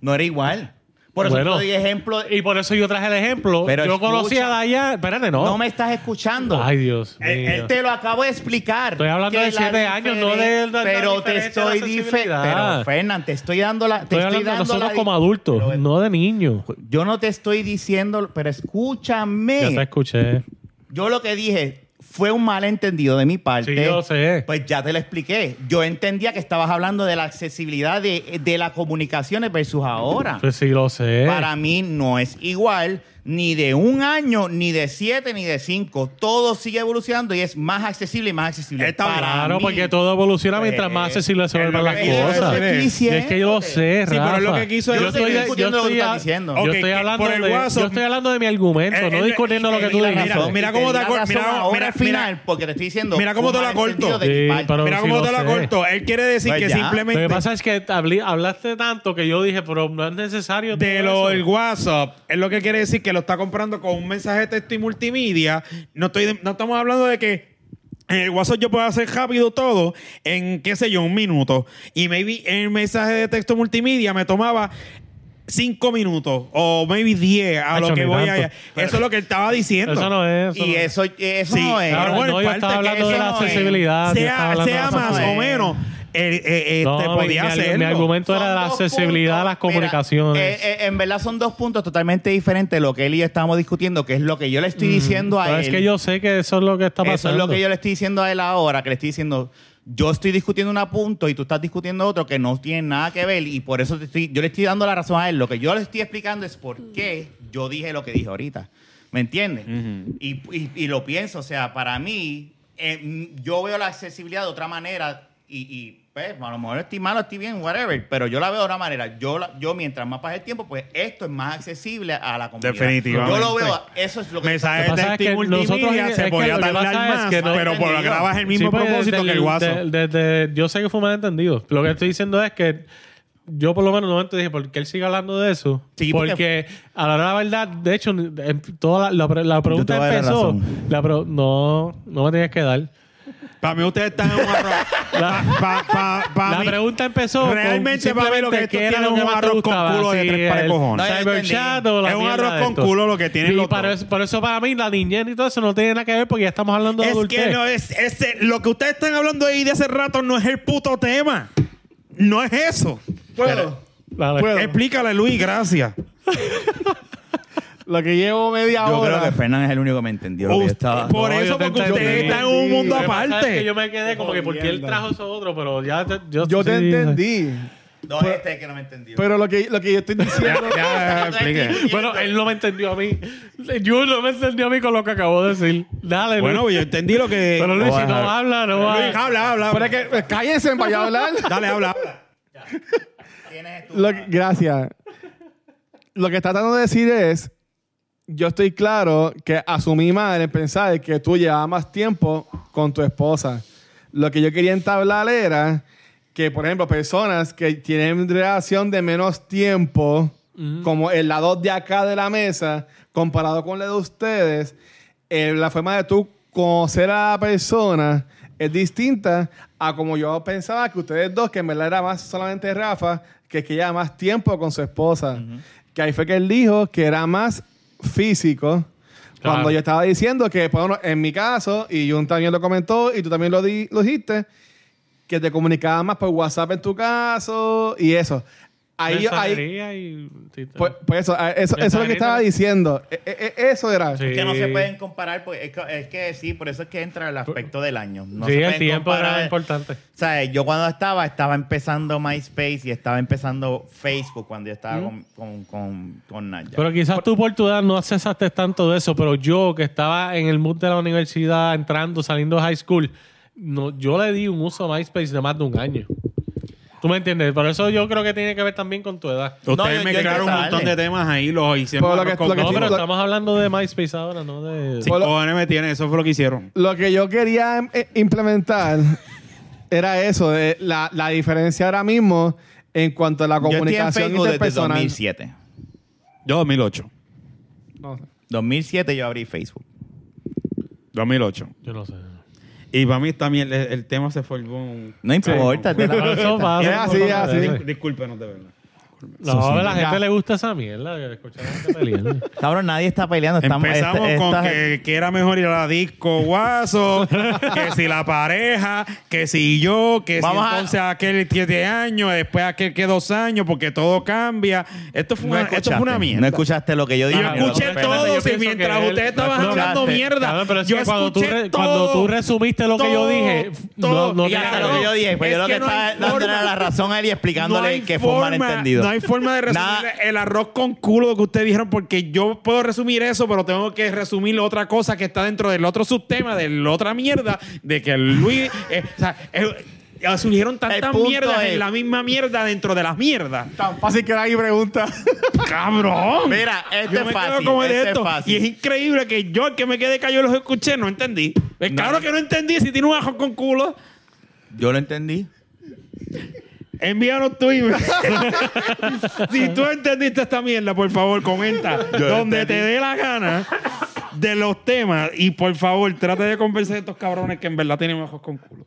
[SPEAKER 3] No era igual. Por eso
[SPEAKER 4] Bueno.
[SPEAKER 3] te doy ejemplo.
[SPEAKER 4] Y por eso yo traje el ejemplo.
[SPEAKER 3] Pero
[SPEAKER 4] yo
[SPEAKER 3] escucha.
[SPEAKER 4] conocí a Daya. Espérate, no.
[SPEAKER 3] No me estás escuchando.
[SPEAKER 4] Ay, Dios mío.
[SPEAKER 3] Él, él te lo acabo de explicar.
[SPEAKER 4] Estoy hablando
[SPEAKER 3] Que
[SPEAKER 4] de
[SPEAKER 3] la
[SPEAKER 4] siete años, no de- de- de
[SPEAKER 3] Pero
[SPEAKER 4] la
[SPEAKER 3] te
[SPEAKER 4] diferencia de la
[SPEAKER 3] estoy
[SPEAKER 4] sensibilidad.
[SPEAKER 3] diferente. Fernan, te estoy dando la. Te
[SPEAKER 4] Estoy
[SPEAKER 3] estoy,
[SPEAKER 4] hablando de
[SPEAKER 3] dando
[SPEAKER 4] nosotros
[SPEAKER 3] la di-
[SPEAKER 4] como adultos,
[SPEAKER 3] Pero-
[SPEAKER 4] no de niños.
[SPEAKER 3] Yo no te estoy diciendo, pero
[SPEAKER 4] Ya te
[SPEAKER 3] escúchame.
[SPEAKER 4] escuché.
[SPEAKER 3] Yo lo que dije fue un malentendido de mi parte.
[SPEAKER 4] Sí, yo sé.
[SPEAKER 3] Pues ya te lo expliqué. Yo entendía que estabas hablando de la accesibilidad de, de las comunicaciones versus ahora.
[SPEAKER 4] Pues sí, lo sé.
[SPEAKER 3] Para mí no es igual ni de un año, ni de siete, ni de cinco. Todo sigue evolucionando y es más accesible y más accesible.
[SPEAKER 2] Está
[SPEAKER 3] Para
[SPEAKER 4] claro,
[SPEAKER 3] mí.
[SPEAKER 4] porque todo evoluciona mientras
[SPEAKER 3] Pues,
[SPEAKER 4] más accesible se
[SPEAKER 2] es
[SPEAKER 4] vuelven
[SPEAKER 2] eh, lo
[SPEAKER 4] las
[SPEAKER 2] que quiero
[SPEAKER 4] cosas.
[SPEAKER 2] decir.
[SPEAKER 4] Y es que yo lo sé,
[SPEAKER 2] Sí, pero
[SPEAKER 4] Rafa.
[SPEAKER 2] es lo que quiso
[SPEAKER 4] yo
[SPEAKER 2] decir.
[SPEAKER 4] estoy,
[SPEAKER 3] Yo
[SPEAKER 4] yo
[SPEAKER 3] estoy discutiendo lo que
[SPEAKER 4] estoy
[SPEAKER 3] estás
[SPEAKER 4] a-
[SPEAKER 3] diciendo.
[SPEAKER 4] yo
[SPEAKER 2] Ok,
[SPEAKER 4] estoy
[SPEAKER 2] que
[SPEAKER 4] hablando
[SPEAKER 2] por el
[SPEAKER 4] de, yo
[SPEAKER 2] WhatsApp-
[SPEAKER 4] estoy hablando de mi argumento,
[SPEAKER 2] Eh, eh,
[SPEAKER 4] no discutiendo lo que tú
[SPEAKER 3] Tenía
[SPEAKER 4] dijiste.
[SPEAKER 3] razón.
[SPEAKER 2] Mira cómo te
[SPEAKER 3] Tenía
[SPEAKER 2] acor-
[SPEAKER 3] razón
[SPEAKER 2] mira,
[SPEAKER 3] ahora
[SPEAKER 2] mira,
[SPEAKER 3] al final, porque te estoy diciendo.
[SPEAKER 2] Mira cómo
[SPEAKER 3] fue
[SPEAKER 2] te la
[SPEAKER 3] mal
[SPEAKER 2] corto.
[SPEAKER 3] entendido de mi
[SPEAKER 4] Sí,
[SPEAKER 3] parte.
[SPEAKER 4] pero
[SPEAKER 2] Mira
[SPEAKER 4] si
[SPEAKER 2] cómo
[SPEAKER 4] lo
[SPEAKER 2] te la
[SPEAKER 4] sé.
[SPEAKER 2] corto. Él quiere decir
[SPEAKER 3] Pues
[SPEAKER 2] que
[SPEAKER 3] ya.
[SPEAKER 4] Lo que
[SPEAKER 2] simplemente
[SPEAKER 4] pasa es que habli- hablaste tanto que yo dije, pero no es necesario.
[SPEAKER 2] de
[SPEAKER 4] todo
[SPEAKER 2] lo
[SPEAKER 4] eso.
[SPEAKER 2] del WhatsApp es lo que quiere decir que lo está comprando con un mensaje de texto y multimedia. No, estoy de- no estamos hablando de que en el WhatsApp yo puedo hacer rápido todo en, qué sé yo, un minuto. Y maybe el mensaje de texto multimedia me tomaba cinco minutos o maybe diez a
[SPEAKER 4] Hacho,
[SPEAKER 2] lo que
[SPEAKER 4] ni
[SPEAKER 2] voy
[SPEAKER 4] tanto.
[SPEAKER 2] a... Eso es lo que él estaba diciendo.
[SPEAKER 4] Eso no es. eso
[SPEAKER 3] Y
[SPEAKER 4] no es.
[SPEAKER 3] eso, eso
[SPEAKER 2] Sí,
[SPEAKER 3] no es.
[SPEAKER 2] claro,
[SPEAKER 4] Claro,
[SPEAKER 2] bueno,
[SPEAKER 4] no, yo
[SPEAKER 2] parte
[SPEAKER 4] estaba
[SPEAKER 2] que
[SPEAKER 4] hablando de
[SPEAKER 3] eso
[SPEAKER 4] la
[SPEAKER 3] no es.
[SPEAKER 4] accesibilidad. yo estaba
[SPEAKER 2] sea
[SPEAKER 4] hablando de
[SPEAKER 2] sea
[SPEAKER 4] la
[SPEAKER 2] más o
[SPEAKER 4] accesibilidad.
[SPEAKER 2] menos, eh, eh, eh, te
[SPEAKER 4] No, mi-
[SPEAKER 2] podía
[SPEAKER 4] mi,
[SPEAKER 2] hacerlo.
[SPEAKER 4] mi argumento era
[SPEAKER 3] Son
[SPEAKER 4] de la
[SPEAKER 3] dos
[SPEAKER 4] accesibilidad a las
[SPEAKER 3] puntos. Mira,
[SPEAKER 4] comunicaciones.
[SPEAKER 3] eh, eh, en verdad son dos puntos totalmente diferentes de lo que él y yo estábamos discutiendo, que es lo que yo le estoy diciendo a
[SPEAKER 4] Mm. Pero
[SPEAKER 3] él.
[SPEAKER 4] es que yo sé que eso es lo que está pasando.
[SPEAKER 3] Eso es lo que yo le estoy diciendo a él ahora, que le estoy diciendo, yo estoy discutiendo un punto y tú estás discutiendo otro que no tiene nada que ver y por eso te estoy, yo le estoy dando la razón a él. Lo que yo le estoy explicando es por qué yo dije lo que dije ahorita. ¿Me entiendes? y, y- y lo pienso, o sea, para mí, eh, yo veo la accesibilidad de otra manera y... y, pues, a lo mejor estoy malo, estoy bien, whatever, pero yo la veo de otra manera. Yo, la- yo mientras más pasa el tiempo, pues esto es más accesible a la comunidad.
[SPEAKER 2] Definitivamente.
[SPEAKER 3] Yo lo veo, eso es lo que...
[SPEAKER 4] Lo que
[SPEAKER 2] mensajes
[SPEAKER 4] pasa
[SPEAKER 2] de
[SPEAKER 4] es que
[SPEAKER 2] este multimedia
[SPEAKER 4] nosotros-
[SPEAKER 2] se
[SPEAKER 4] es
[SPEAKER 2] podía
[SPEAKER 4] que lo que
[SPEAKER 2] tardar
[SPEAKER 4] pasa es
[SPEAKER 2] más,
[SPEAKER 4] que no-
[SPEAKER 2] pero por lo que grabas el mismo
[SPEAKER 4] Sí, pues,
[SPEAKER 2] propósito
[SPEAKER 4] del-
[SPEAKER 2] que el WhatsApp.
[SPEAKER 4] del- desde- yo sé que fue malentendido. Lo que estoy diciendo es que yo por lo menos no momento dije, ¿por qué él sigue hablando de eso?
[SPEAKER 3] Sí,
[SPEAKER 4] porque,
[SPEAKER 3] porque-
[SPEAKER 4] a la hora de la verdad, de hecho, en toda la, la, la
[SPEAKER 3] Yo te voy
[SPEAKER 4] pregunta
[SPEAKER 3] a dar
[SPEAKER 4] empezó.
[SPEAKER 3] razón.
[SPEAKER 4] La pro- no, no me tenías que dar.
[SPEAKER 2] Para mí ustedes están en un arroz.
[SPEAKER 4] La-
[SPEAKER 2] Pa- pa- pa-
[SPEAKER 4] la
[SPEAKER 2] mí-
[SPEAKER 4] pregunta empezó.
[SPEAKER 2] Realmente, para mí, lo que esto
[SPEAKER 4] esto
[SPEAKER 2] tiene es un arroz con culo de tres pares cojones.
[SPEAKER 3] No, yo entendí.
[SPEAKER 2] Es un arroz con culo lo que tienen
[SPEAKER 4] y
[SPEAKER 2] los
[SPEAKER 4] para
[SPEAKER 2] dos.
[SPEAKER 4] eso- por eso para mí la niñez y todo eso no tiene nada que ver porque ya estamos hablando de
[SPEAKER 2] Es
[SPEAKER 4] adultez.
[SPEAKER 2] que no es, ese- lo que ustedes están hablando ahí de hace rato no es el puto tema. No es eso.
[SPEAKER 1] ¿Puedo?
[SPEAKER 4] Dale.
[SPEAKER 1] Puedo.
[SPEAKER 2] Explícale, Luis, gracias.
[SPEAKER 1] Lo que llevo media
[SPEAKER 3] Yo creo
[SPEAKER 1] hora.
[SPEAKER 3] que Fernan es el único que me entendió. lo que
[SPEAKER 2] Ust-
[SPEAKER 3] estaba-
[SPEAKER 2] por
[SPEAKER 4] No, yo
[SPEAKER 2] eso,
[SPEAKER 4] te
[SPEAKER 2] porque
[SPEAKER 4] entendí.
[SPEAKER 2] ustedes están en un mundo
[SPEAKER 4] Lo que pasa es que
[SPEAKER 2] aparte.
[SPEAKER 4] yo me quedé como que porque él
[SPEAKER 1] Jodienda.
[SPEAKER 4] trajo eso otro, pero ya te- yo,
[SPEAKER 1] Yo te
[SPEAKER 4] sí,
[SPEAKER 1] entendí.
[SPEAKER 3] No, este es que no me entendió.
[SPEAKER 1] Pero lo que, lo que yo estoy diciendo.
[SPEAKER 2] Ya,
[SPEAKER 4] sí.
[SPEAKER 2] explique.
[SPEAKER 4] Bueno, él no me entendió a mí. Yo no me entendió a mí con lo que acabo de decir. Dale.
[SPEAKER 2] Bueno, pues
[SPEAKER 4] Luis.
[SPEAKER 2] yo entendí lo que.
[SPEAKER 4] pero Luis, si no
[SPEAKER 2] Luis,
[SPEAKER 4] habla, no va.
[SPEAKER 2] habla, habla.
[SPEAKER 1] pero es que eh, cállense para yo hablar.
[SPEAKER 2] Dale, habla. habla.
[SPEAKER 3] Tienes tu-
[SPEAKER 1] Lo que- gracias. Lo que está tratando de decir es, yo estoy claro que asumí mal en pensar que tú llevabas más tiempo con tu esposa. Lo que yo quería entablar era que, por ejemplo, personas que tienen relación de menos tiempo, como el lado de acá de la mesa, comparado con la de ustedes, eh, la forma de tú conocer a la persona es distinta a como yo pensaba que ustedes dos, que en verdad era más solamente Rafa, que es que lleva más tiempo con su esposa. Que ahí fue que él dijo que era más físico.
[SPEAKER 4] Claro.
[SPEAKER 1] Cuando yo estaba diciendo que, por ejemplo, en mi caso, y Jun también lo comentó, y tú también lo, di- lo dijiste, que te comunicaba más por WhatsApp en tu caso, y eso. Ahí, ahí,
[SPEAKER 4] Mensajería y- sí,
[SPEAKER 1] pues, pues eso, ah, eso, eso es lo que estaba diciendo. E- e- e- eso era.
[SPEAKER 4] sí.
[SPEAKER 3] Es que no se pueden comparar, porque es que, es que sí, por eso es que entra el aspecto del año. No
[SPEAKER 4] sí,
[SPEAKER 3] se
[SPEAKER 4] el
[SPEAKER 3] pueden
[SPEAKER 4] tiempo
[SPEAKER 3] comparar.
[SPEAKER 4] era importante.
[SPEAKER 3] O sea, yo cuando estaba, estaba empezando MySpace y estaba empezando Facebook cuando yo estaba con, con, con, con Naya.
[SPEAKER 4] Pero quizás tú por tu edad no aceptaste tanto de eso, pero yo que estaba en el mood de la universidad, entrando, saliendo de high school, no, yo le di un uso a MySpace de más de un año. ¿Tú me entiendes? Por eso yo creo que tiene que ver también con tu edad.
[SPEAKER 3] yo-
[SPEAKER 2] Ustedes
[SPEAKER 3] yo
[SPEAKER 2] mezclaron un
[SPEAKER 3] quiero
[SPEAKER 2] montón de
[SPEAKER 3] saberle.
[SPEAKER 2] temas ahí, los hicieron.
[SPEAKER 1] Pero Pues lo
[SPEAKER 2] arroz
[SPEAKER 1] que- lo
[SPEAKER 2] con
[SPEAKER 1] que
[SPEAKER 4] No,
[SPEAKER 1] sí,
[SPEAKER 4] pero
[SPEAKER 2] culo.
[SPEAKER 1] lo-
[SPEAKER 4] estamos hablando de MySace ahora, no de...
[SPEAKER 2] Sí,
[SPEAKER 1] Hola.
[SPEAKER 2] cojones me tiene, eso fue lo que hicieron.
[SPEAKER 1] Lo que yo quería em, eh, implementar era eso, de la, la diferencia ahora mismo en cuanto a la
[SPEAKER 3] yo estoy en
[SPEAKER 1] comunicación
[SPEAKER 3] Facebook desde
[SPEAKER 1] interpersonal.
[SPEAKER 3] 2007.
[SPEAKER 2] Yo 2008.
[SPEAKER 1] No sé.
[SPEAKER 3] 2007 yo abrí Facebook.
[SPEAKER 2] 2008.
[SPEAKER 4] Yo no sé.
[SPEAKER 2] Y para mí también el, el tema se formó un...
[SPEAKER 3] No importa. te la-
[SPEAKER 4] Eso pasa.
[SPEAKER 1] Es así, es así.
[SPEAKER 2] Discúlpenos, de verdad. primero.
[SPEAKER 4] No, a la gente le gusta esa mierda. Escuchar a la gente peleando.
[SPEAKER 3] Cabrón, nadie está peleando. Estamos,
[SPEAKER 2] Empezamos
[SPEAKER 3] este-
[SPEAKER 2] con
[SPEAKER 3] esta-
[SPEAKER 2] que, que era mejor ir a la disco guaso, que si la pareja, que si yo, que
[SPEAKER 3] Vamos
[SPEAKER 2] si
[SPEAKER 3] a-
[SPEAKER 2] entonces aquel siete años, después aquel que dos años, porque todo cambia. Esto fue,
[SPEAKER 3] No
[SPEAKER 2] una, esto fue
[SPEAKER 3] escuchaste,
[SPEAKER 2] una mierda.
[SPEAKER 3] No escuchaste lo que yo
[SPEAKER 2] Yo
[SPEAKER 3] dije.
[SPEAKER 2] escuché
[SPEAKER 3] Pero-
[SPEAKER 4] espérate, yo
[SPEAKER 2] todo, si
[SPEAKER 4] pienso
[SPEAKER 2] mientras
[SPEAKER 4] que él-
[SPEAKER 2] ustedes estaban
[SPEAKER 3] escuchaste.
[SPEAKER 2] hablando mierda.
[SPEAKER 4] Cabrón, pero es
[SPEAKER 2] yo
[SPEAKER 4] que cuando tú,
[SPEAKER 2] escuché
[SPEAKER 4] re- cuando tú
[SPEAKER 2] todo,
[SPEAKER 4] resumiste lo que yo
[SPEAKER 2] todo,
[SPEAKER 4] dije, f-
[SPEAKER 2] todo.
[SPEAKER 4] no, no
[SPEAKER 3] Y
[SPEAKER 4] te
[SPEAKER 3] hasta
[SPEAKER 2] Claro.
[SPEAKER 3] lo que yo dije, pues
[SPEAKER 2] Es
[SPEAKER 3] yo lo
[SPEAKER 2] que
[SPEAKER 3] que,
[SPEAKER 2] no
[SPEAKER 3] estaba
[SPEAKER 2] hay
[SPEAKER 3] dándole
[SPEAKER 2] forma.
[SPEAKER 3] la razón a él y
[SPEAKER 2] No
[SPEAKER 3] explicándole
[SPEAKER 2] hay
[SPEAKER 3] que fue un malentendido.
[SPEAKER 2] No hay forma de resumir
[SPEAKER 3] Nada.
[SPEAKER 2] el arroz con culo lo que ustedes dijeron, porque yo puedo resumir eso, pero tengo que resumir otra cosa que está dentro del otro subtema, de la otra mierda, de que Luis. eh, o sea, eh, eh, surgieron
[SPEAKER 3] El
[SPEAKER 2] tantas
[SPEAKER 3] punto
[SPEAKER 2] mierdas
[SPEAKER 3] es-
[SPEAKER 2] en la misma mierda dentro de las mierdas.
[SPEAKER 3] Tan fácil que nadie pregunta.
[SPEAKER 2] ¡Cabrón!
[SPEAKER 3] Mira, este
[SPEAKER 2] Yo
[SPEAKER 3] es
[SPEAKER 2] me quedo
[SPEAKER 3] fácil.
[SPEAKER 2] como de
[SPEAKER 3] Este es
[SPEAKER 2] esto. Y es
[SPEAKER 3] fácil.
[SPEAKER 2] increíble que yo, el que me quedé callado, los escuché, no entendí. Es
[SPEAKER 3] No.
[SPEAKER 2] claro que no entendí si tiene un arroz con culo.
[SPEAKER 3] Yo lo entendí.
[SPEAKER 2] Envíanos tu email. si tú entendiste esta mierda, por favor, comenta
[SPEAKER 3] Yo
[SPEAKER 2] donde
[SPEAKER 3] entendí.
[SPEAKER 2] te dé la gana de los temas y por favor, trate de convencer a estos cabrones que en verdad tienen ojos con culo.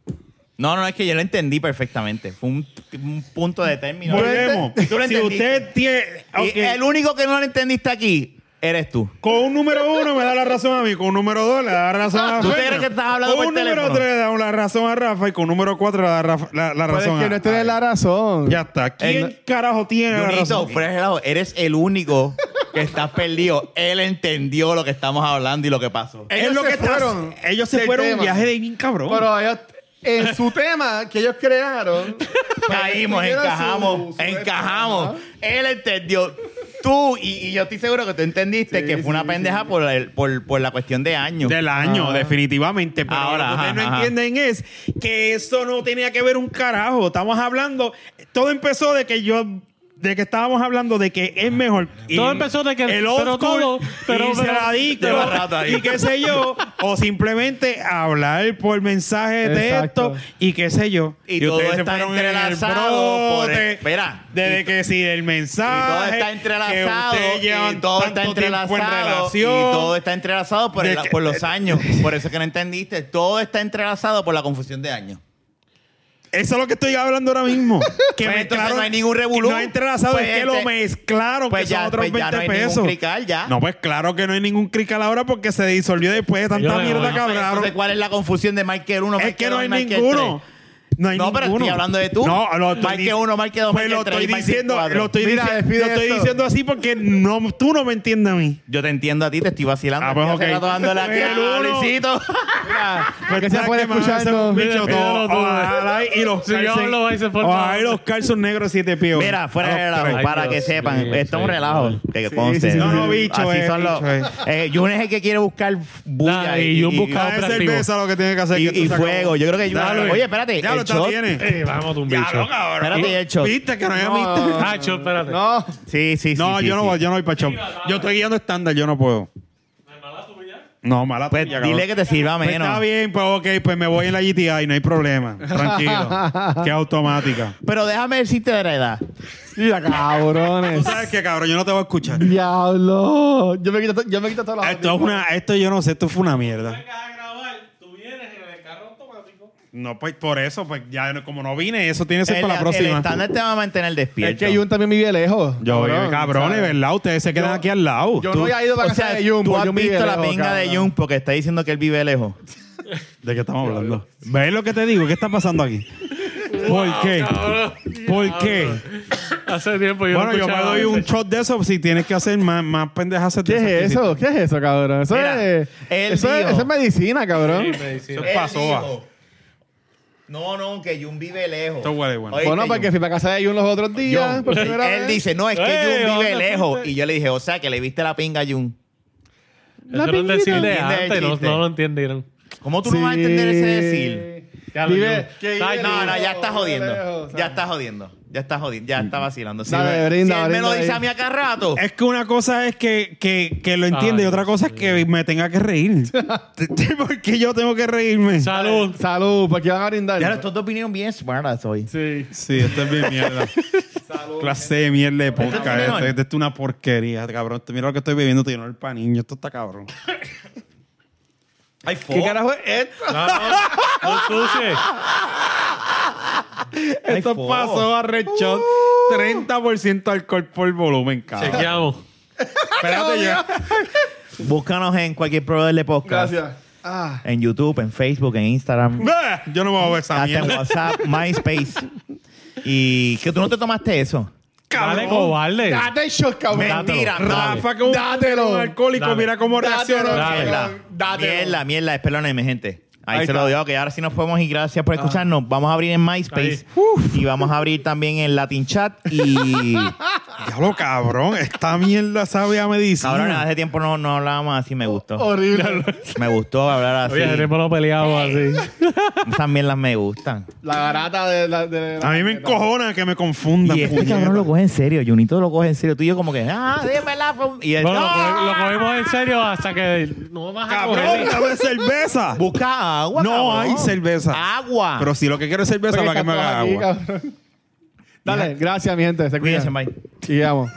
[SPEAKER 3] No, no, es que yo lo entendí perfectamente. Fue un, un punto de término.
[SPEAKER 2] Volvemos.
[SPEAKER 3] Tú lo
[SPEAKER 2] Si
[SPEAKER 3] entendiste.
[SPEAKER 2] usted tiene
[SPEAKER 3] Y
[SPEAKER 2] ok,
[SPEAKER 3] el único que no lo entendiste aquí eres tú.
[SPEAKER 2] con un número uno me da la razón a mí, con un número dos le da la razón a
[SPEAKER 3] ¿Tú
[SPEAKER 2] Fernan.
[SPEAKER 3] crees que estás hablando
[SPEAKER 2] Con
[SPEAKER 3] por
[SPEAKER 2] un número
[SPEAKER 3] teléfono?
[SPEAKER 2] tres le da la razón a Rafa y con un número cuatro le da Rafa- la,
[SPEAKER 3] Pues
[SPEAKER 2] la
[SPEAKER 1] Pero es
[SPEAKER 2] razón
[SPEAKER 1] que
[SPEAKER 2] a-
[SPEAKER 1] no tiene la razón.
[SPEAKER 2] Ya está. ¿Quién
[SPEAKER 3] El-
[SPEAKER 2] carajo tiene la
[SPEAKER 3] Junito,
[SPEAKER 2] razón?
[SPEAKER 3] fuera de relajo, eres el único que estás perdido. Él entendió lo que estamos hablando y lo que pasó.
[SPEAKER 2] Es lo
[SPEAKER 1] se
[SPEAKER 2] que está-
[SPEAKER 1] fueron
[SPEAKER 2] Ellos se
[SPEAKER 1] del
[SPEAKER 2] fueron a un
[SPEAKER 1] tema.
[SPEAKER 2] viaje de bien cabrón.
[SPEAKER 1] Pero ellos, en su tema que ellos crearon,
[SPEAKER 2] Pues,
[SPEAKER 3] Caímos,
[SPEAKER 1] Era su-
[SPEAKER 3] encajamos,
[SPEAKER 1] su-
[SPEAKER 3] encajamos.
[SPEAKER 1] Ajá.
[SPEAKER 3] Él entendió. Tú, y, y yo estoy seguro que tú entendiste
[SPEAKER 1] Sí,
[SPEAKER 3] que fue
[SPEAKER 1] sí,
[SPEAKER 3] una
[SPEAKER 1] sí,
[SPEAKER 3] pendeja Por, el- por, por la cuestión de años.
[SPEAKER 2] Del
[SPEAKER 4] Ah.
[SPEAKER 2] año,
[SPEAKER 1] Ajá.
[SPEAKER 2] definitivamente. Pero
[SPEAKER 3] Ahora,
[SPEAKER 2] lo que ustedes
[SPEAKER 3] ajá,
[SPEAKER 2] no
[SPEAKER 3] ajá.
[SPEAKER 2] entienden es que eso no tenía que ver un carajo. Estamos hablando. Todo empezó de que yo. De que estábamos hablando de que es mejor.
[SPEAKER 4] Todo empezó de que-
[SPEAKER 2] El old
[SPEAKER 4] pero
[SPEAKER 2] school
[SPEAKER 4] todo- pero-
[SPEAKER 2] irse
[SPEAKER 4] pero-
[SPEAKER 2] al adicto,
[SPEAKER 3] Lleva rato ahí.
[SPEAKER 2] Y qué sé yo. o simplemente hablar por mensaje de
[SPEAKER 1] Exacto.
[SPEAKER 2] texto. Y qué sé yo.
[SPEAKER 3] Y todo
[SPEAKER 2] ustedes se
[SPEAKER 3] está
[SPEAKER 2] fueron en el
[SPEAKER 3] entrelazado por el-
[SPEAKER 2] brote,
[SPEAKER 3] Espera.
[SPEAKER 2] Desde
[SPEAKER 3] Y-
[SPEAKER 2] que si el mensaje.
[SPEAKER 3] Y todo está
[SPEAKER 2] que
[SPEAKER 3] entrelazado.
[SPEAKER 2] ustedes
[SPEAKER 3] Y
[SPEAKER 2] llevan
[SPEAKER 3] todo está
[SPEAKER 2] tanto tiempo en
[SPEAKER 3] entrelazado. Y
[SPEAKER 2] relación.
[SPEAKER 3] todo está entrelazado por,
[SPEAKER 2] De
[SPEAKER 3] el-
[SPEAKER 2] que- eh,
[SPEAKER 3] por los años. Por eso que no entendiste. Todo está entrelazado por la confusión de años.
[SPEAKER 2] Eso es lo que estoy hablando ahora mismo. Que
[SPEAKER 3] Pues entonces
[SPEAKER 2] mezclaron-
[SPEAKER 3] no hay ningún revolú.
[SPEAKER 2] que No hay entrelazado,
[SPEAKER 3] Pues
[SPEAKER 2] es que
[SPEAKER 3] este-
[SPEAKER 2] lo mezclaron,
[SPEAKER 3] pues
[SPEAKER 2] que
[SPEAKER 3] ya-
[SPEAKER 2] son otros
[SPEAKER 3] pues ya
[SPEAKER 2] 20
[SPEAKER 3] no hay ningún
[SPEAKER 2] pesos.
[SPEAKER 3] crical, ya.
[SPEAKER 2] No, pues claro que no hay ningún crical ahora porque se disolvió después de tanta
[SPEAKER 4] Yo-
[SPEAKER 2] mierda
[SPEAKER 4] bueno,
[SPEAKER 2] que
[SPEAKER 4] pues,
[SPEAKER 2] hablaron.
[SPEAKER 3] Ah, Entonces, ¿cuál es la confusión de Michael 1,
[SPEAKER 2] Es que no hay
[SPEAKER 3] Michael
[SPEAKER 2] ninguno.
[SPEAKER 3] 3?
[SPEAKER 2] No, hay
[SPEAKER 3] este? No, pero
[SPEAKER 2] ninguno.
[SPEAKER 3] estoy hablando de tú.
[SPEAKER 2] No, lo estoy
[SPEAKER 3] Marque
[SPEAKER 2] dic-
[SPEAKER 3] uno, marque dos,
[SPEAKER 2] Pues
[SPEAKER 3] marque
[SPEAKER 2] lo
[SPEAKER 3] tres,
[SPEAKER 2] estoy
[SPEAKER 3] marque
[SPEAKER 2] diciendo,
[SPEAKER 3] cuatro.
[SPEAKER 2] lo estoy,
[SPEAKER 1] Mira,
[SPEAKER 2] dici-
[SPEAKER 1] despide
[SPEAKER 2] lo estoy
[SPEAKER 1] esto.
[SPEAKER 2] diciendo así porque no, tú no me entiendes a mí.
[SPEAKER 3] Yo te entiendo a ti, te estoy vacilando.
[SPEAKER 2] Ah, pues,
[SPEAKER 3] Estoy
[SPEAKER 2] ok.
[SPEAKER 3] hace rato dándole aquí
[SPEAKER 2] El
[SPEAKER 3] a
[SPEAKER 2] uno.
[SPEAKER 3] Luisito.
[SPEAKER 1] que se puede escuchar, no.
[SPEAKER 4] Mira, míralo tú,
[SPEAKER 2] Y los
[SPEAKER 4] Si yo
[SPEAKER 2] calzones-
[SPEAKER 4] hablo, ahí se forma-
[SPEAKER 2] ojalá y los calzones negros siete pies.
[SPEAKER 3] Mira, fuera de relajo,
[SPEAKER 4] Ay,
[SPEAKER 3] para
[SPEAKER 4] Dios
[SPEAKER 3] que sepan.
[SPEAKER 4] mío,
[SPEAKER 3] esto es un
[SPEAKER 4] sí,
[SPEAKER 3] relajo.
[SPEAKER 4] sí.
[SPEAKER 3] Que conste.
[SPEAKER 2] sí, sí. No, no, bicho,
[SPEAKER 3] Así
[SPEAKER 2] eh,
[SPEAKER 3] son los.
[SPEAKER 2] bicho, eh.
[SPEAKER 3] Eh, Jun es el que quiere buscar bulla.
[SPEAKER 4] Nah, y Jun busca
[SPEAKER 2] Ah,
[SPEAKER 4] otra
[SPEAKER 2] es
[SPEAKER 4] activo.
[SPEAKER 2] cerveza lo que tiene que hacer.
[SPEAKER 3] Y-
[SPEAKER 2] que tú
[SPEAKER 3] y
[SPEAKER 2] se acabó.
[SPEAKER 3] fuego. Yo creo que Jun-
[SPEAKER 2] Dale.
[SPEAKER 3] Oye, espérate,
[SPEAKER 2] Ya
[SPEAKER 3] el
[SPEAKER 2] lo está-
[SPEAKER 3] shot-
[SPEAKER 2] tiene.
[SPEAKER 4] Eh, vamos de un bicho.
[SPEAKER 2] Diablo, cabrón.
[SPEAKER 3] Espérate, y el shot.
[SPEAKER 2] Viste que no hay amistad.
[SPEAKER 1] no,
[SPEAKER 4] Ah, chon, espérate.
[SPEAKER 1] no,
[SPEAKER 3] Sí, sí, sí.
[SPEAKER 2] No,
[SPEAKER 3] sí,
[SPEAKER 2] yo no
[SPEAKER 3] sí.
[SPEAKER 2] voy, yo no voy para chop. Yo estoy guiando estándar, yo no puedo. No, mala
[SPEAKER 3] Pues
[SPEAKER 2] tuya,
[SPEAKER 3] dile
[SPEAKER 2] cabrón.
[SPEAKER 3] que te sirva
[SPEAKER 2] Pues
[SPEAKER 3] menos.
[SPEAKER 2] está bien, pues ok, pues me voy en la GTI, no hay problema. Tranquilo. que es automática.
[SPEAKER 3] Pero déjame decirte de la edad.
[SPEAKER 1] mira, cabrones.
[SPEAKER 2] ¿Sabes qué, cabrón? Yo no te voy a escuchar.
[SPEAKER 1] Diablo. Yo me quito, to- yo me quito todos los
[SPEAKER 2] Esto es una, esto yo no sé, esto fue una mierda.
[SPEAKER 4] a grabar, tú vienes en el carro automático.
[SPEAKER 2] No, pues por eso, pues ya no- como no vine, eso tiene que ser
[SPEAKER 3] El-
[SPEAKER 2] para la
[SPEAKER 3] El
[SPEAKER 2] próxima.
[SPEAKER 3] estándar te va a mantener despierto.
[SPEAKER 1] Es que Jun también vive lejos.
[SPEAKER 2] Yo, cabrón, cabrones,
[SPEAKER 1] ¿sabes?
[SPEAKER 2] ¿verdad? Ustedes se quedan
[SPEAKER 1] Yo-
[SPEAKER 2] aquí al lado.
[SPEAKER 1] Yo
[SPEAKER 2] Tú-
[SPEAKER 1] no había ido para
[SPEAKER 3] O
[SPEAKER 1] casa
[SPEAKER 3] sea,
[SPEAKER 1] de Jun.
[SPEAKER 3] tú
[SPEAKER 1] porque
[SPEAKER 3] has
[SPEAKER 1] Jun vive
[SPEAKER 3] visto la
[SPEAKER 1] lejos,
[SPEAKER 3] pinga de
[SPEAKER 1] cabrón.
[SPEAKER 3] Jun porque está diciendo que él vive lejos.
[SPEAKER 2] ¿De qué estamos hablando? ¿Ves lo que te digo? ¿Qué está pasando aquí? ¿Por qué?
[SPEAKER 1] Ah,
[SPEAKER 2] ¿Por qué?
[SPEAKER 4] Hace tiempo yo
[SPEAKER 2] Bueno,
[SPEAKER 4] no
[SPEAKER 2] yo me
[SPEAKER 4] escuchaba
[SPEAKER 2] doy un
[SPEAKER 4] ese.
[SPEAKER 2] shot de eso si tienes que hacer más, más pendejas. de
[SPEAKER 1] ¿Qué
[SPEAKER 2] esas que
[SPEAKER 1] es
[SPEAKER 2] hiciste.
[SPEAKER 1] eso? ¿Qué es eso, cabrón? Eso,
[SPEAKER 3] Mira,
[SPEAKER 1] es,
[SPEAKER 3] él
[SPEAKER 1] eso, es,
[SPEAKER 3] dijo-
[SPEAKER 1] eso es medicina, cabrón.
[SPEAKER 2] Eso
[SPEAKER 3] Él
[SPEAKER 2] pasó,
[SPEAKER 3] dijo, No, no, que Jun vive lejos.
[SPEAKER 2] Esto huele bueno.
[SPEAKER 3] Oíste,
[SPEAKER 1] Bueno, porque
[SPEAKER 3] Jun.
[SPEAKER 1] fui para casa de Jun los otros días. por
[SPEAKER 3] Él
[SPEAKER 1] primera vez.
[SPEAKER 3] dice, no, es que
[SPEAKER 4] Ey,
[SPEAKER 3] Jun vive
[SPEAKER 4] Eh, ¿dónde
[SPEAKER 3] lejos.
[SPEAKER 4] fuiste?
[SPEAKER 3] Y yo le dije, o sea, que le viste la pinga a Jun.
[SPEAKER 4] Eso era
[SPEAKER 1] La
[SPEAKER 4] un
[SPEAKER 1] pinguita.
[SPEAKER 4] decir de
[SPEAKER 3] Entiende el
[SPEAKER 4] antes, no,
[SPEAKER 3] chiste.
[SPEAKER 4] no lo entendieron.
[SPEAKER 3] ¿Cómo tú no vas a entender ese decir?
[SPEAKER 1] Vive,
[SPEAKER 4] Que vive
[SPEAKER 3] Ay, no,
[SPEAKER 4] lejos,
[SPEAKER 3] no, ya estás jodiendo. Ya estás jodiendo. Ya estás jodiendo. Ya está vacilando. Si,
[SPEAKER 1] Dale,
[SPEAKER 3] me-
[SPEAKER 1] brinda,
[SPEAKER 3] si él me
[SPEAKER 1] brinda
[SPEAKER 3] lo dice
[SPEAKER 1] ahí.
[SPEAKER 3] a mí acá rato.
[SPEAKER 2] Es que una cosa es que, que, que lo entiende y
[SPEAKER 1] Ah,
[SPEAKER 4] Ay,
[SPEAKER 2] otra cosa es que me tenga que reír. ¿Por qué yo tengo que reírme?
[SPEAKER 4] Salud.
[SPEAKER 1] Salud, porque van a brindar.
[SPEAKER 3] Ya, estos dos vinieron bien smartas hoy.
[SPEAKER 1] Sí.
[SPEAKER 2] Sí, esto es bien mierda. Clase de mierda
[SPEAKER 1] Este
[SPEAKER 2] de
[SPEAKER 3] es
[SPEAKER 2] podcast.
[SPEAKER 3] mejor.
[SPEAKER 2] Esto esto es una porquería, cabrón. Mira lo que estoy bebiendo, tío, no el paniño. Esto está cabrón. Oh.
[SPEAKER 3] Ay,
[SPEAKER 1] ¿Qué carajo es esto?
[SPEAKER 4] No sucies.
[SPEAKER 2] Esto
[SPEAKER 3] fo.
[SPEAKER 2] pasó a Red Shot.
[SPEAKER 3] Uh.
[SPEAKER 2] 30% alcohol por volumen, cabrón.
[SPEAKER 4] Chequeamos.
[SPEAKER 3] Espérate ya. Búscanos en cualquier proveedor de podcast.
[SPEAKER 1] Gracias. Ah.
[SPEAKER 3] En YouTube, en Facebook, en Instagram.
[SPEAKER 2] Bah, Yo no me voy a ver esa
[SPEAKER 3] hasta en
[SPEAKER 2] mierda.
[SPEAKER 3] WhatsApp, MySpace. Y que tú no te tomaste eso.
[SPEAKER 4] Dale, cobarde.
[SPEAKER 1] Date el shot, cabrón.
[SPEAKER 4] Dátelo.
[SPEAKER 3] Mentira.
[SPEAKER 2] Rafa, que un
[SPEAKER 1] Dátelo.
[SPEAKER 2] un alcohólico,
[SPEAKER 4] Dale.
[SPEAKER 2] mira cómo
[SPEAKER 1] Dátelo,
[SPEAKER 2] reacciona.
[SPEAKER 4] Dale.
[SPEAKER 1] cabrón.
[SPEAKER 3] Mierda,
[SPEAKER 1] Dátelo.
[SPEAKER 3] mierda, mierda, espelónenme, gente. Ahí, Ah.
[SPEAKER 2] Ahí
[SPEAKER 3] se
[SPEAKER 2] está.
[SPEAKER 3] lo digo, que ahora sí nos podemos ir. Gracias por escucharnos. Vamos a abrir en MySpace. Y vamos a abrir también en Latin Chat. Y
[SPEAKER 2] Diablo, cabrón. Esta mierda sabe a medicina.
[SPEAKER 3] ahora hace tiempo no, no hablábamos así, me gustó.
[SPEAKER 1] Horrible.
[SPEAKER 3] Me gustó hablar así.
[SPEAKER 4] Oye, tenemos los peleados así.
[SPEAKER 3] Esas mierdas me gustan.
[SPEAKER 1] La garata de la. de la-
[SPEAKER 2] A mí me encojona que me confundan.
[SPEAKER 3] Y este
[SPEAKER 2] puñeta.
[SPEAKER 3] cabrón lo coge en serio. Junito lo coge en serio. Tú y yo como que, ah, dímela. fue-". Y él,
[SPEAKER 4] Bueno, lo,
[SPEAKER 3] "Ah".
[SPEAKER 4] co- lo cogemos en serio hasta que no vas a
[SPEAKER 2] Cabrón,
[SPEAKER 4] coger.
[SPEAKER 2] dame cerveza.
[SPEAKER 3] Busca agua,
[SPEAKER 2] No
[SPEAKER 3] cabrón.
[SPEAKER 2] hay cerveza.
[SPEAKER 3] Agua.
[SPEAKER 2] Pero si lo que quiero es cerveza,
[SPEAKER 1] Porque
[SPEAKER 2] para que me
[SPEAKER 1] están
[SPEAKER 2] haga
[SPEAKER 1] todos
[SPEAKER 2] agua.
[SPEAKER 1] aquí, cabrón. Dale, gracias, mi gente. Se
[SPEAKER 3] Cuídense,
[SPEAKER 1] cuidan.
[SPEAKER 3] bye.
[SPEAKER 1] Y vamos.